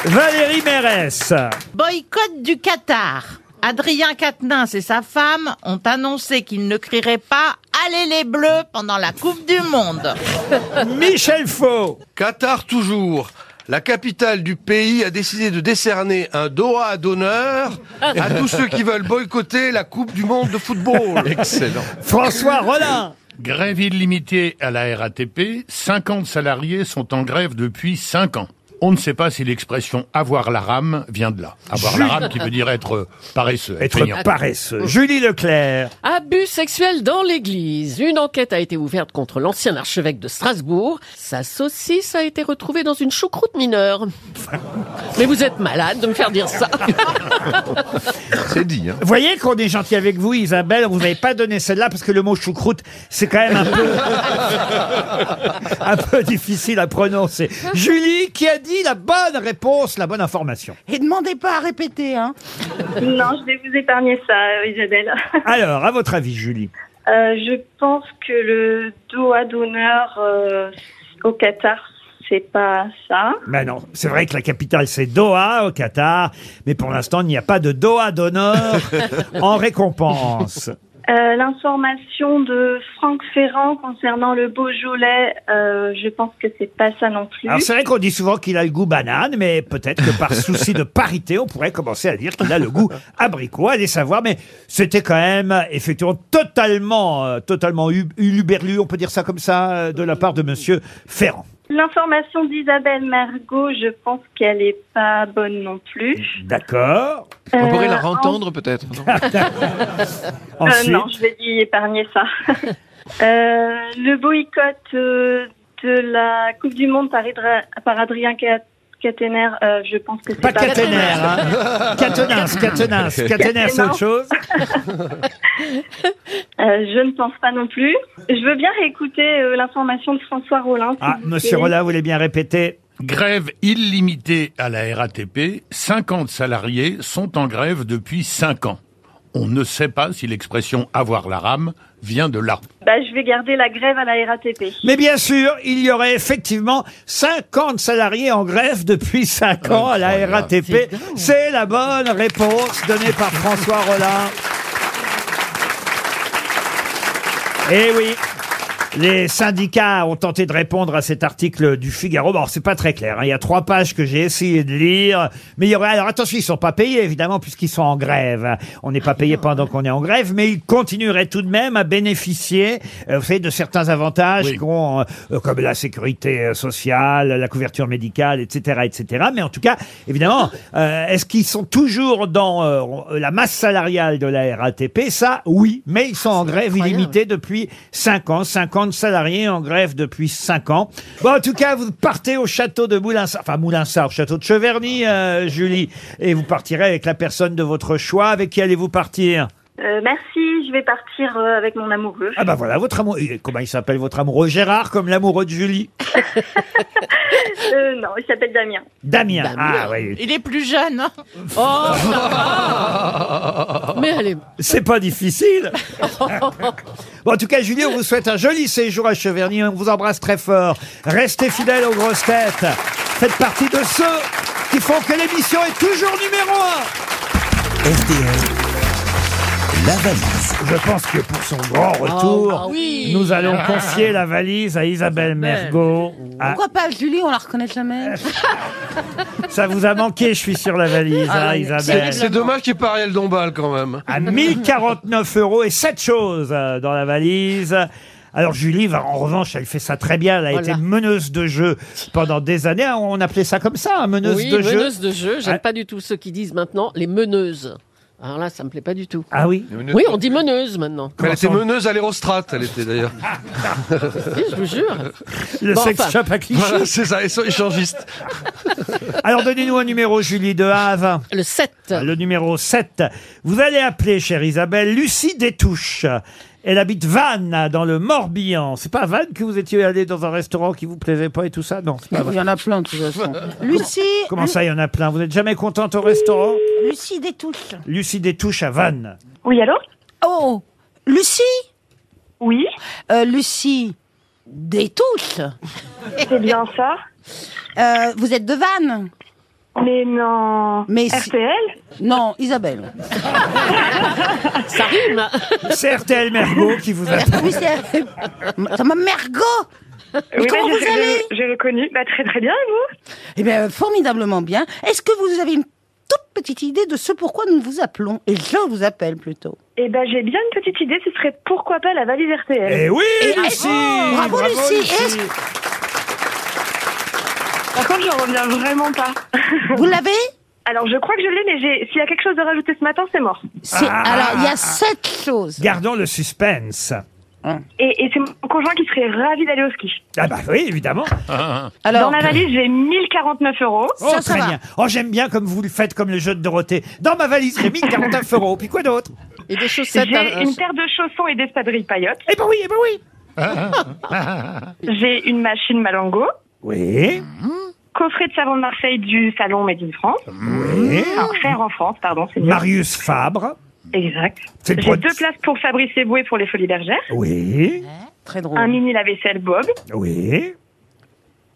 Speaker 2: Valérie Mérès.
Speaker 6: Boycott du Qatar. Adrien Quatennens et sa femme ont annoncé qu'ils ne crieraient pas Allez les Bleus pendant la Coupe du Monde.
Speaker 2: Michel Faux.
Speaker 8: Qatar toujours. La capitale du pays a décidé de décerner un Doha d'honneur à tous ceux qui veulent boycotter la Coupe du Monde de football.
Speaker 7: Excellent.
Speaker 2: François Rollin.
Speaker 4: Grève illimitée à la RATP. 50 salariés sont en grève depuis 5 ans. On ne sait pas si l'expression avoir la rame vient de là. Avoir la
Speaker 5: Juste.
Speaker 4: rame qui veut dire être euh, paresseux.
Speaker 2: Être
Speaker 4: feignant.
Speaker 3: Oh.
Speaker 2: paresseux. Julie Leclerc.
Speaker 5: Abus sexuels dans l'église. Une enquête a été ouverte contre l'ancien archevêque de Strasbourg. Sa saucisse a été retrouvée dans une choucroute mineure. Mais vous êtes malade de me faire dire ça.
Speaker 7: C'est dit. Hein.
Speaker 2: Vous voyez qu'on est gentil avec vous, Isabelle. Vous n'avez pas donné celle-là parce que le mot choucroute, c'est quand même un peu, un peu difficile à prononcer. Julie qui a dit la bonne réponse, la bonne information.
Speaker 3: Et demandez pas à répéter, hein.
Speaker 15: non, je vais vous épargner ça, euh, Isabelle.
Speaker 2: Alors, à votre avis, Julie
Speaker 15: Euh, je pense que le doigt d'honneur euh, au Qatar, c'est pas ça.
Speaker 2: Ben non, c'est vrai que la capitale c'est Doha au Qatar, mais pour l'instant il n'y a pas de Doha d'honneur en récompense.
Speaker 15: Euh, L'information de Franck Ferrand concernant le Beaujolais, euh, je pense que c'est pas ça non plus.
Speaker 2: Alors c'est vrai qu'on dit souvent qu'il a le goût banane, mais peut-être que par souci de parité, on pourrait commencer à dire qu'il a le goût abricot. Allez savoir, mais c'était quand même effectivement totalement, euh, totalement hu- huluberlu, on peut dire ça comme ça, euh, de la part de Monsieur Ferrand.
Speaker 15: L'information d'Isabelle Margot, je pense qu'elle est pas bonne non plus.
Speaker 2: D'accord. Ah,
Speaker 7: On pourrait la
Speaker 15: Euh,
Speaker 7: rentendre peut-être. non
Speaker 15: Euh,
Speaker 7: Ensuite.
Speaker 15: non, je vais lui épargner ça. Euh, le boycott euh, de la Coupe du Monde par, Idra- par Adrien Cat- Catener, euh, je pense que c'est
Speaker 2: Pas Catener, hein. Catenas, Catenas, Catener, c'est autre chose.
Speaker 15: Euh, je ne pense pas non plus. Je veux bien réécouter euh, l'information de François Rollin. si
Speaker 2: Ah,
Speaker 15: vous
Speaker 2: Monsieur
Speaker 15: voulez.
Speaker 2: Rolla, vous voulez bien répéter
Speaker 4: Grève illimitée à la RATP, 50 salariés sont en grève depuis 5 ans. On ne sait pas si l'expression avoir la rame vient de là.
Speaker 10: Bah, je vais garder la grève à la RATP.
Speaker 2: Mais bien sûr, il y aurait effectivement 50 salariés en grève depuis 5 ans à la RATP. C'est la bonne réponse donnée par François Rollin. Eh oui. Les syndicats ont tenté de répondre à cet article du Figaro. Bon, c'est pas très clair. hein. Il y a trois pages que j'ai essayé de lire. Mais il y aurait, alors attention, ils sont pas payés, évidemment, puisqu'ils sont en grève. hein. On n'est pas payé pendant qu'on est en grève, mais ils continueraient tout de même à bénéficier, euh, vous savez, de certains avantages qu'ont, euh, comme la sécurité euh, sociale, la couverture médicale, etc., etc. Mais en tout cas, évidemment, euh, est-ce qu'ils sont toujours dans euh, la masse salariale de la RATP? Ça, oui. Mais ils sont en grève illimitée depuis 5 ans. 50 salariés en grève depuis 5 ans. Bon, en tout cas, vous partez au château de Moulinsart, enfin Moulinsart, au château de Cheverny, euh, Julie, et vous partirez avec la personne de votre choix. Avec qui allez-vous partir
Speaker 10: Euh, merci, je vais partir euh, avec mon amoureux.
Speaker 2: Ah bah voilà, votre amoureux. Et Comment il s'appelle votre amoureux Gérard, comme l'amoureux de Julie
Speaker 10: Euh, non, il s'appelle Damien.
Speaker 2: Damien. Ah oui.
Speaker 6: Bah Il est plus jeune. hein.
Speaker 2: Ah,
Speaker 5: Mais allez.
Speaker 2: C'est pas difficile. Bon, en tout cas, Julien, on vous souhaite un joli séjour à Cheverny. On vous embrasse très fort. Restez fidèles aux grosses têtes. Faites partie de ceux qui font que l'émission est toujours numéro un.
Speaker 15: euh,
Speaker 1: La valise.
Speaker 2: Je pense que pour son grand retour,
Speaker 3: Ah, ah oui.
Speaker 2: nous allons confier la valise à Isabelle Mergot. Ah,
Speaker 3: Pourquoi pas Julie, on la reconnaît jamais
Speaker 2: ça vous a manqué, je suis sur la valise,
Speaker 11: Ah,
Speaker 3: Ah,
Speaker 2: hein, Isabelle.
Speaker 15: C'est c'est dommage qu'il n'y ait pas Ariel Dombal quand même.
Speaker 2: à 1049 euros et 7 choses euh, dans la valise. Alors Julie, va, en revanche, elle fait ça très bien. Elle a
Speaker 5: Voilà.
Speaker 2: été meneuse de jeu pendant des années. Ah, On appelait ça comme ça, hein, meneuse
Speaker 5: oui,
Speaker 2: de jeu.
Speaker 5: meneuses de jeu. J'aime
Speaker 2: Ah.
Speaker 5: pas du tout ceux qui disent maintenant les meneuses. Alors là, ça me plaît pas du tout.
Speaker 2: Ah oui
Speaker 5: Oui, on dit meneuse maintenant.
Speaker 15: Mais elle était meneuse à l'Aérostrat, elle était d'ailleurs.
Speaker 5: Oui, je vous jure.
Speaker 2: Le
Speaker 5: Bon,
Speaker 2: sex
Speaker 5: enfin.
Speaker 2: shop à Clichy.
Speaker 15: Voilà, c'est ça, ils sont échangistes.
Speaker 2: Alors donnez-nous un numéro, Julie, de 1 à 20.
Speaker 5: Le 7.
Speaker 2: Le numéro 7. Vous allez appeler, chère Isabelle, Lucie Détouche. Elle habite Vannes, dans le Morbihan. C'est pas à Vannes que vous étiez allé dans un restaurant qui vous plaisait pas et tout ça Non, c'est pas
Speaker 3: Il
Speaker 2: vrai.
Speaker 3: y en a plein de toute façon. Lucie,
Speaker 2: Comment ça, il y en a plein Vous n'êtes jamais contente au restaurant
Speaker 3: Lucie Détouche.
Speaker 2: Lucie Détouche à Vannes.
Speaker 10: Oui, alors
Speaker 3: Oh, Lucie
Speaker 10: Oui,
Speaker 3: Euh, Lucie Détouche.
Speaker 10: c'est bien ça.
Speaker 3: Euh, vous êtes de Vannes
Speaker 10: Mais non.
Speaker 3: Mais si-
Speaker 10: RTL
Speaker 3: Non, Isabelle.
Speaker 5: Ça rime.
Speaker 2: C'est RTL Mergo qui vous a...
Speaker 3: Ah Oui, c'est... Ça m'a mergo Mais
Speaker 10: Oui,
Speaker 3: comment
Speaker 10: bah,
Speaker 3: vous
Speaker 10: j'ai-
Speaker 3: allez
Speaker 10: j'ai- J'ai reconnu. Bah, très très bien, et vous
Speaker 3: Eh bien, formidablement bien. Est-ce que vous avez une toute petite idée de ce pourquoi nous vous appelons Et je vous appelle plutôt.
Speaker 10: Eh ben, j'ai bien une petite idée. Ce serait pourquoi pas la valise RTL.
Speaker 2: Eh oui,
Speaker 3: Et-
Speaker 2: Lucie
Speaker 3: Bravo, Lucie.
Speaker 2: Lucie.
Speaker 10: Par contre, j'en reviens vraiment pas.
Speaker 3: Vous l'avez
Speaker 10: Alors, je crois que je l'ai, mais j'ai- s'il y a quelque chose de rajouté ce matin, c'est mort.
Speaker 3: C'est-
Speaker 2: Ah.
Speaker 3: Alors, il y a sept choses.
Speaker 2: Gardons le suspense.
Speaker 10: Et, et c'est mon conjoint qui serait ravi d'aller au ski.
Speaker 2: Ah bah oui, évidemment.
Speaker 10: Dans
Speaker 3: Alors,
Speaker 10: la valise, j'ai 1049 euros.
Speaker 2: Oh,
Speaker 3: Ça, ça
Speaker 2: très
Speaker 3: va.
Speaker 2: bien. Oh, j'aime bien comme vous le faites, comme le jeu de Dorothée. Dans ma valise, j'ai mis 49 euros. Puis quoi d'autre
Speaker 5: Et des chaussettes. à-
Speaker 10: J'ai une paire de chaussons et d'espadrilles paillotes.
Speaker 2: Eh ben oui, eh ben oui.
Speaker 10: J'ai une machine Malango. Mmh.
Speaker 2: Oui,
Speaker 10: Coffret de savon de Marseille du salon Made in France.
Speaker 2: oui.
Speaker 10: Enfin, faire en France, pardon, c'est mieux.
Speaker 2: Mmh. Marius Fabre.
Speaker 10: Exact.
Speaker 2: C'est le
Speaker 10: J'ai
Speaker 2: produit.
Speaker 10: deux places pour Fabrice Eboué pour les Folies Bergères.
Speaker 2: Oui,
Speaker 3: très
Speaker 10: Un
Speaker 3: drôle.
Speaker 10: mini lave-vaisselle Bob.
Speaker 2: oui,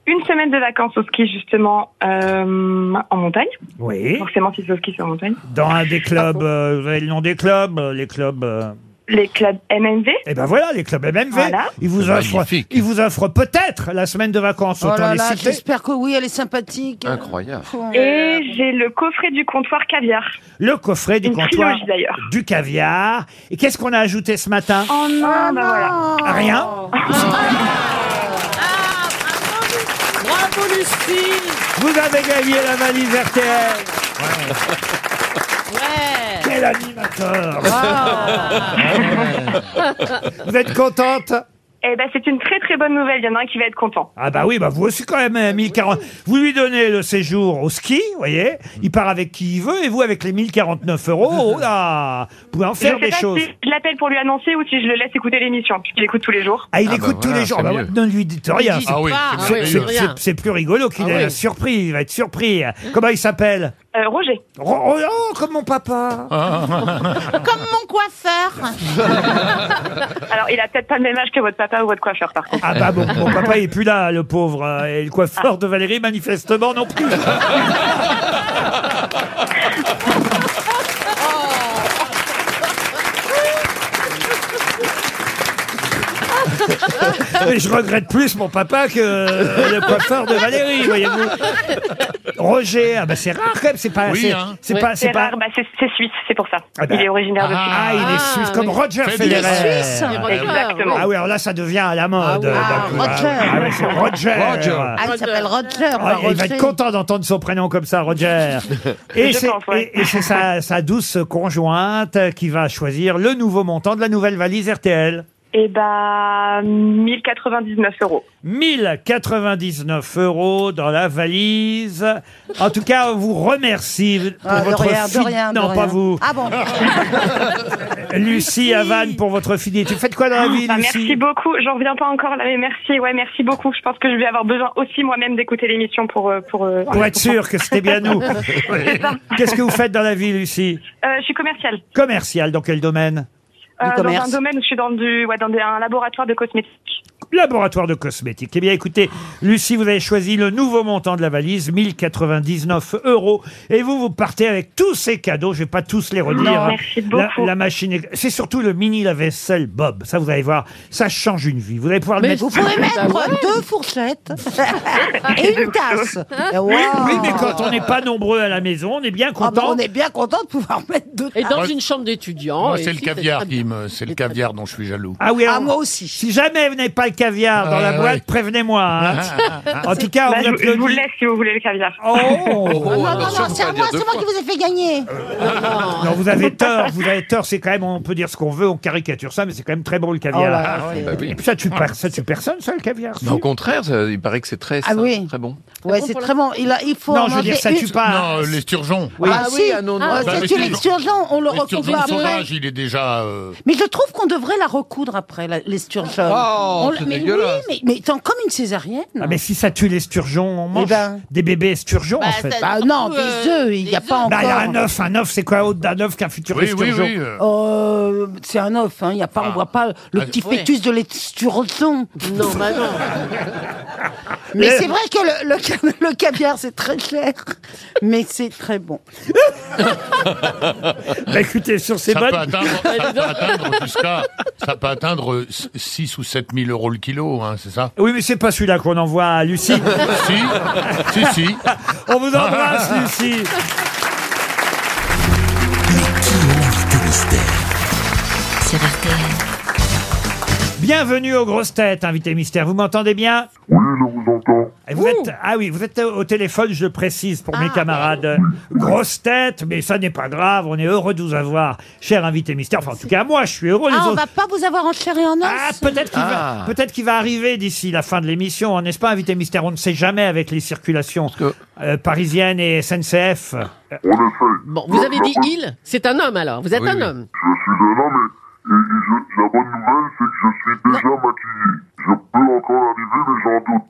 Speaker 10: Une semaine de vacances au ski, justement, euh, en montagne.
Speaker 2: oui.
Speaker 10: Forcément, si c'est au ski, c'est en montagne.
Speaker 2: Dans un des clubs, euh, vous avez le nom des clubs, euh, les clubs. euh,
Speaker 10: Les clubs MNV.
Speaker 2: Eh ben voilà, les clubs MMV.
Speaker 10: Voilà.
Speaker 2: Ils vous offrent,
Speaker 4: Magnifique.
Speaker 2: ils vous offrent peut-être la semaine de vacances.
Speaker 3: Oh
Speaker 2: Autant
Speaker 3: là
Speaker 2: les
Speaker 3: là,
Speaker 2: citer.
Speaker 3: j'espère que oui, elle est sympathique.
Speaker 7: Incroyable.
Speaker 10: Et j'ai le coffret du comptoir caviar.
Speaker 2: Le coffret du
Speaker 10: Une
Speaker 2: comptoir
Speaker 10: trilogie, d'ailleurs.
Speaker 2: du caviar. Et qu'est-ce qu'on a ajouté ce matin
Speaker 10: Oh non, bah voilà.
Speaker 2: Rien.
Speaker 5: Bravo, Lucie.
Speaker 2: Vous avez gagné la valise RTL.
Speaker 5: Ouais.
Speaker 2: Quel
Speaker 19: Ah.
Speaker 8: Ah.
Speaker 2: animateur Vous êtes contente
Speaker 10: Eh ben, c'est une très très bonne nouvelle. Il y en a un qui va être content.
Speaker 2: Ah bah oui, bah vous aussi quand même, hein, 1040. Vous lui donnez le séjour au ski, vous voyez, il part avec qui il veut, et vous avec les 1049 euros, oh là, vous pouvez en faire
Speaker 10: je sais
Speaker 2: des
Speaker 10: pas
Speaker 2: choses.
Speaker 10: si je l'appelle pour lui annoncer ou si je le laisse écouter l'émission, puisqu'il écoute tous les jours.
Speaker 2: Ah, il écoute tous les jours. Bah ouais, ne lui dites rien.
Speaker 10: dites Ah oui, pas, c'est hein,
Speaker 2: C'est-
Speaker 10: oui,
Speaker 2: c'est-
Speaker 10: rien.
Speaker 2: c'est- c'est plus rigolo qu'il
Speaker 10: Ah
Speaker 2: est
Speaker 10: oui.
Speaker 2: surpris. Il va être surpris. Comment il s'appelle
Speaker 10: Euh, Roger.
Speaker 2: Ro- oh, comme mon papa. Ah,
Speaker 6: Comme mon coiffeur.
Speaker 10: Alors, il a peut-être pas le même âge que votre papa ou votre coiffeur, par contre.
Speaker 2: Ah bah bon, mon papa il est plus là, le pauvre. euh, Et le coiffeur de Valérie, manifestement non plus. Mais je regrette plus mon papa que le coiffeur de Valérie, voyez-vous. Roger, ah bah c'est rare quand même, c'est pas,
Speaker 10: Oui,
Speaker 2: c'est,
Speaker 10: hein.
Speaker 2: c'est
Speaker 10: Oui.
Speaker 2: pas, c'est
Speaker 10: C'est
Speaker 2: pas.
Speaker 10: rare, bah, c'est c'est suisse, c'est pour ça.
Speaker 2: Ah bah.
Speaker 10: Il est originaire de Suisse.
Speaker 2: Ah, il est suisse comme Roger
Speaker 10: Federer.
Speaker 2: Federer.
Speaker 10: Exactement.
Speaker 2: Ah oui, alors là, ça devient à la mode. d'un coup. Ah,
Speaker 3: Roger.
Speaker 2: ouais, c'est Roger.
Speaker 3: Roger. Ah, il s'appelle Roger.
Speaker 2: Ah,
Speaker 3: pas
Speaker 2: il va être
Speaker 3: Roger.
Speaker 2: content d'entendre son prénom comme ça, Roger. Et
Speaker 3: Je
Speaker 2: c'est
Speaker 3: pense, ouais.
Speaker 2: et- et c'est sa, sa douce conjointe qui va choisir le nouveau montant de la nouvelle valise RTL.
Speaker 3: Eh
Speaker 10: Et
Speaker 3: ben,
Speaker 10: bah, 1099 euros.
Speaker 2: 1099 euros dans la valise. En tout cas, on vous remercie pour
Speaker 3: Ah, de
Speaker 2: votre
Speaker 3: rien, de
Speaker 2: fid-
Speaker 3: rien, de
Speaker 2: Non, pas
Speaker 3: rien.
Speaker 2: vous.
Speaker 3: Ah bon
Speaker 2: Lucie Havane pour votre fidélité. Vous faites quoi dans la vie,
Speaker 10: Bah,
Speaker 2: Lucie
Speaker 10: merci beaucoup. J'en reviens pas encore là, mais merci. Ouais, merci beaucoup. Je pense que je vais avoir besoin aussi moi-même d'écouter l'émission pour euh, pour euh, en
Speaker 2: Pour être sûr que c'était bien nous.
Speaker 10: C'est ça.
Speaker 2: Qu'est-ce que vous faites dans la vie, Lucie
Speaker 10: Euh, je suis commerciale.
Speaker 2: Commercial, dans quel domaine
Speaker 10: Euh, dans un domaine où je suis dans du ouais, dans des- un laboratoire de cosmétiques.
Speaker 2: Laboratoire de cosmétiques. Eh bien, écoutez, Lucie, vous avez choisi le nouveau montant de la valise, 1099 euros. Et vous, vous partez avec tous ces cadeaux. Je vais pas tous les redire.
Speaker 10: Non,
Speaker 2: hein.
Speaker 10: merci
Speaker 2: la,
Speaker 10: beaucoup.
Speaker 2: la machine. est- C'est surtout le mini lave-vaisselle Bob. Ça, vous allez voir. Ça change une vie. Vous allez pouvoir le
Speaker 3: Mais
Speaker 2: mettre.
Speaker 3: vous
Speaker 7: Bah,
Speaker 3: pouvez mettre deux fourchettes et une tasse. Et waouh.
Speaker 2: Oui, mais quand on n'est pas nombreux à la maison, on est bien
Speaker 3: Eh Ah bah,
Speaker 2: content.
Speaker 3: on est bien content de pouvoir mettre deux tasses.
Speaker 5: Et dans une chambre d'étudiant.
Speaker 4: Moi,
Speaker 5: et
Speaker 4: c'est le
Speaker 5: si, très
Speaker 4: caviar
Speaker 5: bien.
Speaker 4: qui me, c'est le caviar dont je suis jaloux.
Speaker 2: Ah oui, moi aussi. Si jamais vous n'avez pas le caviar dans
Speaker 4: Ah,
Speaker 2: la
Speaker 4: ouais,
Speaker 2: boîte,
Speaker 4: ouais.
Speaker 2: prévenez-moi. hein. en tout cas, on
Speaker 10: Bah,
Speaker 2: vous
Speaker 10: je, je vous le
Speaker 2: applaudit.
Speaker 10: laisse si vous voulez le caviar.
Speaker 2: Oh.
Speaker 3: non, non, non, c'est à moi, c'est moi qui vous ai fait gagner.
Speaker 2: Non, vous avez tort, vous avez tort. C'est quand même, on peut dire ce qu'on veut, on caricature ça, mais c'est quand même très bon le caviar.
Speaker 7: Oh là là, Ah, c'est- ouais, bah oui.
Speaker 2: Et puis ça tue, per- ça tue personne, ça, le caviar. si.
Speaker 7: Non, au contraire, ça- il paraît que c'est très,
Speaker 3: Ah
Speaker 7: sain,
Speaker 3: oui.
Speaker 7: très bon.
Speaker 3: Ouais, c'est très bon. Il, a- il faut.
Speaker 7: Non,
Speaker 3: en
Speaker 7: je veux dire,
Speaker 3: enlever
Speaker 7: ça tue
Speaker 3: une-
Speaker 7: pas.
Speaker 4: Non, euh, l'esturgeon.
Speaker 3: Ah, si, ah, non, non.
Speaker 4: Ah, bah,
Speaker 3: c'est une
Speaker 4: l'esturgeon-
Speaker 3: esturgeon, on le
Speaker 4: l'esturgeon
Speaker 3: recoupe après.
Speaker 4: sauvage, il est déjà. euh,
Speaker 3: Mais je trouve qu'on devrait la recoudre après, la- l'esturgeon.
Speaker 4: Oh,
Speaker 3: On la-
Speaker 4: c'est
Speaker 3: mais
Speaker 4: dégueulasse.
Speaker 3: Oui, mais, mais t'en- comme une césarienne.
Speaker 2: Ah, mais si ça tue l'esturgeon, on mange
Speaker 3: ben.
Speaker 2: des bébés esturgeons, en fait.
Speaker 3: Bah non, des
Speaker 5: euh,
Speaker 3: œufs, il n'y a pas encore.
Speaker 2: Bah, il y a un œuf, un œuf, c'est quoi autre d'un œuf qu'un futur
Speaker 4: Oui, oui,
Speaker 2: esturgeon
Speaker 4: oui, euh.
Speaker 3: Euh, c'est un œuf, hein. Il y a pas, on voit pas le
Speaker 4: Ah,
Speaker 3: petit
Speaker 4: ouais.
Speaker 3: fœtus de l'esturgeon.
Speaker 5: Non, bah non.
Speaker 3: Mais c'est vrai que le, le ca- le caviar, c'est très cher, mais c'est très bon.
Speaker 2: Bah, écoutez, sur ces
Speaker 4: ça
Speaker 2: bonnes.
Speaker 4: peut atteindre, ça peut atteindre jusqu'à, ça peut atteindre euh, s- 6 ou 7 000 euros le kilo, hein, c'est ça
Speaker 2: Oui, mais c'est pas celui-là qu'on envoie à Lucie.
Speaker 4: Si, si, si.
Speaker 2: On vous embrasse, Lucie.
Speaker 14: Sur RTL.
Speaker 2: Bienvenue aux grosses têtes, invité mystère. Vous m'entendez bien
Speaker 18: Oui, je vous entends.
Speaker 2: Et Vous êtes, ah oui, vous êtes au téléphone, je le précise pour mes
Speaker 3: Ah.
Speaker 2: camarades. Grosse tête, mais ça n'est pas grave, on est heureux de vous avoir, cher invité mystère. Enfin, en tout cas, moi, je suis heureux. Les
Speaker 3: Ah, on
Speaker 2: autres-
Speaker 3: va pas vous avoir en chair et en os Ah,
Speaker 2: peut-être qu'il va, peut-être qu'il va arriver d'ici la fin de l'émission, hein, n'est-ce pas, invité mystère On ne sait jamais avec les circulations euh, parisiennes et SNCF.
Speaker 5: Bon, vous avez dit il, c'est un homme alors. Vous êtes un homme.
Speaker 18: Je suis un homme et, et- et je- la bonne nouvelle, c'est que je suis déjà maquillé. Je peux encore arriver, mais j'en doute.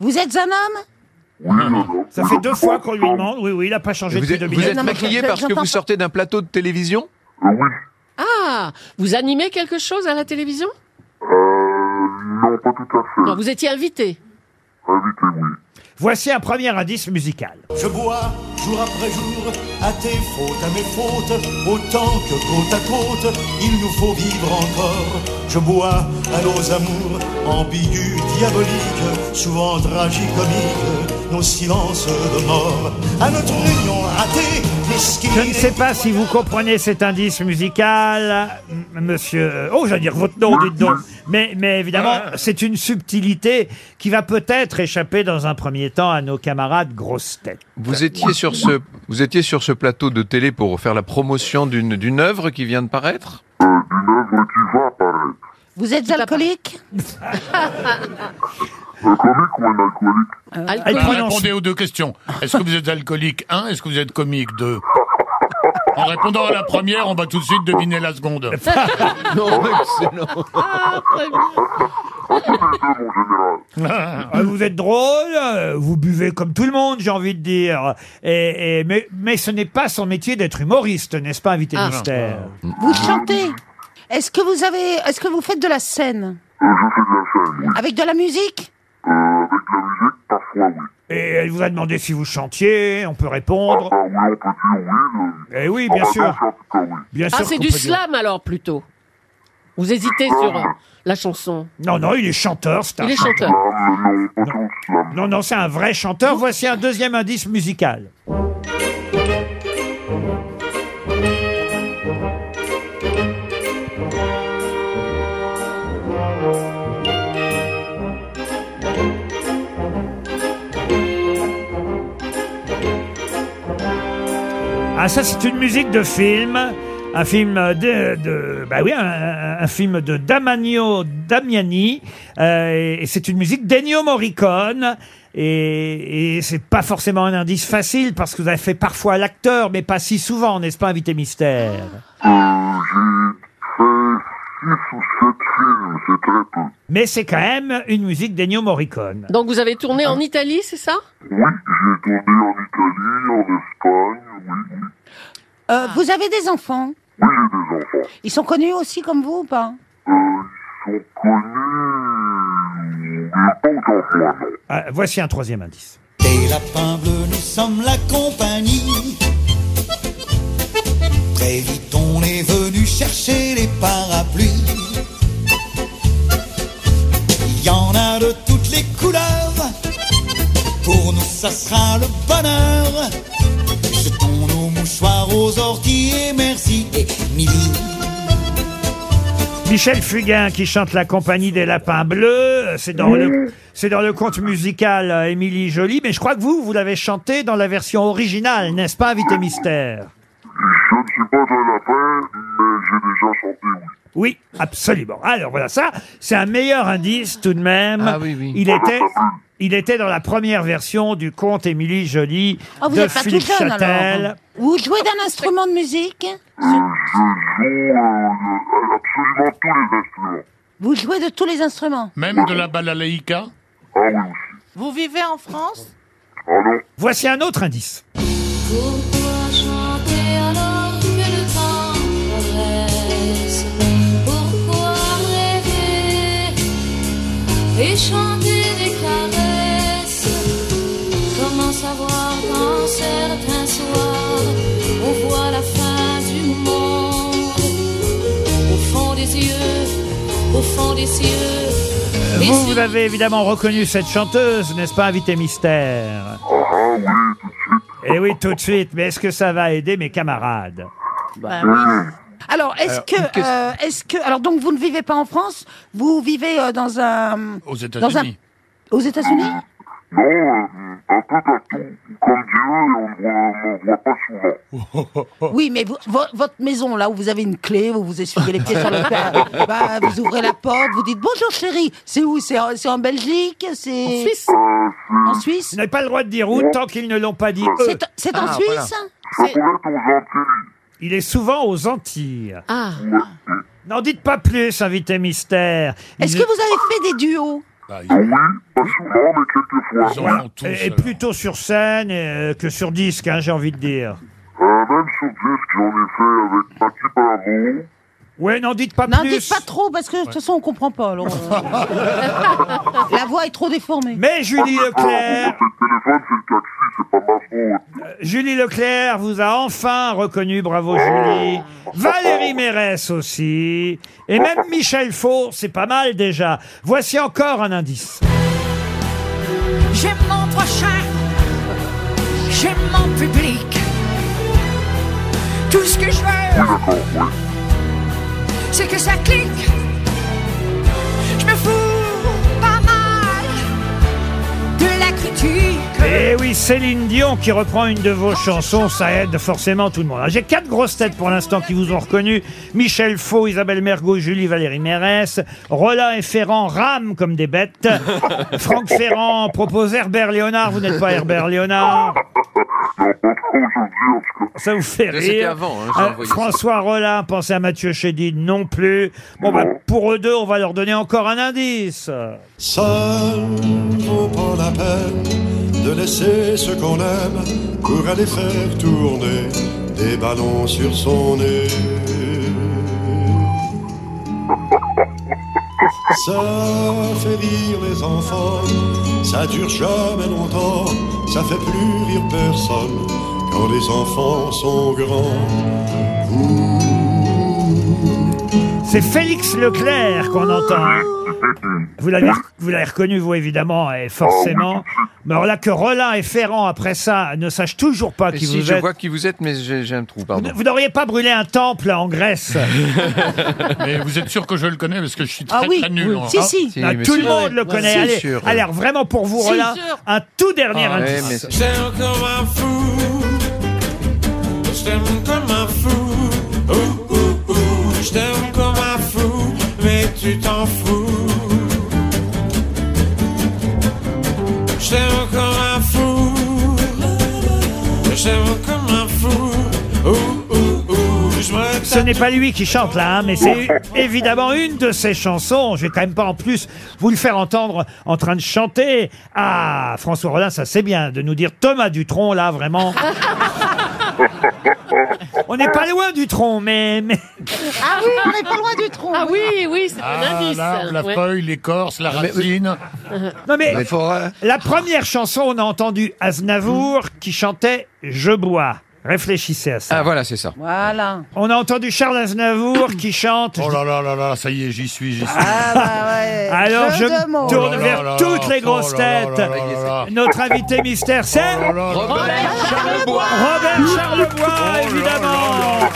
Speaker 3: Vous êtes un homme
Speaker 2: Ah. Ça fait deux fois qu'on lui demande. Oui, oui, il n'a pas changé
Speaker 7: Vous
Speaker 2: depuis
Speaker 7: êtes, vous
Speaker 2: 2000.
Speaker 7: êtes maquillé parce que vous sortez d'un plateau de télévision
Speaker 5: Ah, vous animez quelque chose à la télévision
Speaker 18: Non, pas tout à fait.
Speaker 5: Non, vous étiez invité.
Speaker 2: Voici un premier indice musical.
Speaker 19: Je bois jour après jour à tes fautes, à mes fautes, autant que côte à côte, il nous faut vivre encore. Je bois à nos amours ambigus, diaboliques, souvent tragicomiques, nos silences de mort, à notre union ratée, mesquine.
Speaker 2: Je ne sais pas si vous comprenez cet indice musical, m- monsieur. euh, Oh, j'allais dire votre nom, dites donc. Mais, mais évidemment, c'est une subtilité qui va peut-être échapper dans un premier temps à nos camarades grosses têtes.
Speaker 7: vous étiez, sur ce, vous étiez sur ce plateau de télé pour faire la promotion d'une d'une œuvre qui vient de paraître Ah,
Speaker 18: D'une œuvre qui va apparaître.
Speaker 3: Vous êtes alcoolique
Speaker 18: Alcoolique ou un alcoolique
Speaker 3: Euh,
Speaker 4: Alors, répondez aux deux questions. Est-ce que vous êtes alcoolique 1 Est-ce que vous êtes comique 2 En répondant à la première, on va tout de suite deviner la seconde.
Speaker 19: Non,
Speaker 4: excellent.
Speaker 2: Ah, vous êtes drôle, euh, vous buvez comme tout le monde, j'ai envie de dire. Et, et- mais, mais ce n'est pas son métier d'être humoriste, n'est-ce pas, invité
Speaker 3: Ah.
Speaker 2: mystère
Speaker 3: Vous chantez Est-ce que vous avez Est-ce que vous faites de la scène
Speaker 18: Euh,
Speaker 3: Avec de la musique
Speaker 2: Et elle vous a demandé si vous chantiez, on peut répondre. Eh oui, bien sûr. Bien
Speaker 5: Ah,
Speaker 2: sûr
Speaker 5: c'est
Speaker 2: qu'on
Speaker 5: du
Speaker 2: peut dire.
Speaker 5: slam alors plutôt. Vous hésitez sur euh, la chanson.
Speaker 2: Non, non, il est chanteur, c'est un
Speaker 5: Il est chanteur.
Speaker 2: Non, non, non, c'est un vrai chanteur. Voici un deuxième indice musical. Ah, ça, c'est une musique de film. Un film de, de- bah oui, un- un, un film de Damagno Damiani. Euh, et c'est une musique d'Ennio Morricone. Et, et c'est pas forcément un indice facile parce que vous avez fait parfois l'acteur, mais pas si souvent, n'est-ce pas, invité mystère Mais c'est quand même une musique d'Ennio Morricone.
Speaker 5: Donc vous avez tourné
Speaker 2: Ah.
Speaker 5: en Italie, c'est ça
Speaker 3: Euh,
Speaker 5: Ah.
Speaker 3: Vous avez des enfants
Speaker 18: Oui, j'ai des enfants.
Speaker 3: Ils sont connus aussi comme vous ou pas
Speaker 18: Ils sont connus, mais pas autant que moi, non.
Speaker 2: Ah, voici un troisième indice.
Speaker 19: Des lapins bleus, nous sommes la compagnie. Très vite, on est venu chercher les parapluies. Il y en a de toutes les couleurs. Pour nous, ça sera le bonheur. Jetons nos mouchoirs aux orties et merci, Émilie.
Speaker 2: Michel Fugain qui chante la compagnie des lapins bleus, c'est dans le c'est dans le conte musical euh, Émilie Joly, mais je crois que vous vous l'avez chanté dans la version originale, n'est-ce pas, invité mystère
Speaker 18: Je ne suis pas un lapin, mais j'ai déjà chanté, oui.
Speaker 2: Oui, absolument. Alors voilà ça, c'est un meilleur indice tout de même. Il était il était dans la première version du conte Émilie Joly
Speaker 3: Ah, vous
Speaker 2: de
Speaker 3: n'êtes pas tout
Speaker 2: Philippe
Speaker 3: jeune
Speaker 2: Châtel.
Speaker 3: alors. Vous jouez d'un instrument de musique
Speaker 18: euh, Absolument tous les instruments.
Speaker 3: Vous jouez de tous les instruments
Speaker 4: Même de la balalaïka
Speaker 6: Vous vivez en France
Speaker 2: Voici un autre indice.
Speaker 20: Pourquoi chanter alors que le temps progresse Pourquoi rêver et chanter des caresses Comment savoir quand certains soirs on voit la fin du monde Au fond des yeux, au fond des cieux, et
Speaker 2: Euh, Vous, vous avez évidemment reconnu cette chanteuse, n'est-ce pas, invité mystère
Speaker 18: Ah,
Speaker 2: Eh oui, tout de suite. Mais est-ce que ça va aider mes camarades
Speaker 18: Bah
Speaker 3: Bah Alors, est-ce
Speaker 2: Alors,
Speaker 3: que,
Speaker 2: une question.
Speaker 3: euh, est-ce que, alors donc vous ne vivez pas en France, vous vivez euh, dans un,
Speaker 4: Aux
Speaker 3: dans un-
Speaker 4: États-Unis.
Speaker 3: aux États-Unis
Speaker 18: Non, euh, un peu partout, comme Dieu, et on ne me voit pas souvent.
Speaker 3: Oui, mais vous- vo- votre maison là où vous avez une clé, vous vous essuyez les pieds sur le père, bah, vous ouvrez la porte, vous dites bonjour chérie. C'est où C'est en, c'est en Belgique C'est en Suisse. En Suisse.
Speaker 2: Vous n'avez pas le droit de dire où tant qu'ils ne l'ont pas dit. eux.
Speaker 3: C'est- c'est en Ah, Suisse voilà.
Speaker 18: Ça pourrait être aux Antilles.
Speaker 2: Il est souvent aux Antilles.
Speaker 3: Ah.
Speaker 2: N'en dites pas plus, invité mystère.
Speaker 3: Est-ce
Speaker 2: Il-
Speaker 3: que vous avez fait des duos
Speaker 18: Ah Oui, pas souvent, mais quelquefois.
Speaker 2: et,
Speaker 3: euh.
Speaker 2: et plutôt sur scène euh, que sur disque, hein, j'ai envie de dire.
Speaker 18: Euh, même sur disque, j'en ai fait avec Patti Bravo.
Speaker 2: Ouais, n'en dites pas
Speaker 3: Non,
Speaker 2: plus.
Speaker 3: dites pas trop parce que de toute façon on comprend pas. alors, euh. la voix est trop déformée.
Speaker 2: Mais Julie Leclerc. Euh, Julie Leclerc vous a enfin reconnu, bravo Julie. Valérie Mérès aussi. Et même Michel Faux, c'est pas mal déjà. Voici encore un indice.
Speaker 20: J'aime mon prochain, j'aime mon public. Tout ce que je veux, c'est que ça clique. Je me fous pas mal de la critique.
Speaker 2: Et Eh oui, Céline Dion qui reprend une de vos chansons, ça aide forcément tout le monde. Alors, J'ai quatre grosses têtes pour l'instant qui vous ont reconnu. Michel Faux, Isabelle Mergot, Julie Valérie Mérès, Roland et Ferrand rament comme des bêtes. Franck Ferrand propose Herbert Léonard, vous n'êtes pas Herbert Léonard. Ça vous fait
Speaker 7: Là, c'était
Speaker 2: rire.
Speaker 7: avant, hein, j'ai
Speaker 2: Euh,
Speaker 7: envoyé ça.
Speaker 2: François Rollin, pensez à Mathieu Chédid non plus. Bon, bah, pour eux deux, on va leur donner encore un indice.
Speaker 8: Seul vaut pas la peine de laisser ce qu'on aime pour aller faire tourner des ballons sur son nez. Ça fait rire les enfants, ça dure jamais longtemps, ça fait plus rire personne quand les enfants sont grands.
Speaker 2: C'est Félix Leclerc qu'on entend. Vous l'avez, vous l'avez reconnu, vous, évidemment, et forcément. Mais alors là, que Rollin et Ferrand, après ça, ne sachent toujours pas Ah, qui
Speaker 7: si,
Speaker 2: vous
Speaker 7: je
Speaker 2: êtes.
Speaker 7: vois qui vous êtes, mais j'ai j'ai un trou, pardon.
Speaker 2: Vous n'auriez pas brûlé un temple en Grèce
Speaker 4: Mais vous êtes sûr que je le connais parce que je suis très
Speaker 2: Ah oui,
Speaker 4: très nul. hein.
Speaker 2: oui.
Speaker 4: en-
Speaker 2: Si, si. Ah, tout le monde le connaît.
Speaker 4: Si,
Speaker 2: Allez,
Speaker 4: sûr.
Speaker 2: allez, alors vraiment pour vous,
Speaker 4: Si,
Speaker 2: Roland,
Speaker 4: sûr.
Speaker 2: un tout dernier
Speaker 4: Ah, ouais,
Speaker 2: indice.
Speaker 4: mais
Speaker 8: J'aime comme un fou. Je t'aime comme un fou. Ouh, ouh, ouh. Je t'aime comme un fou. Mais tu t'en fous. Je t'aime comme un fou. Je t'aime comme un fou. Ouh, ouh, ouh. Je me
Speaker 2: Ce n'est pas lui qui chante là, hein, mais c'est évidemment une de ses chansons. Je vais quand même pas en plus vous le faire entendre en train de chanter. Ah, François Rollin, ça c'est bien de nous dire Thomas Dutronc là, vraiment. On n'est pas loin du tronc, mais, mais...
Speaker 5: Ah oui, on n'est pas loin du tronc. Ah oui, oui, c'est un
Speaker 4: Ah,
Speaker 5: indice.
Speaker 4: l'arbre, la
Speaker 5: Ouais.
Speaker 4: feuille, l'écorce, la racine.
Speaker 2: Non Ah, mais
Speaker 4: Les
Speaker 7: euh,
Speaker 4: forêts.
Speaker 2: la première chanson, on a entendu Aznavour qui chantait Je bois. Réfléchissez à ça.
Speaker 7: Hmm. Ah voilà, c'est ça.
Speaker 3: Voilà.
Speaker 2: On a entendu Charles Aznavour qui chante.
Speaker 4: Oh là là là là, ça y est, j'y suis, j'y suis.
Speaker 2: Alors je
Speaker 4: Jeu de
Speaker 2: me
Speaker 4: mots. Oh
Speaker 2: tourne
Speaker 4: là là
Speaker 2: vers
Speaker 4: là
Speaker 2: toutes
Speaker 4: là,
Speaker 2: les grosses
Speaker 4: oh là là
Speaker 2: têtes.
Speaker 4: là là là. Oh
Speaker 2: Notre invité mystère, c'est
Speaker 8: Robert Charlebois.
Speaker 2: Robert Charlebois, évidemment.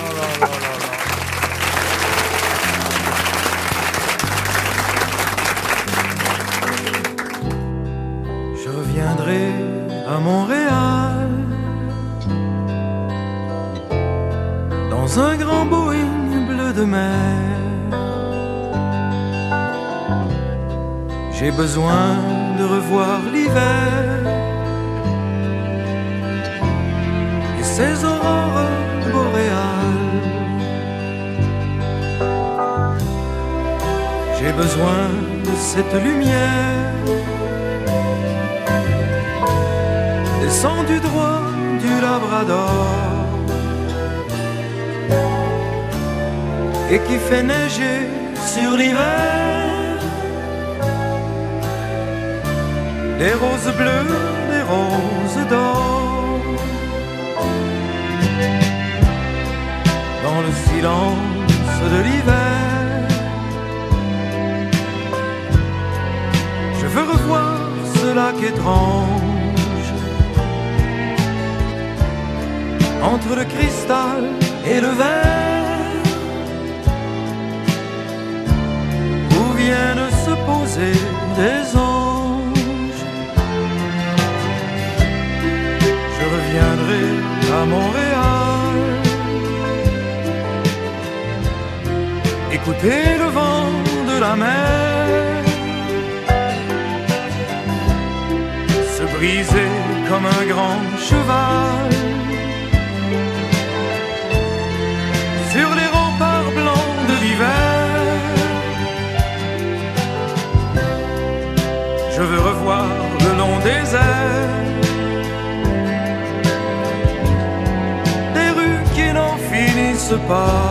Speaker 8: Je viendrai à Montréal dans un grand Boeing bleu de mer. J'ai besoin de revoir l'hiver et ses aurores boréales. J'ai besoin de cette lumière descendu droit du Labrador et qui fait neiger sur l'hiver des roses bleues, des roses d'or dans le silence de l'hiver. Je veux revoir ce lac étrange entre le cristal et le verre où viennent se poser des anges. Je reviendrai à Montréal écouter le vent de la mer se briser comme un grand cheval sur les remparts blancs de l'hiver. Je veux revoir le long des airs, des rues qui n'en finissent pas,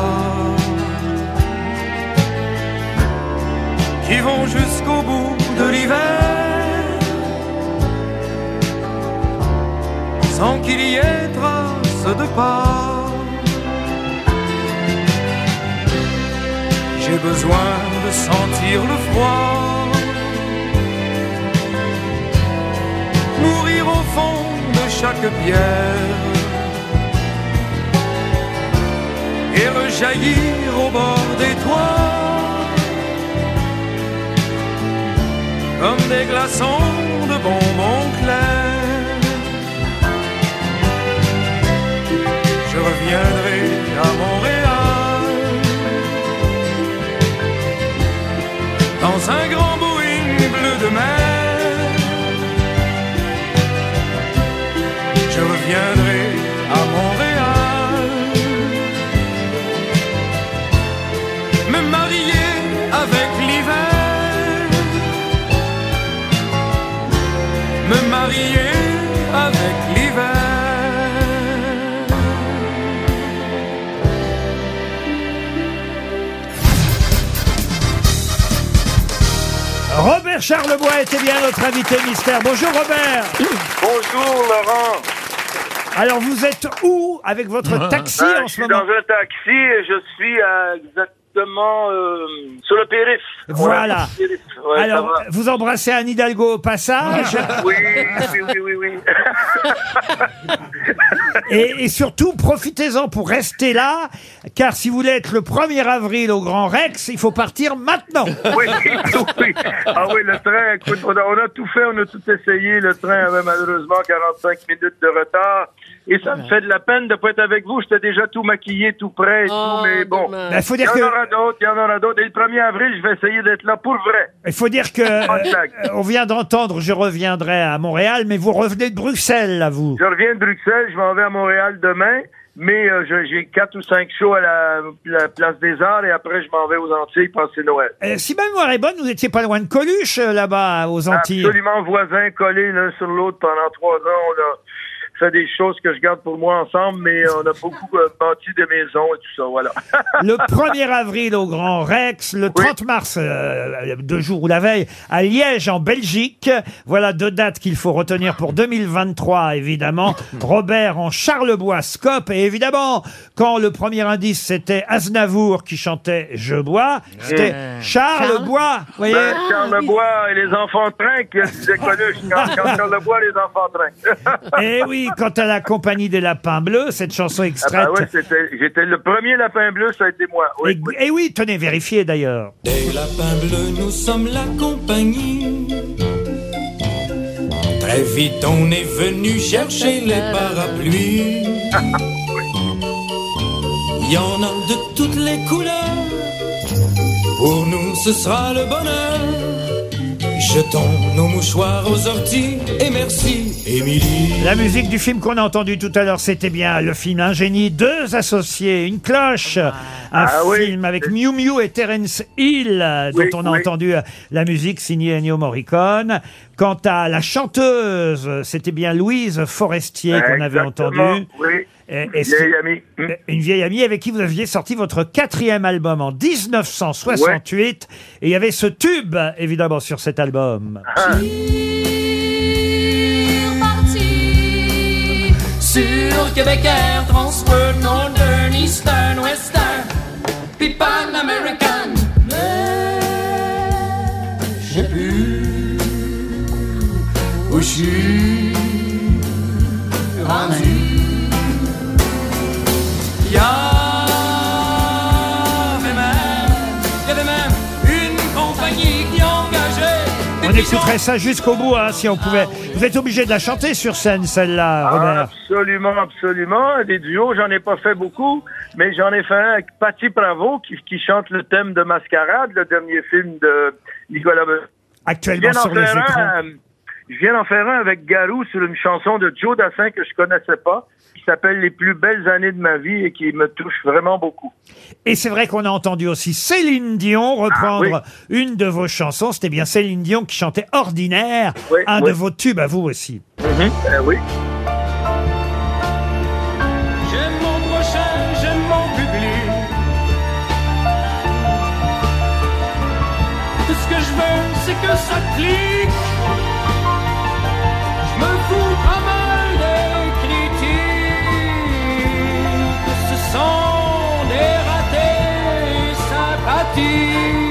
Speaker 8: qui vont jusqu'au bout de l'hiver. sans qu'il y ait trace de pas. J'ai besoin de sentir le froid, mourir au fond de chaque pierre et rejaillir au bord des toits comme des glaçons de bonbons clairs. dans un grand Boeing bleu de mer. Je reviendrai à Montréal, me marier avec l'hiver, me marier avec l'hiver.
Speaker 2: Robert Charlebois était bien notre invité mystère. Bonjour Robert.
Speaker 13: Bonjour Laurent.
Speaker 2: Alors vous êtes où avec votre taxi
Speaker 13: Ah,
Speaker 2: en
Speaker 13: je
Speaker 2: ce
Speaker 13: suis
Speaker 2: moment
Speaker 13: dans un taxi et je suis à exactement euh, sur le périph.
Speaker 2: Voilà.
Speaker 13: Ouais, périph. Ouais, ça
Speaker 2: Alors
Speaker 13: va.
Speaker 2: vous embrassez Anne Hidalgo au passage
Speaker 13: Oui, oui, oui, oui, oui.
Speaker 2: et, et surtout profitez-en pour rester là car si vous voulez être le 1er avril au Grand Rex, il faut partir maintenant.
Speaker 13: Oui, oui. Ah oui, le train, écoute, on a, on a tout fait, on a tout essayé. Le train avait malheureusement 45 minutes de retard. Et ça me fait de la peine de ne pas être avec vous. J'étais déjà tout maquillé, tout prêt et tout, mais bon.
Speaker 2: Ben, faut dire
Speaker 13: il y en
Speaker 2: que-
Speaker 13: aura d'autres, il y en aura d'autres. Et le 1er avril, je vais essayer d'être là pour vrai.
Speaker 2: Il faut dire que
Speaker 13: Pas de
Speaker 2: euh,
Speaker 13: blague.
Speaker 2: on vient d'entendre je reviendrai à Montréal mais vous revenez de Bruxelles là vous.
Speaker 13: Je reviens de Bruxelles, je m'en vais à Montréal demain, mais euh, je- j'ai quatre ou cinq shows à la, la Place des Arts et après je m'en vais aux Antilles passer Noël.
Speaker 2: Euh, si ma mémoire est bonne, vous étiez pas loin de Coluche euh, là-bas aux Antilles.
Speaker 13: Absolument voisins, collés l'un sur l'autre pendant trois ans. On a fait des choses que je garde pour moi ensemble, mais on a beaucoup euh, bâti des maisons et tout ça, voilà.
Speaker 2: le 1er avril au Grand Rex, le 30 mars, euh, deux jours ou la veille, à Liège en Belgique. Voilà deux dates qu'il faut retenir pour 2023, évidemment. Robert en Charlebois, Scope. Et évidemment, quand le premier indice, c'était Aznavour qui chantait Je bois, c'était
Speaker 13: Ouais.
Speaker 2: Charlebois. vous voyez
Speaker 13: Ben, Charlebois et les enfants de train qui disaient Coluche. Quand, quand Charlebois, les enfants de train.
Speaker 2: Et Eh oui, quant à la compagnie des lapins bleus, cette chanson
Speaker 13: Ah
Speaker 2: extraite.
Speaker 13: ben ouais, c'était- j'étais le premier lapin bleu, ça a été moi. Oui.
Speaker 2: Et eh oui, tenez, vérifiez d'ailleurs.
Speaker 8: Des lapins bleus, nous sommes la compagnie. Très vite, on est venu chercher les parapluies. Il y en a de toutes les couleurs. Pour nous, ce sera le bonheur. Jetons nos mouchoirs aux orties et merci, Émilie.
Speaker 2: La musique du film qu'on a entendu tout à l'heure, c'était bien le film Un génie, deux associés, une cloche, un film avec Miu Miu et Terence Hill, euh, dont
Speaker 8: Ah Oui,
Speaker 2: on a
Speaker 8: oui.
Speaker 2: entendu euh, la musique signée Ennio Morricone. Quant à la chanteuse, euh, c'était bien Louise Forestier qu'on avait
Speaker 13: Exactement,
Speaker 2: entendue.
Speaker 13: Oui.
Speaker 2: Et- et
Speaker 13: Vieille
Speaker 2: c'est-
Speaker 13: amie. Mm.
Speaker 2: Euh, Une vieille amie avec qui vous aviez sorti votre quatrième album en 1968. Et il y avait ce tube, évidemment, sur cet album.
Speaker 8: parti sur Québec Air, Transworld, Northern, Eastern, Western, puis Pan American. Mais j'ai pu où je suis rendu. Y avait même, y avait même une compagnie qui engageait des
Speaker 2: On écouterait ça jusqu'au bout, hein, si on pouvait. Vous êtes obligé de la chanter sur scène,
Speaker 13: Ah,
Speaker 2: celle-là, Robert.
Speaker 13: Absolument, absolument. Des duos, j'en ai pas fait beaucoup, mais j'en ai fait un avec Patty Bravo qui, qui chante le thème de Mascarade, le dernier film de Nicolas Be-
Speaker 2: Actuellement
Speaker 13: Je viens d'en
Speaker 2: sur les
Speaker 13: faire
Speaker 2: écrans.
Speaker 13: un, euh, Je viens d'en faire un avec Garou sur une chanson de Joe Dassin que je connaissais pas, qui s'appelle Les plus belles années de ma vie et qui me touche vraiment beaucoup.
Speaker 2: Et c'est vrai qu'on a entendu aussi Céline Dion
Speaker 13: Ah,
Speaker 2: reprendre une de vos chansons. C'était bien Céline Dion qui chantait Ordinaire,
Speaker 13: Oui,
Speaker 2: un
Speaker 13: oui.
Speaker 2: de vos tubes à vous aussi.
Speaker 13: Euh, oui.
Speaker 8: J'aime mon prochain, j'aime mon public. Tout ce que je veux, c'est que ça clique. Je me fous pas mal des critiques. Ce sont des ratés sympathiques.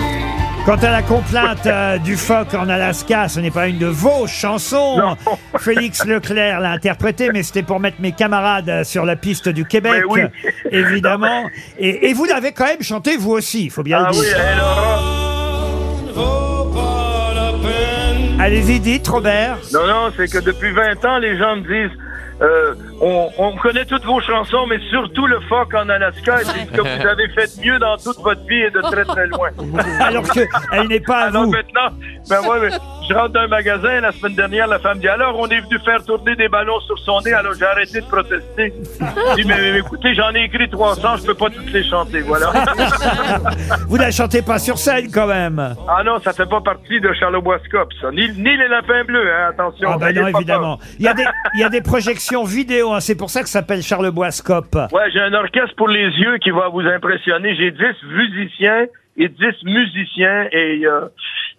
Speaker 2: Quant à la complainte euh, du phoque en Alaska, ce n'est pas une de vos chansons. Félix Leclerc l'a interprétée, mais c'était pour mettre mes camarades euh, sur la piste du Québec, euh,
Speaker 13: Mais oui.
Speaker 2: évidemment. Et, et vous l'avez quand même chanté vous aussi, il faut bien
Speaker 13: Ah
Speaker 2: le
Speaker 13: oui,
Speaker 2: dire.
Speaker 13: hey, Laurent.
Speaker 2: Allez-y, dites, Robert.
Speaker 13: hein. Non, non, c'est que depuis 20 ans, les gens me disent euh, on, on connaît toutes vos chansons, mais surtout le fuck en Alaska, c'est ce que vous avez fait de mieux dans toute votre vie et de très très loin.
Speaker 2: Alors qu'elle n'est pas à
Speaker 13: Alors maintenant, ben ouais, mais je rentre d'un magasin la semaine dernière, la femme dit alors on est venu faire tourner des ballons sur son nez, alors j'ai arrêté de protester. Je dis mais, mais écoutez, j'en ai écrit 300, je peux pas toutes les chanter, voilà.
Speaker 2: Vous la chantez pas sur scène quand même.
Speaker 13: ah non, ça fait pas partie de Charlebois Scopes, ça. Ni, ni les lapins bleus, hein, attention.
Speaker 2: Ah bah
Speaker 13: n'ayez
Speaker 2: non,
Speaker 13: pas peur.
Speaker 2: évidemment. Il y, a des, il y a des projections vidéo, hein, c'est pour ça que ça s'appelle Charles Boiscope.
Speaker 13: Ouais, j'ai un orchestre pour les yeux qui va vous impressionner. J'ai 10 musiciens et 10 musiciens et euh,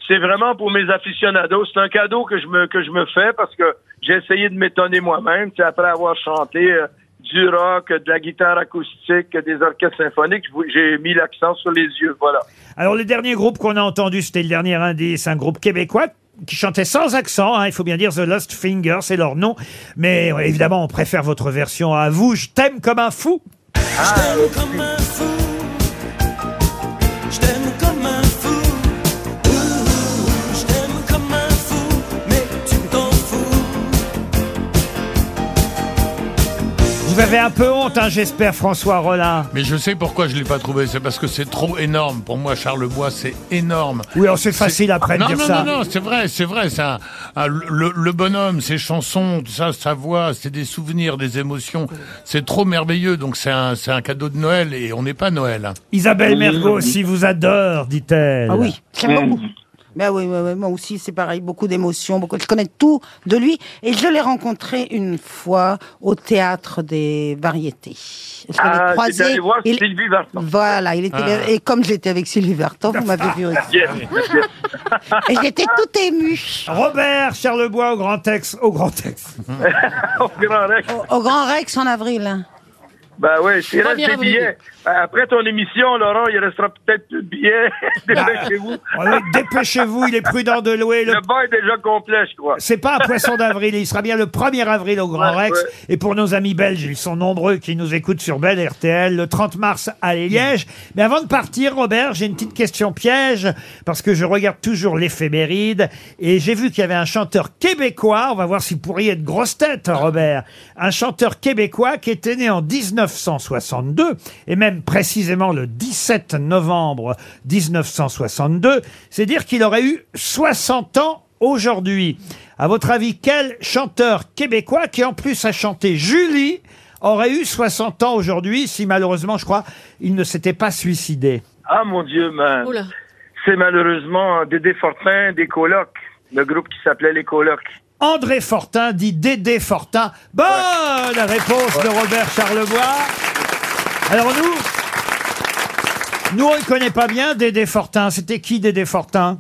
Speaker 13: c'est vraiment pour mes aficionados. C'est un cadeau que je me que je me fais parce que j'ai essayé de m'étonner moi-même. Tu sais, après avoir chanté euh, du rock, de la guitare acoustique, des orchestres symphoniques, je vous- j'ai mis l'accent sur les yeux. Voilà.
Speaker 2: Alors le dernier groupe qu'on a entendu, c'était le dernier indice, un groupe québécois qui chantait sans accent, hein, il faut bien dire The Lost Finger, c'est leur nom. Mais ouais, évidemment, on préfère votre version à vous. Je t'aime comme un fou.
Speaker 8: Je t'aime comme un fou. Je t'aime comme un fou. Ouh, je t'aime comme un fou, mais tu t'en fous.
Speaker 2: Vous avez un peu honte, hein, j'espère, François Rollin.
Speaker 4: Mais je sais pourquoi je l'ai pas trouvé. C'est parce que c'est trop énorme. Pour moi, Charlebois, c'est énorme.
Speaker 2: Oui, alors c'est facile après de
Speaker 4: non,
Speaker 2: dire
Speaker 4: non,
Speaker 2: ça.
Speaker 4: Non, non, c'est vrai, c'est vrai. C'est un- un- le, le bonhomme, ses chansons, tout ça, sa voix, c'est des souvenirs, des émotions. C'est trop merveilleux. Donc c'est un, c'est un cadeau de Noël et on n'est pas Noël. hein.
Speaker 2: Isabelle Mergot aussi vous adore, dit-elle.
Speaker 4: Ah
Speaker 2: oui,
Speaker 3: J'aime beaucoup. Ben oui, oui, oui, moi aussi, c'est pareil, beaucoup d'émotions, beaucoup. Je connais tout de lui et je l'ai rencontré une fois au théâtre des variétés. Je l'avais
Speaker 13: Ah, j'étais
Speaker 3: croisé.
Speaker 13: allé voir
Speaker 3: il-
Speaker 13: Sylvie Vartan.
Speaker 3: Voilà, il était
Speaker 13: Ah.
Speaker 3: là- et comme j'étais avec Sylvie Vartan, vous
Speaker 2: Ah.
Speaker 3: m'avez vu aussi.
Speaker 13: Yes, yes.
Speaker 3: Et j'étais tout émue.
Speaker 2: Robert Charlebois au Grand Tex, au Grand Tex.
Speaker 13: Au Grand Rex.
Speaker 3: Au Grand Rex en avril. hein.
Speaker 13: Ben oui, il reste
Speaker 3: Premier
Speaker 13: des
Speaker 3: avril.
Speaker 13: billets. Après ton émission, Laurent, il restera peut-être plus de billets. Dépêchez-vous.
Speaker 2: Oh, oui, Dépêchez-vous, il est prudent de louer. Le,
Speaker 13: Le bar est déjà complet, je crois.
Speaker 2: C'est pas un poisson d'avril, il sera bien le 1er avril au Grand
Speaker 13: Ouais,
Speaker 2: Rex.
Speaker 13: ouais.
Speaker 2: Et pour nos amis belges, ils sont nombreux qui nous écoutent sur Belle RTL le 30 mars à Liège. Mais avant de partir, Robert, j'ai une petite question piège parce que je regarde toujours l'éphéméride et j'ai vu qu'il y avait un chanteur québécois. On va voir si vous pourriez être grosse tête, hein, Robert. Un chanteur québécois qui était né en 1962 et même précisément le 17 novembre 1962. C'est dire qu'il aurait eu 60 ans aujourd'hui. À votre avis, quel chanteur québécois qui en plus a chanté Julie aurait eu 60 ans aujourd'hui si malheureusement, je crois, il ne s'était pas suicidé
Speaker 13: Ah, mon Dieu, man.
Speaker 5: Oula.
Speaker 13: C'est malheureusement Dédé Fortin des Colocs, le groupe qui s'appelait Les Colocs.
Speaker 2: André Fortin dit Dédé Fortin. Bonne réponse de Robert Charlevoix. Alors nous, nous on ne connaît pas bien Dédé Fortin. C'était qui Dédé Fortin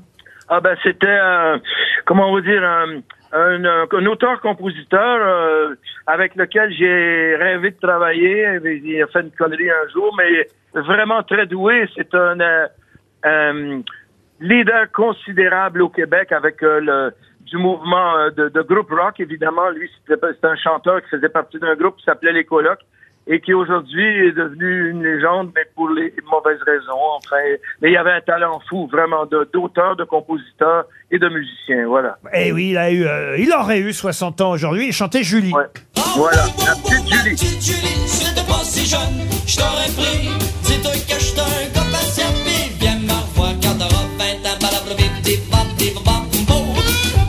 Speaker 13: Ah ben c'était euh, comment on va dire un, un, euh, un auteur-compositeur euh, avec lequel j'ai rêvé de travailler. Il a fait une connerie un jour, mais vraiment très doué. C'est un euh, euh, leader considérable au Québec avec euh, le du mouvement euh, de, de groupe rock, évidemment. Lui, c'était pas- c'était un chanteur qui faisait partie d'un groupe qui s'appelait Les Colocs et qui aujourd'hui est devenu une légende, mais pour les mauvaises raisons. Enfin, mais il y avait un talent fou, vraiment, de- d'auteur, de compositeur et de musicien. Voilà.
Speaker 2: Eh oui, il, a eu, euh, il aurait eu 60 ans aujourd'hui. Il chantait Julie.
Speaker 13: Voilà.
Speaker 8: Julie. Petite Julie, si t'étais pas si jeune, je t'aurais pris. Dis-toi que je un gars patient, puis viens me revoir quand t'auras 20 ans. Balabla-bip-bip-bop-bip-bop-bo.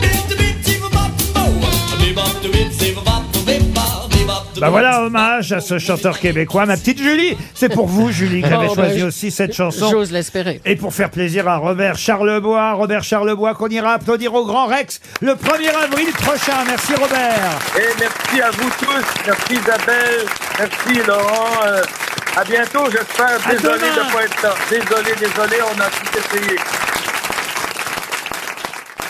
Speaker 8: Bip-bip-bip-bip-bop-bo. Bip-bop-bip-bip-bop-bip-bop-bip-bop.
Speaker 2: Bah voilà, hommage à ce chanteur québécois. Ma petite Julie, c'est pour vous, Julie, que j'avais
Speaker 5: Oh, bah,
Speaker 2: choisi
Speaker 5: je-
Speaker 2: aussi cette chanson.
Speaker 5: J'ose l'espérer.
Speaker 2: Et pour faire plaisir à Robert Charlebois, Robert Charlebois qu'on ira applaudir au Grand Rex le 1er avril prochain. Merci Robert.
Speaker 13: Et merci à vous tous. Merci Isabelle. Merci Laurent. Euh, à bientôt, j'espère. Désolé de ne pas être là. Désolé, désolé, on a tout essayé.